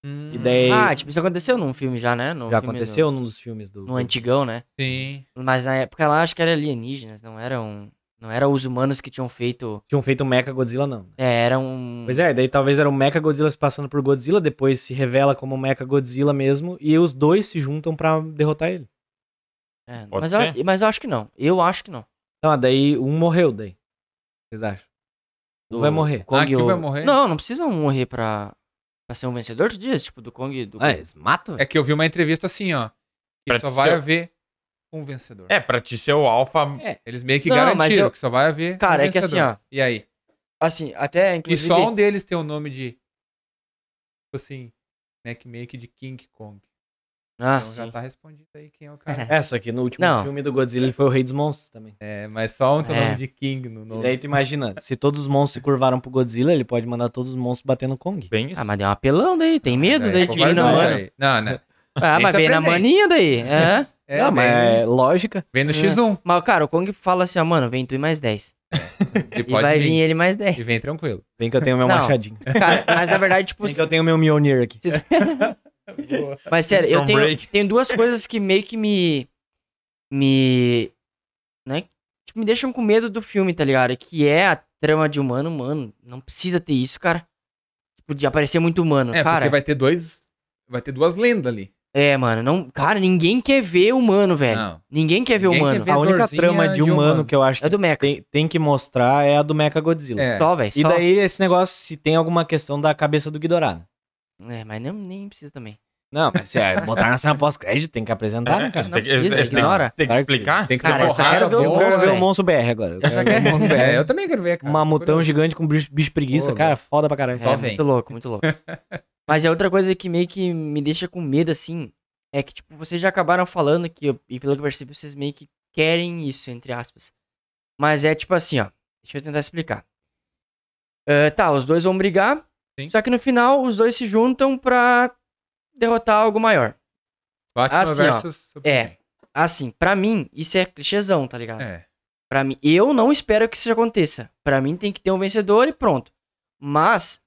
[SPEAKER 4] Hum,
[SPEAKER 2] E daí
[SPEAKER 3] velho. Ah, tipo, isso aconteceu num filme já, né? No
[SPEAKER 2] já
[SPEAKER 3] filme
[SPEAKER 2] aconteceu num dos filmes do.
[SPEAKER 3] No, no antigão, né?
[SPEAKER 4] Sim.
[SPEAKER 3] Mas na época lá, acho que era alienígenas, não eram... Não eram os humanos que tinham feito...
[SPEAKER 2] Tinham feito um Mecha Godzilla, não.
[SPEAKER 3] É, eram...
[SPEAKER 2] Pois é, daí talvez era o Mecha Godzilla se passando por Godzilla, depois se revela como o Mecha Godzilla mesmo, e os dois se juntam pra derrotar ele.
[SPEAKER 3] É,
[SPEAKER 1] Pode
[SPEAKER 3] mas, eu,
[SPEAKER 1] ser.
[SPEAKER 3] mas eu acho que não. Eu acho que não.
[SPEAKER 2] Então, daí um morreu daí. Vocês acham? Um vai morrer.
[SPEAKER 3] Kong
[SPEAKER 4] Ah, que
[SPEAKER 3] o-
[SPEAKER 4] vai morrer?
[SPEAKER 3] Não, não precisam morrer pra, pra ser um vencedor, tu diz? Tipo, do Kong... Do...
[SPEAKER 2] Ah, eles matam?
[SPEAKER 4] É que eu vi uma entrevista assim, ó. Que
[SPEAKER 1] Pra
[SPEAKER 4] só
[SPEAKER 1] te
[SPEAKER 4] vai
[SPEAKER 1] ser-
[SPEAKER 4] haver um vencedor.
[SPEAKER 1] É, pra te ser o alfa...
[SPEAKER 4] Eles meio que
[SPEAKER 3] Não, mas
[SPEAKER 4] garantiram
[SPEAKER 3] eu-
[SPEAKER 4] que só vai haver
[SPEAKER 3] Cara,
[SPEAKER 4] um
[SPEAKER 3] é que assim,
[SPEAKER 4] vencedor.
[SPEAKER 3] ó.
[SPEAKER 4] E aí?
[SPEAKER 3] Assim, até,
[SPEAKER 4] E
[SPEAKER 3] inclusive...
[SPEAKER 4] só um deles tem o nome de. Tipo assim, né? Que meio que de King Kong.
[SPEAKER 3] Ah,
[SPEAKER 4] então já
[SPEAKER 3] sim.
[SPEAKER 4] tá respondido aí quem é o cara.
[SPEAKER 2] É, só que no último
[SPEAKER 3] Não.
[SPEAKER 2] filme do Godzilla ele foi o rei dos monstros também.
[SPEAKER 4] é, mas só um tem o
[SPEAKER 3] É.
[SPEAKER 4] nome de King no
[SPEAKER 2] E
[SPEAKER 4] nome.
[SPEAKER 2] daí tu imagina, se todos os monstros se curvaram pro Godzilla, ele pode mandar todos os monstros bater no Kong.
[SPEAKER 1] Bem isso.
[SPEAKER 3] Ah, mas deu um apelão daí,
[SPEAKER 4] Ah,
[SPEAKER 3] tem medo daí de vir na
[SPEAKER 4] covardão,
[SPEAKER 3] mano.
[SPEAKER 4] é aí. Não, não.
[SPEAKER 3] Ah, mas
[SPEAKER 4] Esse é
[SPEAKER 3] vem na
[SPEAKER 4] presente.
[SPEAKER 3] maninha daí. É.
[SPEAKER 4] É,
[SPEAKER 2] Não, mas
[SPEAKER 4] vem-
[SPEAKER 2] é lógica.
[SPEAKER 4] Vem no X1.
[SPEAKER 3] Mas, cara, o Kong fala assim, ó, mano, vem tu e mais 10.
[SPEAKER 4] Ele
[SPEAKER 3] E
[SPEAKER 4] pode
[SPEAKER 3] vai
[SPEAKER 4] vir.
[SPEAKER 3] vir. ele mais
[SPEAKER 4] [LAUGHS] E
[SPEAKER 3] 10.
[SPEAKER 4] vem tranquilo.
[SPEAKER 2] Vem que eu tenho meu
[SPEAKER 3] Não.
[SPEAKER 2] machadinho.
[SPEAKER 3] Cara, mas na verdade, tipo...
[SPEAKER 2] Vem que eu tenho meu Mjolnir aqui.
[SPEAKER 3] vocês- mas sério, eu
[SPEAKER 1] Tom
[SPEAKER 3] tenho,
[SPEAKER 1] Brady.
[SPEAKER 3] tenho duas coisas que meio que me... Me... Né? Tipo, me deixam com medo do filme, tá ligado? Que é a trama de humano, mano. Não precisa ter isso, cara. Tipo, de aparecer muito humano.
[SPEAKER 4] É,
[SPEAKER 3] cara,
[SPEAKER 4] porque vai ter dois. Vai ter duas lendas ali.
[SPEAKER 3] é, mano. Não, cara, ninguém quer ver humano, velho.
[SPEAKER 4] Não.
[SPEAKER 3] Ninguém quer ver
[SPEAKER 4] Ninguém
[SPEAKER 3] humano.
[SPEAKER 4] quer
[SPEAKER 2] A única
[SPEAKER 4] Fedorzinha
[SPEAKER 2] trama é de
[SPEAKER 4] de
[SPEAKER 2] humano,
[SPEAKER 4] humano.
[SPEAKER 2] que eu acho
[SPEAKER 3] É
[SPEAKER 2] que
[SPEAKER 3] do Mecha.
[SPEAKER 2] tem, tem que mostrar é a do Mecha Godzilla.
[SPEAKER 4] É.
[SPEAKER 3] Só, velho.
[SPEAKER 2] E
[SPEAKER 3] só.
[SPEAKER 2] daí esse negócio, se tem alguma questão da cabeça do Ghidorah. né?
[SPEAKER 3] É, mas nem, nem precisa também.
[SPEAKER 2] Não, mas se é, botar na cena pós-crédito, tem que apresentar, né, cara?
[SPEAKER 1] Tem que-
[SPEAKER 3] precisa,
[SPEAKER 1] tem que-
[SPEAKER 3] ignora.
[SPEAKER 1] Tem que
[SPEAKER 2] Claro que
[SPEAKER 1] explicar?
[SPEAKER 2] tem que
[SPEAKER 3] Cara, eu só
[SPEAKER 4] porrada,
[SPEAKER 3] quero ver os
[SPEAKER 4] bom,
[SPEAKER 2] Eu quero
[SPEAKER 3] monstros,
[SPEAKER 2] ver o
[SPEAKER 3] velho.
[SPEAKER 2] Monstro BR agora. Eu quero
[SPEAKER 3] só
[SPEAKER 2] ver o
[SPEAKER 3] quero-
[SPEAKER 2] Monstro
[SPEAKER 4] É, eu
[SPEAKER 2] BR.
[SPEAKER 4] também quero ver, cara.
[SPEAKER 2] Mamutão gigante com bicho, bicho preguiça,
[SPEAKER 4] Pô,
[SPEAKER 2] cara, foda pra caralho.
[SPEAKER 4] Só
[SPEAKER 3] É,
[SPEAKER 4] vem.
[SPEAKER 3] muito louco, muito
[SPEAKER 4] [LAUGHS]
[SPEAKER 3] louco. Mas é outra coisa que meio que me deixa com medo, assim, é que, tipo, vocês já acabaram falando que, eu- e pelo que eu percebi, vocês meio que querem isso, entre aspas. Mas é tipo assim, ó. Deixa eu tentar explicar. Ah, tá, os dois vão brigar,
[SPEAKER 4] Sim.
[SPEAKER 3] só que no final os dois se juntam pra derrotar algo maior.
[SPEAKER 4] Batman
[SPEAKER 3] Assim, ó.
[SPEAKER 4] versus Superman.
[SPEAKER 3] É, assim, pra mim, isso é clichêzão, tá ligado?
[SPEAKER 4] É.
[SPEAKER 3] Pra mim, eu não espero que isso aconteça. Pra mim tem que ter um vencedor e pronto. Mas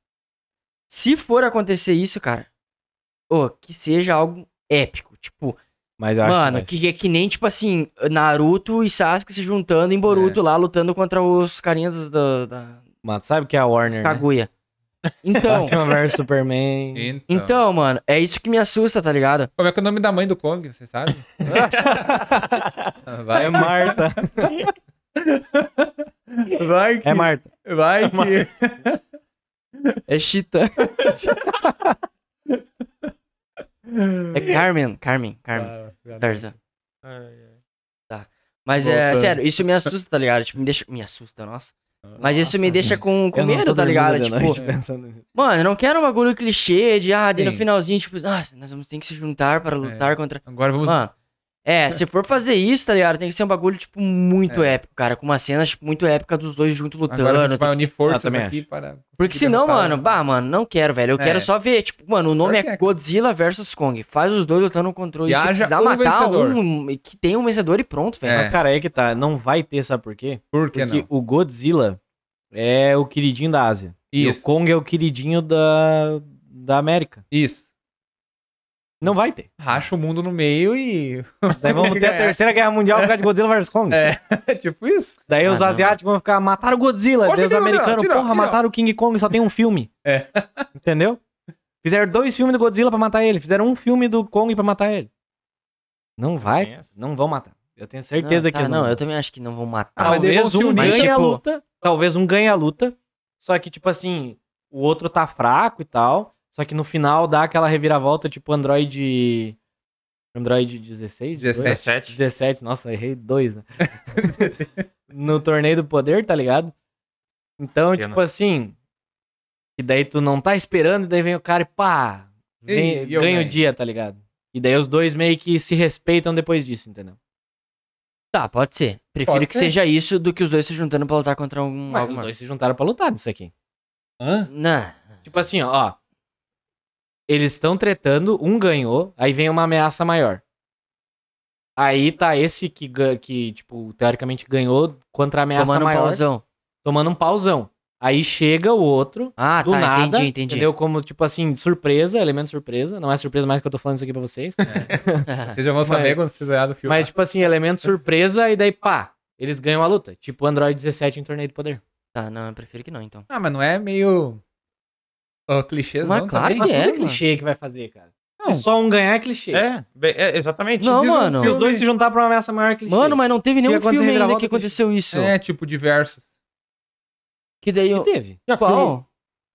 [SPEAKER 3] se for acontecer isso, cara, ô, que seja algo épico, tipo,
[SPEAKER 2] Mas eu acho
[SPEAKER 3] mano,
[SPEAKER 2] que,
[SPEAKER 3] que, que que nem tipo assim, Naruto e Sasuke se juntando
[SPEAKER 2] É.
[SPEAKER 3] em Boruto lá lutando contra os carinhas do- da, da
[SPEAKER 2] [LAUGHS] Mano, sabe que é a Warner, né?
[SPEAKER 3] Kaguya.
[SPEAKER 2] [LAUGHS]
[SPEAKER 3] Então,
[SPEAKER 2] Batman vs
[SPEAKER 4] [LAUGHS]
[SPEAKER 2] Superman.
[SPEAKER 4] Então.
[SPEAKER 3] então, mano, é isso que me assusta, tá ligado?
[SPEAKER 4] Como é que é o nome da mãe do Kong, você
[SPEAKER 2] [LAUGHS]
[SPEAKER 4] sabe? Vai,
[SPEAKER 2] É Marta.
[SPEAKER 4] vai que.
[SPEAKER 2] É Marta.
[SPEAKER 4] Vai que.
[SPEAKER 3] É Chita. é Carmen, Carmen, Carmen. Tarzan. É. Mas é,
[SPEAKER 4] Voltando.
[SPEAKER 3] sério, isso me assusta, tá ligado? Tipo, me deixa. Me assusta, nossa. Mas isso me
[SPEAKER 2] Nossa.
[SPEAKER 3] deixa com, com
[SPEAKER 2] Eu não tô
[SPEAKER 3] medo, tá ligado?
[SPEAKER 2] dormindo de
[SPEAKER 3] Tipo,
[SPEAKER 2] noite pensando nisso.
[SPEAKER 3] mano, eu não quero um bagulho clichê de, ah, de no
[SPEAKER 4] Sim. É.
[SPEAKER 3] finalzinho, tipo, nossa, nós vamos ter que se juntar para lutar contra.
[SPEAKER 4] Agora vamos.
[SPEAKER 2] Ah,
[SPEAKER 3] Mano, é, se for fazer isso, tá ligado? Tem que ser um bagulho, tipo, muito épico, cara. Com uma cena, tipo, muito épica dos dois juntos lutando.
[SPEAKER 4] É. agora a
[SPEAKER 3] tem
[SPEAKER 4] gente vai
[SPEAKER 3] que ser-
[SPEAKER 4] unir forças
[SPEAKER 2] Ah, também
[SPEAKER 4] aqui
[SPEAKER 2] acho.
[SPEAKER 4] para.
[SPEAKER 3] Porque senão,
[SPEAKER 4] derrotar-
[SPEAKER 3] mano, bah, mano, não quero, velho. Eu
[SPEAKER 4] É.
[SPEAKER 3] quero só ver, tipo, mano, o nome
[SPEAKER 4] Pior que
[SPEAKER 3] é
[SPEAKER 4] é.
[SPEAKER 3] Godzilla vs Kong. Faz os dois lutando contra o
[SPEAKER 4] E
[SPEAKER 3] e Se
[SPEAKER 4] haja
[SPEAKER 3] precisar
[SPEAKER 4] um
[SPEAKER 3] matar
[SPEAKER 4] vencedor.
[SPEAKER 3] um, que tem um vencedor e pronto, velho.
[SPEAKER 4] É.
[SPEAKER 2] Mas, cara, aí que tá. Não vai ter, sabe por quê?
[SPEAKER 4] Por que
[SPEAKER 2] Porque
[SPEAKER 4] não?
[SPEAKER 2] o Godzilla é o queridinho da Ásia. E o
[SPEAKER 4] Isso.
[SPEAKER 2] Kong é o queridinho da, da América.
[SPEAKER 4] Isso.
[SPEAKER 2] Não vai ter.
[SPEAKER 4] Racha o mundo no meio e. [LAUGHS]
[SPEAKER 2] Daí vamos ter a
[SPEAKER 4] É.
[SPEAKER 2] terceira guerra mundial por causa de Godzilla vs Kong.
[SPEAKER 4] É. tipo isso.
[SPEAKER 2] Daí os
[SPEAKER 3] Ah, não.
[SPEAKER 2] asiáticos vão ficar, mataram o Godzilla.
[SPEAKER 4] Poxa,
[SPEAKER 2] Daí os
[SPEAKER 4] tira,
[SPEAKER 2] americanos,
[SPEAKER 4] tira,
[SPEAKER 2] porra,
[SPEAKER 4] tira.
[SPEAKER 2] mataram o King Kong, só tem um filme.
[SPEAKER 4] É.
[SPEAKER 2] Entendeu? Fizeram dois filmes do Godzilla pra matar ele. Fizeram um filme do Kong pra matar ele. Não vai,
[SPEAKER 1] Tem
[SPEAKER 2] cara.
[SPEAKER 1] essa?
[SPEAKER 2] não vão matar. Eu tenho certeza
[SPEAKER 3] não, tá,
[SPEAKER 2] que eles
[SPEAKER 3] não.
[SPEAKER 2] vão.
[SPEAKER 3] eu também acho que não vão matar.
[SPEAKER 4] Ah, mas
[SPEAKER 2] Talvez
[SPEAKER 4] eles vão se
[SPEAKER 2] um
[SPEAKER 4] unir,
[SPEAKER 2] ganhe a
[SPEAKER 3] tipo-
[SPEAKER 2] luta. Talvez um ganhe a luta. Só que, tipo assim, o outro tá fraco e tal. Só que no final dá aquela reviravolta, tipo Android. Android 16?
[SPEAKER 3] É.
[SPEAKER 4] 17.
[SPEAKER 2] 18?
[SPEAKER 1] 17.
[SPEAKER 2] 17, nossa, errei dois, né? no torneio do poder, tá ligado? Então,
[SPEAKER 1] Cena.
[SPEAKER 2] tipo assim, e daí tu não tá esperando, e daí vem o cara e pá, vem-
[SPEAKER 4] E eu
[SPEAKER 2] ganha o
[SPEAKER 4] ganho.
[SPEAKER 2] dia, tá ligado? E daí os dois meio que se respeitam depois disso, entendeu?
[SPEAKER 3] Tá, pode ser. Prefiro
[SPEAKER 4] Pode
[SPEAKER 3] que
[SPEAKER 4] ser.
[SPEAKER 3] seja isso do que os dois se juntando pra lutar contra um.
[SPEAKER 2] Mas os
[SPEAKER 3] alguma-
[SPEAKER 2] dois se juntaram pra lutar nisso aqui.
[SPEAKER 4] Hã?
[SPEAKER 3] Não.
[SPEAKER 4] É.
[SPEAKER 2] Tipo assim, ó, ó. Eles estão tretando, um ganhou, aí vem uma ameaça maior. Aí tá esse que, gan- que tipo, teoricamente ganhou contra a ameaça
[SPEAKER 3] Tomando um
[SPEAKER 2] maior.
[SPEAKER 3] pauzão.
[SPEAKER 2] tomando um pauzão. Aí chega o outro,
[SPEAKER 3] Ah,
[SPEAKER 2] do
[SPEAKER 3] tá.
[SPEAKER 2] nada,
[SPEAKER 3] Entendi, entendi.
[SPEAKER 2] entendeu? Como, tipo assim, surpresa, elemento surpresa. Não é surpresa mais que eu tô falando isso aqui pra [LAUGHS] vocês.
[SPEAKER 4] Vocês já vão saber quando vocês olharem o filme.
[SPEAKER 2] Mas, tipo assim, elemento surpresa e daí pá, eles ganham a luta. Tipo o Android 17 em Torneio do Poder.
[SPEAKER 3] [LAUGHS] tá, não, eu prefiro que não, então.
[SPEAKER 4] Ah, mas não é meio. ah, clichês,
[SPEAKER 3] Mas
[SPEAKER 4] não.
[SPEAKER 3] claro
[SPEAKER 4] também?
[SPEAKER 3] que é, mano.
[SPEAKER 2] clichê que vai fazer, cara. Se só um ganhar, é clichê.
[SPEAKER 1] É, bem- é, exatamente.
[SPEAKER 3] Não,
[SPEAKER 4] viram-
[SPEAKER 3] mano.
[SPEAKER 2] Se os dois se juntar pra uma ameaça maior, é clichê.
[SPEAKER 3] Mano, mas não teve
[SPEAKER 2] Se
[SPEAKER 3] nenhum
[SPEAKER 2] acontecer
[SPEAKER 3] filme ainda
[SPEAKER 2] reviravolta,
[SPEAKER 3] que aconteceu isso.
[SPEAKER 4] É, tipo, diversos.
[SPEAKER 3] Que daí eu.
[SPEAKER 2] E teve.
[SPEAKER 3] Qual?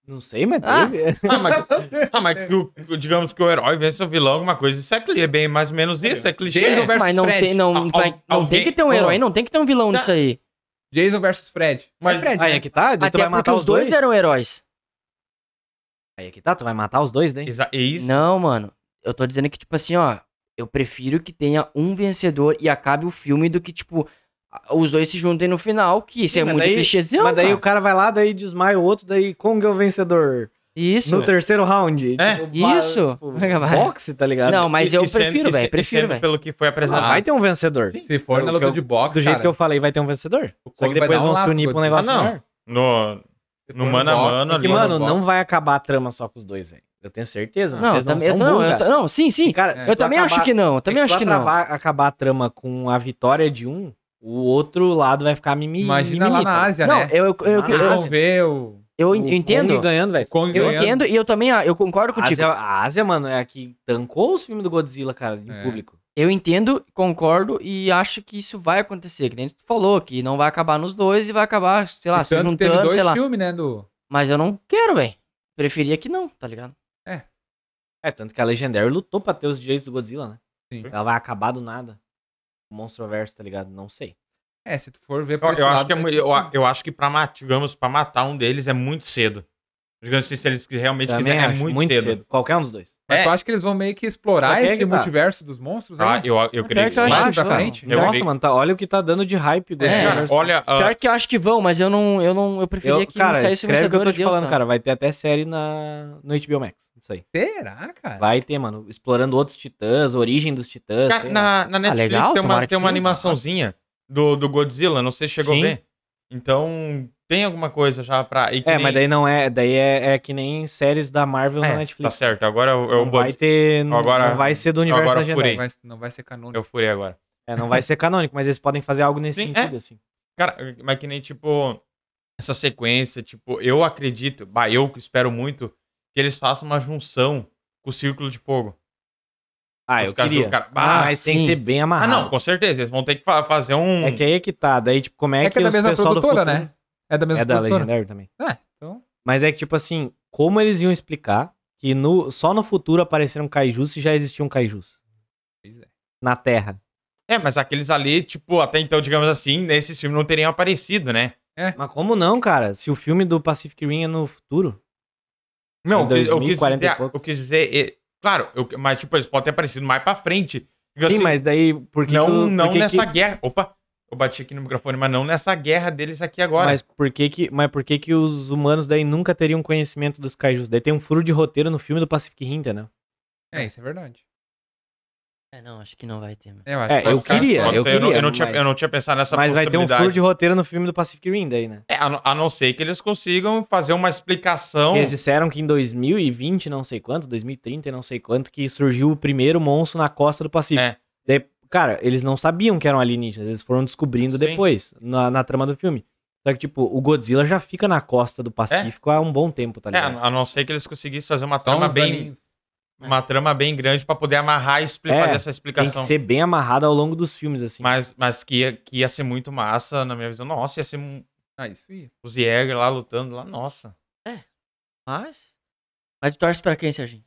[SPEAKER 2] Não sei, mas
[SPEAKER 3] Ah.
[SPEAKER 2] teve.
[SPEAKER 1] Ah, mas, ah, mas que o, digamos que o herói vence o vilão, alguma coisa. Isso é clichê, é bem mais ou menos isso. É
[SPEAKER 4] Jason
[SPEAKER 1] clichê.
[SPEAKER 4] versus
[SPEAKER 3] Mas não
[SPEAKER 4] Fred.
[SPEAKER 3] tem, não,
[SPEAKER 1] Al-
[SPEAKER 3] vai-
[SPEAKER 1] al-
[SPEAKER 3] não
[SPEAKER 1] alguém-
[SPEAKER 3] tem que ter um herói,
[SPEAKER 1] Ô.
[SPEAKER 3] não tem que ter um vilão nisso aí.
[SPEAKER 4] Jason versus Fred.
[SPEAKER 1] Mas-
[SPEAKER 4] é Fred,
[SPEAKER 2] Aí
[SPEAKER 4] né?
[SPEAKER 2] é que tá, daí tu
[SPEAKER 3] Até
[SPEAKER 2] vai
[SPEAKER 3] porque
[SPEAKER 2] matar
[SPEAKER 3] os dois eram heróis.
[SPEAKER 2] Aí é que tá, tu vai matar os dois, daí.
[SPEAKER 1] Exa- é isso.
[SPEAKER 3] Não, mano. Eu tô dizendo que, tipo assim, ó. Eu prefiro que tenha um vencedor e acabe o filme do que, tipo, a- os dois se juntem no final, que isso
[SPEAKER 2] Sim,
[SPEAKER 3] é
[SPEAKER 2] mas
[SPEAKER 3] muito
[SPEAKER 2] daí-
[SPEAKER 3] clichêzão.
[SPEAKER 2] mas daí
[SPEAKER 3] cara.
[SPEAKER 2] o cara vai lá, daí desmaia o outro, daí Kong é o vencedor.
[SPEAKER 3] Isso.
[SPEAKER 2] No terceiro round.
[SPEAKER 1] É.
[SPEAKER 2] tipo, ba-
[SPEAKER 3] Isso.
[SPEAKER 2] tipo,
[SPEAKER 3] Vai acabar.
[SPEAKER 2] boxe, tá ligado?
[SPEAKER 3] Não, mas
[SPEAKER 1] E-
[SPEAKER 3] eu
[SPEAKER 1] e sendo-
[SPEAKER 3] prefiro,
[SPEAKER 1] e
[SPEAKER 3] velho,
[SPEAKER 1] se- e
[SPEAKER 3] prefiro,
[SPEAKER 1] sendo
[SPEAKER 3] velho.
[SPEAKER 1] Pelo que foi
[SPEAKER 2] Ah,
[SPEAKER 1] apresentado.
[SPEAKER 2] vai ter um vencedor.
[SPEAKER 4] Se for na
[SPEAKER 2] Eu-
[SPEAKER 4] luta
[SPEAKER 2] eu-
[SPEAKER 4] de boxe,
[SPEAKER 2] Do jeito
[SPEAKER 4] cara,
[SPEAKER 2] que eu falei, vai ter um vencedor.
[SPEAKER 4] o
[SPEAKER 2] Só
[SPEAKER 4] Kong
[SPEAKER 2] que
[SPEAKER 4] vai
[SPEAKER 2] depois
[SPEAKER 4] dar um
[SPEAKER 2] vão se
[SPEAKER 4] lasco
[SPEAKER 2] unir pra um
[SPEAKER 4] com
[SPEAKER 2] negócio
[SPEAKER 1] Ah, não.
[SPEAKER 2] maior.
[SPEAKER 1] No,
[SPEAKER 4] Se for
[SPEAKER 1] No mano a
[SPEAKER 4] boxe,
[SPEAKER 1] mano
[SPEAKER 4] se
[SPEAKER 1] ali,
[SPEAKER 2] Porque,
[SPEAKER 4] for
[SPEAKER 2] mano,
[SPEAKER 4] boxe.
[SPEAKER 2] não vai acabar a trama só com os dois, velho. Eu tenho certeza.
[SPEAKER 3] Não, eu
[SPEAKER 2] eles não
[SPEAKER 3] também, eu-
[SPEAKER 2] são
[SPEAKER 3] não,
[SPEAKER 2] burros,
[SPEAKER 3] eu,
[SPEAKER 2] cara.
[SPEAKER 3] não, sim, sim.
[SPEAKER 2] Cara,
[SPEAKER 4] É.
[SPEAKER 2] se
[SPEAKER 3] Eu
[SPEAKER 2] tu
[SPEAKER 3] também acho
[SPEAKER 2] acabar-
[SPEAKER 3] que não, eu também
[SPEAKER 2] se tu
[SPEAKER 3] acho que não.
[SPEAKER 2] acabar- acabar a trama com a vitória de um, o outro lado vai ficar mimimi.
[SPEAKER 4] Imagina lá na Ásia,
[SPEAKER 3] Não,
[SPEAKER 4] né?
[SPEAKER 3] eu, eu, eu,
[SPEAKER 2] Ah,
[SPEAKER 4] Eles
[SPEAKER 3] eu,
[SPEAKER 4] vão ver o
[SPEAKER 3] eu en- eu entendo.
[SPEAKER 2] Kong ganhando, velho.
[SPEAKER 4] o Kong
[SPEAKER 3] Eu
[SPEAKER 4] ganhando.
[SPEAKER 3] entendo e eu também ah, eu concordo
[SPEAKER 2] A
[SPEAKER 3] contigo.
[SPEAKER 2] Ásia, a Ásia, mano, é a que tancou os filmes do Godzilla, cara, em
[SPEAKER 4] É.
[SPEAKER 2] público.
[SPEAKER 3] Eu entendo, concordo e acho que isso vai acontecer. Que nem tu falou, que não vai acabar nos dois e vai acabar, sei lá,
[SPEAKER 4] E
[SPEAKER 3] se
[SPEAKER 4] tanto que teve
[SPEAKER 3] juntando, sei lá.
[SPEAKER 4] dois filmes, né, do...
[SPEAKER 3] Mas eu não quero, velho. Preferia que não, tá ligado?
[SPEAKER 2] É, tanto que a Legendary lutou pra ter os direitos do Godzilla, né?
[SPEAKER 4] Sim.
[SPEAKER 2] Ela vai acabar do nada. O Monstroverso, tá ligado? Não sei.
[SPEAKER 4] É, se tu for ver
[SPEAKER 1] eu,
[SPEAKER 4] por esse
[SPEAKER 1] eu acho
[SPEAKER 4] lado,
[SPEAKER 1] que é,
[SPEAKER 4] faz
[SPEAKER 1] mu- eu, a-
[SPEAKER 4] sentido.
[SPEAKER 1] eu acho que pra matar, digamos, pra matar um deles é muito cedo. Digamos assim, se eles realmente
[SPEAKER 2] Também
[SPEAKER 1] quiserem, é
[SPEAKER 2] acho,
[SPEAKER 1] muito, cedo.
[SPEAKER 2] Qualquer um dos dois.
[SPEAKER 4] Mas
[SPEAKER 1] É.
[SPEAKER 4] tu acha que eles vão meio que
[SPEAKER 2] Só
[SPEAKER 4] explorar
[SPEAKER 2] que é
[SPEAKER 4] esse
[SPEAKER 2] que tá.
[SPEAKER 4] multiverso dos monstros?
[SPEAKER 1] Ah,
[SPEAKER 4] aí?
[SPEAKER 1] eu, eu creio
[SPEAKER 3] É pior
[SPEAKER 1] que,
[SPEAKER 3] que eu
[SPEAKER 1] sim.
[SPEAKER 4] Mais
[SPEAKER 3] acho
[SPEAKER 4] pra
[SPEAKER 3] que não.
[SPEAKER 4] frente?
[SPEAKER 1] Eu
[SPEAKER 2] Nossa,
[SPEAKER 1] creio-
[SPEAKER 2] mano, tá, olha o que tá dando de hype. Godzilla vs. Kong.
[SPEAKER 1] Olha, ah,
[SPEAKER 3] Pior que eu acho que vão, mas eu não, eu não, eu preferia
[SPEAKER 2] Eu-
[SPEAKER 3] que
[SPEAKER 2] cara,
[SPEAKER 3] não saísse o
[SPEAKER 2] escreve o que eu tô
[SPEAKER 3] vencedor
[SPEAKER 2] te
[SPEAKER 3] e deu,
[SPEAKER 2] falando,
[SPEAKER 3] sabe?
[SPEAKER 2] cara. Vai ter até série na, no HBO Max. Isso aí.
[SPEAKER 4] Será, cara?
[SPEAKER 2] Vai ter, mano. Explorando outros titãs, origem dos titãs.
[SPEAKER 1] Cara,
[SPEAKER 2] sei
[SPEAKER 1] na,
[SPEAKER 2] lá.
[SPEAKER 1] na Netflix
[SPEAKER 3] legal,
[SPEAKER 1] tem uma,
[SPEAKER 3] tomara que
[SPEAKER 1] tem uma
[SPEAKER 3] tenha.
[SPEAKER 1] animaçãozinha do, do Godzilla, não sei se chegou
[SPEAKER 2] Sim.
[SPEAKER 1] a ver. Então, tem alguma coisa já pra. e que
[SPEAKER 2] É,
[SPEAKER 1] nem-
[SPEAKER 2] mas daí não é. Daí é, é que nem séries da Marvel
[SPEAKER 1] É,
[SPEAKER 2] na
[SPEAKER 1] Tá
[SPEAKER 2] Netflix.
[SPEAKER 1] certo, agora eu, eu,
[SPEAKER 2] não
[SPEAKER 1] bot-
[SPEAKER 2] vai ter. Não,
[SPEAKER 1] Agora-
[SPEAKER 2] não vai ser do universo
[SPEAKER 1] agora
[SPEAKER 2] da Jedi.
[SPEAKER 1] furei.
[SPEAKER 4] Não vai, não vai ser canônico.
[SPEAKER 1] eu furei agora.
[SPEAKER 2] É, não vai ser canônico, mas eles podem fazer algo nesse
[SPEAKER 1] Sim,
[SPEAKER 2] sentido, assim.
[SPEAKER 1] Cara, mas que nem tipo. essa sequência. Tipo, eu acredito, bah, eu que espero muito, que eles façam uma junção com o Círculo de Fogo.
[SPEAKER 2] Ah,
[SPEAKER 1] Os
[SPEAKER 2] eu
[SPEAKER 1] caras
[SPEAKER 2] queria.
[SPEAKER 1] do cara-
[SPEAKER 2] Ah,
[SPEAKER 1] Ah,
[SPEAKER 2] mas tem que
[SPEAKER 3] sim.
[SPEAKER 2] ser bem
[SPEAKER 1] Ah,
[SPEAKER 2] amarrado.
[SPEAKER 1] não, com certeza. Eles vão ter que fa- fazer um.
[SPEAKER 2] É que aí é que tá. Daí, tipo, como é,
[SPEAKER 4] É que é da
[SPEAKER 2] os
[SPEAKER 4] mesma
[SPEAKER 2] pessoal do
[SPEAKER 4] produtora,
[SPEAKER 2] futuro-
[SPEAKER 4] né? É da mesma
[SPEAKER 2] É da
[SPEAKER 4] produtora.
[SPEAKER 2] Legendary também.
[SPEAKER 4] Ah, então.
[SPEAKER 2] Mas é que, tipo assim, como eles iam explicar que no, só no futuro apareceram kaijus se já existiam kaijus?
[SPEAKER 4] Pois é.
[SPEAKER 2] Na Terra.
[SPEAKER 1] É, mas aqueles ali, tipo, até então, digamos assim, nesses filmes não teriam aparecido, né?
[SPEAKER 2] Mas como não, cara? Se o filme do Pacific Rim é no futuro.
[SPEAKER 1] Não,
[SPEAKER 2] Em
[SPEAKER 1] eu quis- eu
[SPEAKER 2] 2040 e
[SPEAKER 1] quis dizer,
[SPEAKER 2] poucos.
[SPEAKER 1] eu quis dizer é, claro, eu- mas tipo, eles podem ter aparecido mais pra frente. Digo
[SPEAKER 2] Sim,
[SPEAKER 1] assim,
[SPEAKER 2] mas daí, por que
[SPEAKER 1] não,
[SPEAKER 2] que o- por
[SPEAKER 1] não
[SPEAKER 2] que que-
[SPEAKER 1] nessa guerra. Opa, eu bati aqui no microfone, mas não nessa guerra deles aqui agora.
[SPEAKER 2] Mas por que que, mas por que que os humanos daí nunca teriam conhecimento dos kaijus? Daí tem um furo de roteiro no filme do Pacific Rim, entendeu?
[SPEAKER 4] É, isso é verdade.
[SPEAKER 3] É, não, acho que não vai ter. mano.
[SPEAKER 4] Eu acho
[SPEAKER 2] É,
[SPEAKER 4] que
[SPEAKER 2] eu
[SPEAKER 4] os caras-
[SPEAKER 2] queria,
[SPEAKER 1] Pode
[SPEAKER 2] eu
[SPEAKER 1] ser, não,
[SPEAKER 2] queria,
[SPEAKER 1] eu, não tinha,
[SPEAKER 2] mas-
[SPEAKER 1] eu não tinha pensado nessa
[SPEAKER 2] Mas vai ter um
[SPEAKER 1] possibilidade.
[SPEAKER 2] furo de roteiro no filme do Pacific Rim daí, né?
[SPEAKER 1] É, a, não- a não ser que eles consigam fazer uma explicação.
[SPEAKER 2] Eles disseram que em 2020, não sei quanto, 2030 e não sei quanto, que surgiu o primeiro monstro na costa do Pacífico.
[SPEAKER 1] É.
[SPEAKER 2] Daí, cara, eles não sabiam que eram alienígenas, eles foram descobrindo
[SPEAKER 1] Sim.
[SPEAKER 2] depois, na, na trama do filme. Só que, tipo, o Godzilla já fica na costa do Pacífico há um bom tempo, tá
[SPEAKER 1] É,
[SPEAKER 2] ligado?
[SPEAKER 1] a não ser que eles conseguissem fazer uma
[SPEAKER 4] só
[SPEAKER 1] trama
[SPEAKER 4] uns
[SPEAKER 1] bem,
[SPEAKER 4] aninhos. né?
[SPEAKER 1] uma trama bem grande pra poder amarrar e expli-
[SPEAKER 2] É,
[SPEAKER 1] fazer essa
[SPEAKER 2] Tem
[SPEAKER 1] explicação.
[SPEAKER 2] que ser bem amarrado ao longo dos filmes, assim.
[SPEAKER 1] Mas, mas que, ia, que ia ser muito massa, na minha visão. Nossa, ia ser um-
[SPEAKER 4] Ah, isso ia.
[SPEAKER 1] os Jäger lá lutando lá, nossa.
[SPEAKER 3] Mas. Mas tu torce pra quem, Serginho?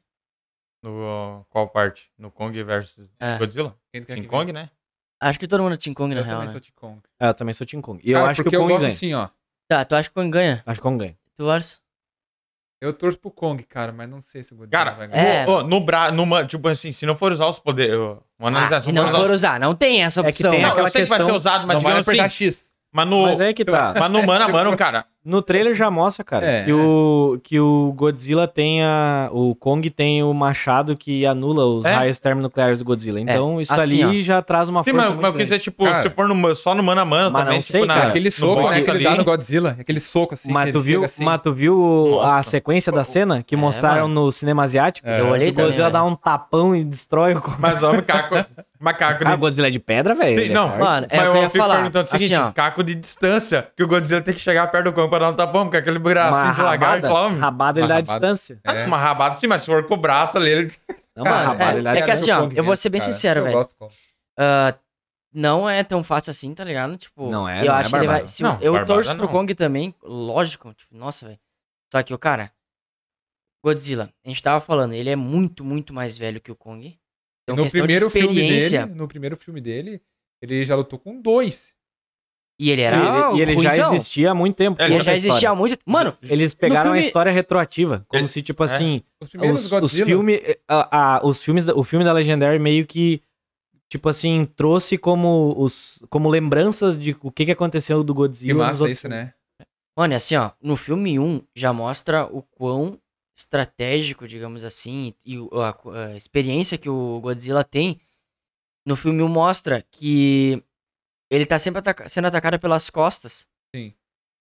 [SPEAKER 1] No qual parte? No Kong versus
[SPEAKER 3] É.
[SPEAKER 1] Godzilla?
[SPEAKER 4] Quem quer
[SPEAKER 1] King
[SPEAKER 4] que
[SPEAKER 1] Kong,
[SPEAKER 4] vença?
[SPEAKER 1] né?
[SPEAKER 3] Acho que todo mundo é Team Kong, na
[SPEAKER 4] Eu
[SPEAKER 3] real,
[SPEAKER 4] também
[SPEAKER 3] né?
[SPEAKER 4] sou de Kong.
[SPEAKER 2] É, eu também sou Team Kong. E eu
[SPEAKER 1] Ah,
[SPEAKER 4] Cara,
[SPEAKER 2] acho que
[SPEAKER 4] porque
[SPEAKER 2] o Kong
[SPEAKER 4] eu gosto
[SPEAKER 2] ganha.
[SPEAKER 4] assim, ó.
[SPEAKER 3] Tá, tu acha que o Kong ganha?
[SPEAKER 2] Acho que o Kong ganha.
[SPEAKER 3] Tu acha?
[SPEAKER 4] Eu torço pro Kong, cara, mas não sei se o Godzilla
[SPEAKER 1] Cara,
[SPEAKER 4] vai
[SPEAKER 1] no,
[SPEAKER 4] ganhar.
[SPEAKER 3] É.
[SPEAKER 1] ó, no bra, numa, tipo assim, se não for usar os poderes, uma
[SPEAKER 3] Ah,
[SPEAKER 1] analisação.
[SPEAKER 3] se não
[SPEAKER 1] for usar-
[SPEAKER 3] for usar, não tem essa
[SPEAKER 2] É que
[SPEAKER 3] opção.
[SPEAKER 2] tem
[SPEAKER 1] Não,
[SPEAKER 3] né?
[SPEAKER 2] aquela
[SPEAKER 1] eu sei que vai
[SPEAKER 2] questão-
[SPEAKER 1] ser usado, mas
[SPEAKER 4] não vai
[SPEAKER 1] digamos assim,
[SPEAKER 4] apertar X.
[SPEAKER 1] mas no,
[SPEAKER 2] Mas é que tá.
[SPEAKER 1] [LAUGHS] mas no mano a mano, cara,
[SPEAKER 2] No trailer já mostra, cara,
[SPEAKER 4] É.
[SPEAKER 2] que, o, que o Godzilla tem a. O Kong tem o machado que anula os
[SPEAKER 1] É.
[SPEAKER 2] raios termonucleares do Godzilla. Então isso
[SPEAKER 3] assim,
[SPEAKER 2] ali já traz uma
[SPEAKER 1] Sim,
[SPEAKER 2] força.
[SPEAKER 1] mas,
[SPEAKER 2] muito
[SPEAKER 1] mas eu quis
[SPEAKER 2] grande.
[SPEAKER 1] dizer, tipo,
[SPEAKER 4] Cara.
[SPEAKER 1] se for no- só no mano a mano
[SPEAKER 2] Mas
[SPEAKER 1] também,
[SPEAKER 2] não
[SPEAKER 1] tipo,
[SPEAKER 2] sei,
[SPEAKER 1] na,
[SPEAKER 2] cara.
[SPEAKER 4] Aquele
[SPEAKER 1] no
[SPEAKER 4] soco,
[SPEAKER 1] box
[SPEAKER 4] né, que ele dá
[SPEAKER 1] ali.
[SPEAKER 4] no Godzilla. Aquele soco assim. que
[SPEAKER 2] mas,
[SPEAKER 4] ele
[SPEAKER 2] tu
[SPEAKER 4] chega
[SPEAKER 2] viu,
[SPEAKER 4] assim.
[SPEAKER 2] mas tu viu a
[SPEAKER 1] Nossa.
[SPEAKER 2] sequência da cena que
[SPEAKER 3] É,
[SPEAKER 2] mostraram no cinema asiático?
[SPEAKER 4] É. Eu
[SPEAKER 3] olhei
[SPEAKER 2] Que o
[SPEAKER 3] também,
[SPEAKER 2] Godzilla
[SPEAKER 3] né?
[SPEAKER 2] dá um tapão e destrói o Kong.
[SPEAKER 1] Mas o macaco, macaco
[SPEAKER 2] Ah, o
[SPEAKER 1] de...
[SPEAKER 2] Godzilla é de pedra, velho?
[SPEAKER 1] Sim,
[SPEAKER 2] Ele é
[SPEAKER 1] não,
[SPEAKER 2] forte.
[SPEAKER 3] Mano, é
[SPEAKER 1] mas
[SPEAKER 3] o que eu ia
[SPEAKER 1] fico
[SPEAKER 3] falar.
[SPEAKER 1] perguntando o seguinte,
[SPEAKER 3] Assim, ó.
[SPEAKER 1] caco de distância, que o Godzilla tem que chegar perto do Kong pra dar um tapão, porque aquele
[SPEAKER 2] uma
[SPEAKER 1] bracinho de lagarto
[SPEAKER 2] rabada,
[SPEAKER 1] lá, homem.
[SPEAKER 2] rabada ele
[SPEAKER 4] Uma
[SPEAKER 2] dá a
[SPEAKER 4] rabada.
[SPEAKER 2] distância.
[SPEAKER 1] Ah, um- Uma rabada, sim, mas se for com o braço ali, ele...
[SPEAKER 2] Não, uma
[SPEAKER 4] Cara,
[SPEAKER 2] rabada
[SPEAKER 3] é-
[SPEAKER 2] ele dá a
[SPEAKER 3] é que
[SPEAKER 2] distância.
[SPEAKER 3] assim, ó,
[SPEAKER 4] Kong
[SPEAKER 3] eu vou
[SPEAKER 4] vence,
[SPEAKER 3] ser bem
[SPEAKER 4] cara.
[SPEAKER 3] sincero,
[SPEAKER 4] Eu
[SPEAKER 3] velho.
[SPEAKER 4] gosto do Kong.
[SPEAKER 3] Ah, não é tão fácil assim, tá ligado? Tipo,
[SPEAKER 2] Não é,
[SPEAKER 3] eu
[SPEAKER 2] não é
[SPEAKER 3] acho que ele vai.
[SPEAKER 2] barbada.
[SPEAKER 3] se
[SPEAKER 1] Não,
[SPEAKER 3] eu
[SPEAKER 1] barbada
[SPEAKER 3] torço pro
[SPEAKER 1] não.
[SPEAKER 3] Kong também, lógico. Tipo, nossa, velho. Só que o cara. Godzilla, a gente tava falando, ele é muito, muito mais velho que o Kong. Então,
[SPEAKER 4] no
[SPEAKER 3] questão
[SPEAKER 4] primeiro
[SPEAKER 3] de
[SPEAKER 4] filme
[SPEAKER 3] experiência.
[SPEAKER 4] dele, no primeiro filme dele, ele já lutou com dois.
[SPEAKER 3] E ele era.
[SPEAKER 2] E ele, e ele já
[SPEAKER 3] ruizão.
[SPEAKER 2] existia há muito tempo.
[SPEAKER 1] Ele Conta
[SPEAKER 3] Ele já
[SPEAKER 2] É, a história.
[SPEAKER 3] existia há muito. Mano,
[SPEAKER 1] É?
[SPEAKER 2] Eles pegaram a
[SPEAKER 3] filme-
[SPEAKER 2] história retroativa, como
[SPEAKER 1] Ele-
[SPEAKER 2] se, tipo
[SPEAKER 1] é.
[SPEAKER 2] assim,
[SPEAKER 4] Os primeiros
[SPEAKER 2] os, os
[SPEAKER 4] Godzilla.
[SPEAKER 2] filme, eh, a, a- os filmes, da- o filme da Legendary meio que tipo assim trouxe como os como lembranças de o que que aconteceu do
[SPEAKER 4] Que
[SPEAKER 2] Godzilla nos
[SPEAKER 4] massa
[SPEAKER 2] outros
[SPEAKER 4] isso, né?
[SPEAKER 3] mano, e assim, ó, no filme 1 já mostra o quão estratégico, digamos assim, e o- a, a experiência que o Godzilla tem. No filme 1 mostra que ele tá sempre ataca- sendo atacado pelas costas.
[SPEAKER 4] Sim.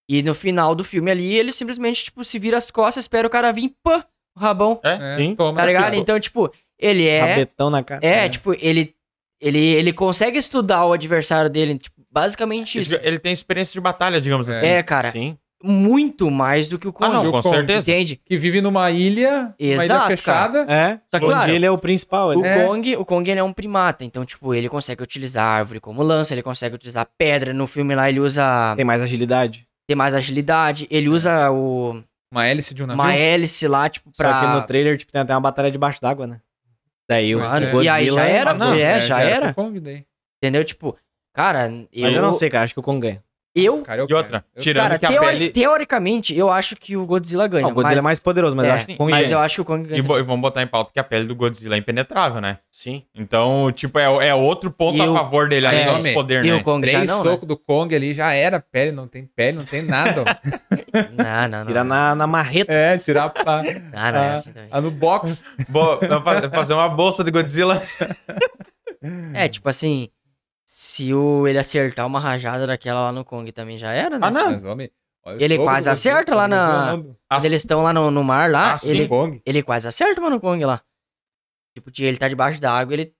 [SPEAKER 3] E no final do filme ali, ele simplesmente, tipo, se vira as costas, espera o cara vir, pã, o rabão,
[SPEAKER 4] É,
[SPEAKER 2] Sim.
[SPEAKER 4] toma
[SPEAKER 3] tá
[SPEAKER 4] daqui,
[SPEAKER 3] ligado?
[SPEAKER 4] ó.
[SPEAKER 3] Então, tipo, ele
[SPEAKER 2] filmes.
[SPEAKER 3] é...
[SPEAKER 2] Rabetão na cara.
[SPEAKER 3] É, tipo, ele, ele, ele consegue estudar o adversário dele, tipo, basicamente isso.
[SPEAKER 1] Ele, ele tem experiência de batalha, digamos assim.
[SPEAKER 3] É, cara,
[SPEAKER 2] Sim.
[SPEAKER 3] muito mais do que o
[SPEAKER 1] Ah,
[SPEAKER 3] Kong.
[SPEAKER 1] não,
[SPEAKER 4] E o
[SPEAKER 1] com
[SPEAKER 4] Kong?
[SPEAKER 1] certeza.
[SPEAKER 3] Entende?
[SPEAKER 4] Que vive numa ilha, uma ilha
[SPEAKER 3] Exato,
[SPEAKER 4] fechada.
[SPEAKER 2] É.
[SPEAKER 3] Só que,
[SPEAKER 2] onde
[SPEAKER 3] claro,
[SPEAKER 2] ele é o principal, ele
[SPEAKER 3] O,
[SPEAKER 2] é
[SPEAKER 4] É.
[SPEAKER 3] Kong, o Kong ele é um primata, então, tipo, ele consegue utilizar árvore como lança, ele consegue utilizar pedra. No filme lá, ele usa.
[SPEAKER 2] tem mais agilidade.
[SPEAKER 3] Tem mais agilidade,
[SPEAKER 1] É.
[SPEAKER 3] ele usa o,
[SPEAKER 4] Uma hélice de um navio.
[SPEAKER 3] uma hélice lá, tipo,
[SPEAKER 2] Só que no
[SPEAKER 3] pra.
[SPEAKER 2] trailer tipo tem até uma batalha debaixo d'água, né? Daí o
[SPEAKER 4] Pois
[SPEAKER 2] o
[SPEAKER 4] é.
[SPEAKER 2] Godzilla
[SPEAKER 3] E aí já era,
[SPEAKER 2] Ah, não.
[SPEAKER 3] pô, é, já era.
[SPEAKER 4] pro Kong daí.
[SPEAKER 3] Entendeu? Tipo, cara, eu.
[SPEAKER 2] Mas eu não sei, cara, acho que o Kong ganha.
[SPEAKER 3] eu-
[SPEAKER 4] Cara, eu
[SPEAKER 1] E outra,
[SPEAKER 4] quero. Eu-
[SPEAKER 1] tirando
[SPEAKER 3] cara,
[SPEAKER 1] que a
[SPEAKER 3] teori-
[SPEAKER 1] pele...
[SPEAKER 3] teoricamente, eu acho que o Godzilla ganha.
[SPEAKER 2] Ah, o Godzilla
[SPEAKER 3] mas...
[SPEAKER 2] é mais poderoso, mas eu
[SPEAKER 3] é,
[SPEAKER 2] acho que o Kong
[SPEAKER 3] Mas
[SPEAKER 2] ganha.
[SPEAKER 3] eu acho que o Kong
[SPEAKER 1] E,
[SPEAKER 3] ganha.
[SPEAKER 1] bo- e vamos botar em pauta que a pele do Godzilla é impenetrável, né?
[SPEAKER 2] Sim.
[SPEAKER 1] Então, tipo, é, é outro ponto
[SPEAKER 3] E
[SPEAKER 1] a
[SPEAKER 3] o-
[SPEAKER 1] favor dele,
[SPEAKER 3] é,
[SPEAKER 1] além do nosso
[SPEAKER 4] e
[SPEAKER 1] poder,
[SPEAKER 3] E
[SPEAKER 1] né?
[SPEAKER 3] o Kong já
[SPEAKER 4] Três
[SPEAKER 3] não, né?
[SPEAKER 4] socos do Kong ali, já era pele, não tem pele, não tem nada. ó.
[SPEAKER 3] Não, não, não.
[SPEAKER 2] Tira na, na marreta.
[SPEAKER 4] é, tirar [LAUGHS] a,
[SPEAKER 3] Ah, não, é assim também.
[SPEAKER 4] a
[SPEAKER 1] [LAUGHS]
[SPEAKER 4] no box.
[SPEAKER 1] Bo- fa- fazer uma bolsa de Godzilla.
[SPEAKER 2] Uhum.
[SPEAKER 3] É, tipo assim, se o, ele acertar uma rajada daquela lá no Kong também já era, né?
[SPEAKER 1] Ah, não.
[SPEAKER 4] Mas, homem, olha o né?
[SPEAKER 3] Ele
[SPEAKER 4] soco
[SPEAKER 3] quase
[SPEAKER 4] do Godzilla,
[SPEAKER 3] acerta lá na-
[SPEAKER 4] voando.
[SPEAKER 3] [LAUGHS] Quando eles estão lá no, no mar lá,
[SPEAKER 1] Ah, sim.
[SPEAKER 3] ele,
[SPEAKER 4] Kong.
[SPEAKER 3] ele quase acerta mano, o Kong lá. Tipo, de- ele tá debaixo da água, ele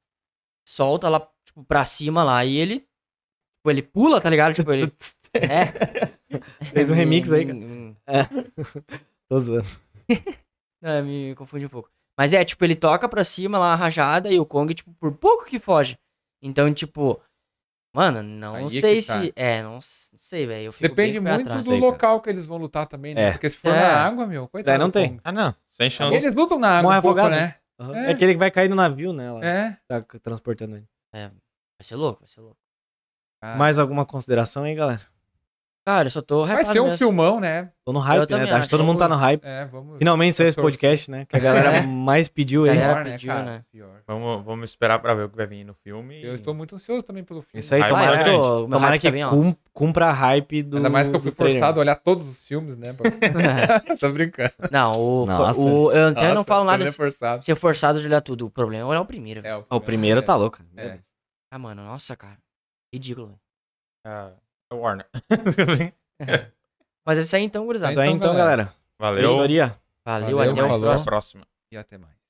[SPEAKER 3] solta
[SPEAKER 2] [LAUGHS]
[SPEAKER 3] lá, tipo, pra cima lá e ele. Tipo, ele pula, tá ligado? Tipo, ele. É.
[SPEAKER 2] Fez um remix aí, cara.
[SPEAKER 3] [LAUGHS] Hum,
[SPEAKER 2] Tô zoando.
[SPEAKER 3] É, me confundi um pouco. Mas é, tipo, ele toca pra cima lá a rajada e o Kong, tipo, por pouco que foge. Então, tipo, mano, não
[SPEAKER 4] Aí é que
[SPEAKER 3] sei
[SPEAKER 4] tá.
[SPEAKER 3] se. É, não s- não sei, velho. Eu fico
[SPEAKER 4] Depende
[SPEAKER 3] bem com o pé
[SPEAKER 4] muito
[SPEAKER 3] atrás.
[SPEAKER 4] do
[SPEAKER 2] Sei, cara.
[SPEAKER 4] local que eles vão lutar também, né?
[SPEAKER 2] É.
[SPEAKER 4] Porque se for
[SPEAKER 3] É.
[SPEAKER 4] na água, meu, coitado.
[SPEAKER 2] Daí não
[SPEAKER 4] do
[SPEAKER 2] tem.
[SPEAKER 4] Kong.
[SPEAKER 1] Ah, não. Sem chance.
[SPEAKER 4] Eles lutam na
[SPEAKER 2] Mão
[SPEAKER 4] água um pouco,
[SPEAKER 2] afogada.
[SPEAKER 4] né?
[SPEAKER 2] Aham.
[SPEAKER 4] É.
[SPEAKER 2] É. aquele que vai cair no navio, né? Lá,
[SPEAKER 4] É.
[SPEAKER 2] Tá c- transportando ele.
[SPEAKER 3] Vai ser louco, vai ser louco. Ah.
[SPEAKER 2] Mais alguma consideração aí, galera?
[SPEAKER 3] Cara, eu só tô
[SPEAKER 4] Vai ser um
[SPEAKER 3] mesmo.
[SPEAKER 4] filmão, né?
[SPEAKER 2] Tô no hype, né?
[SPEAKER 3] também
[SPEAKER 2] Acho
[SPEAKER 3] acho.
[SPEAKER 2] que todo mundo tá no hype.
[SPEAKER 4] É, vamos.
[SPEAKER 2] Finalmente saiu esse
[SPEAKER 4] Torço.
[SPEAKER 2] podcast, né? Que a galera
[SPEAKER 4] [LAUGHS]
[SPEAKER 3] É.
[SPEAKER 2] mais pediu aí.
[SPEAKER 3] É.
[SPEAKER 4] Pior,
[SPEAKER 3] pediu,
[SPEAKER 4] cara?
[SPEAKER 3] né?
[SPEAKER 4] Pior.
[SPEAKER 1] Vamos, vamos esperar pra ver o que vai vir no filme.
[SPEAKER 4] Eu estou muito ansioso também pelo filme.
[SPEAKER 2] Isso aí,
[SPEAKER 1] Hype
[SPEAKER 2] tomara,
[SPEAKER 1] é
[SPEAKER 2] que-
[SPEAKER 1] grande.
[SPEAKER 3] Meu
[SPEAKER 2] tomara
[SPEAKER 3] hype
[SPEAKER 2] que
[SPEAKER 3] tá bem alto.
[SPEAKER 2] cum- cumpra a hype do.
[SPEAKER 4] Ainda mais que eu fui
[SPEAKER 2] do trailer.
[SPEAKER 4] forçado a olhar todos os filmes, né? [LAUGHS] Tô brincando.
[SPEAKER 3] [LAUGHS] Não, o,
[SPEAKER 2] Nossa.
[SPEAKER 3] o- eu até não
[SPEAKER 4] Nossa,
[SPEAKER 3] falo nada
[SPEAKER 4] também é
[SPEAKER 3] se,
[SPEAKER 4] forçado.
[SPEAKER 3] se eu forçado de olhar tudo. O problema é olhar o primeiro. velho.
[SPEAKER 4] É,
[SPEAKER 2] Ah, O primeiro tá louco.
[SPEAKER 4] É. É.
[SPEAKER 3] Ah, mano, nossa, cara. Ridículo. velho.
[SPEAKER 1] Ah, Warner. [LAUGHS]
[SPEAKER 3] Mas é isso aí então, gurizada.
[SPEAKER 2] Isso aí então, galera.
[SPEAKER 1] Valeu.
[SPEAKER 2] Sabedoria.
[SPEAKER 3] Valeu,
[SPEAKER 4] Valeu,
[SPEAKER 3] até o
[SPEAKER 4] falou.
[SPEAKER 3] próximo.
[SPEAKER 1] Até a próxima.
[SPEAKER 4] E até mais.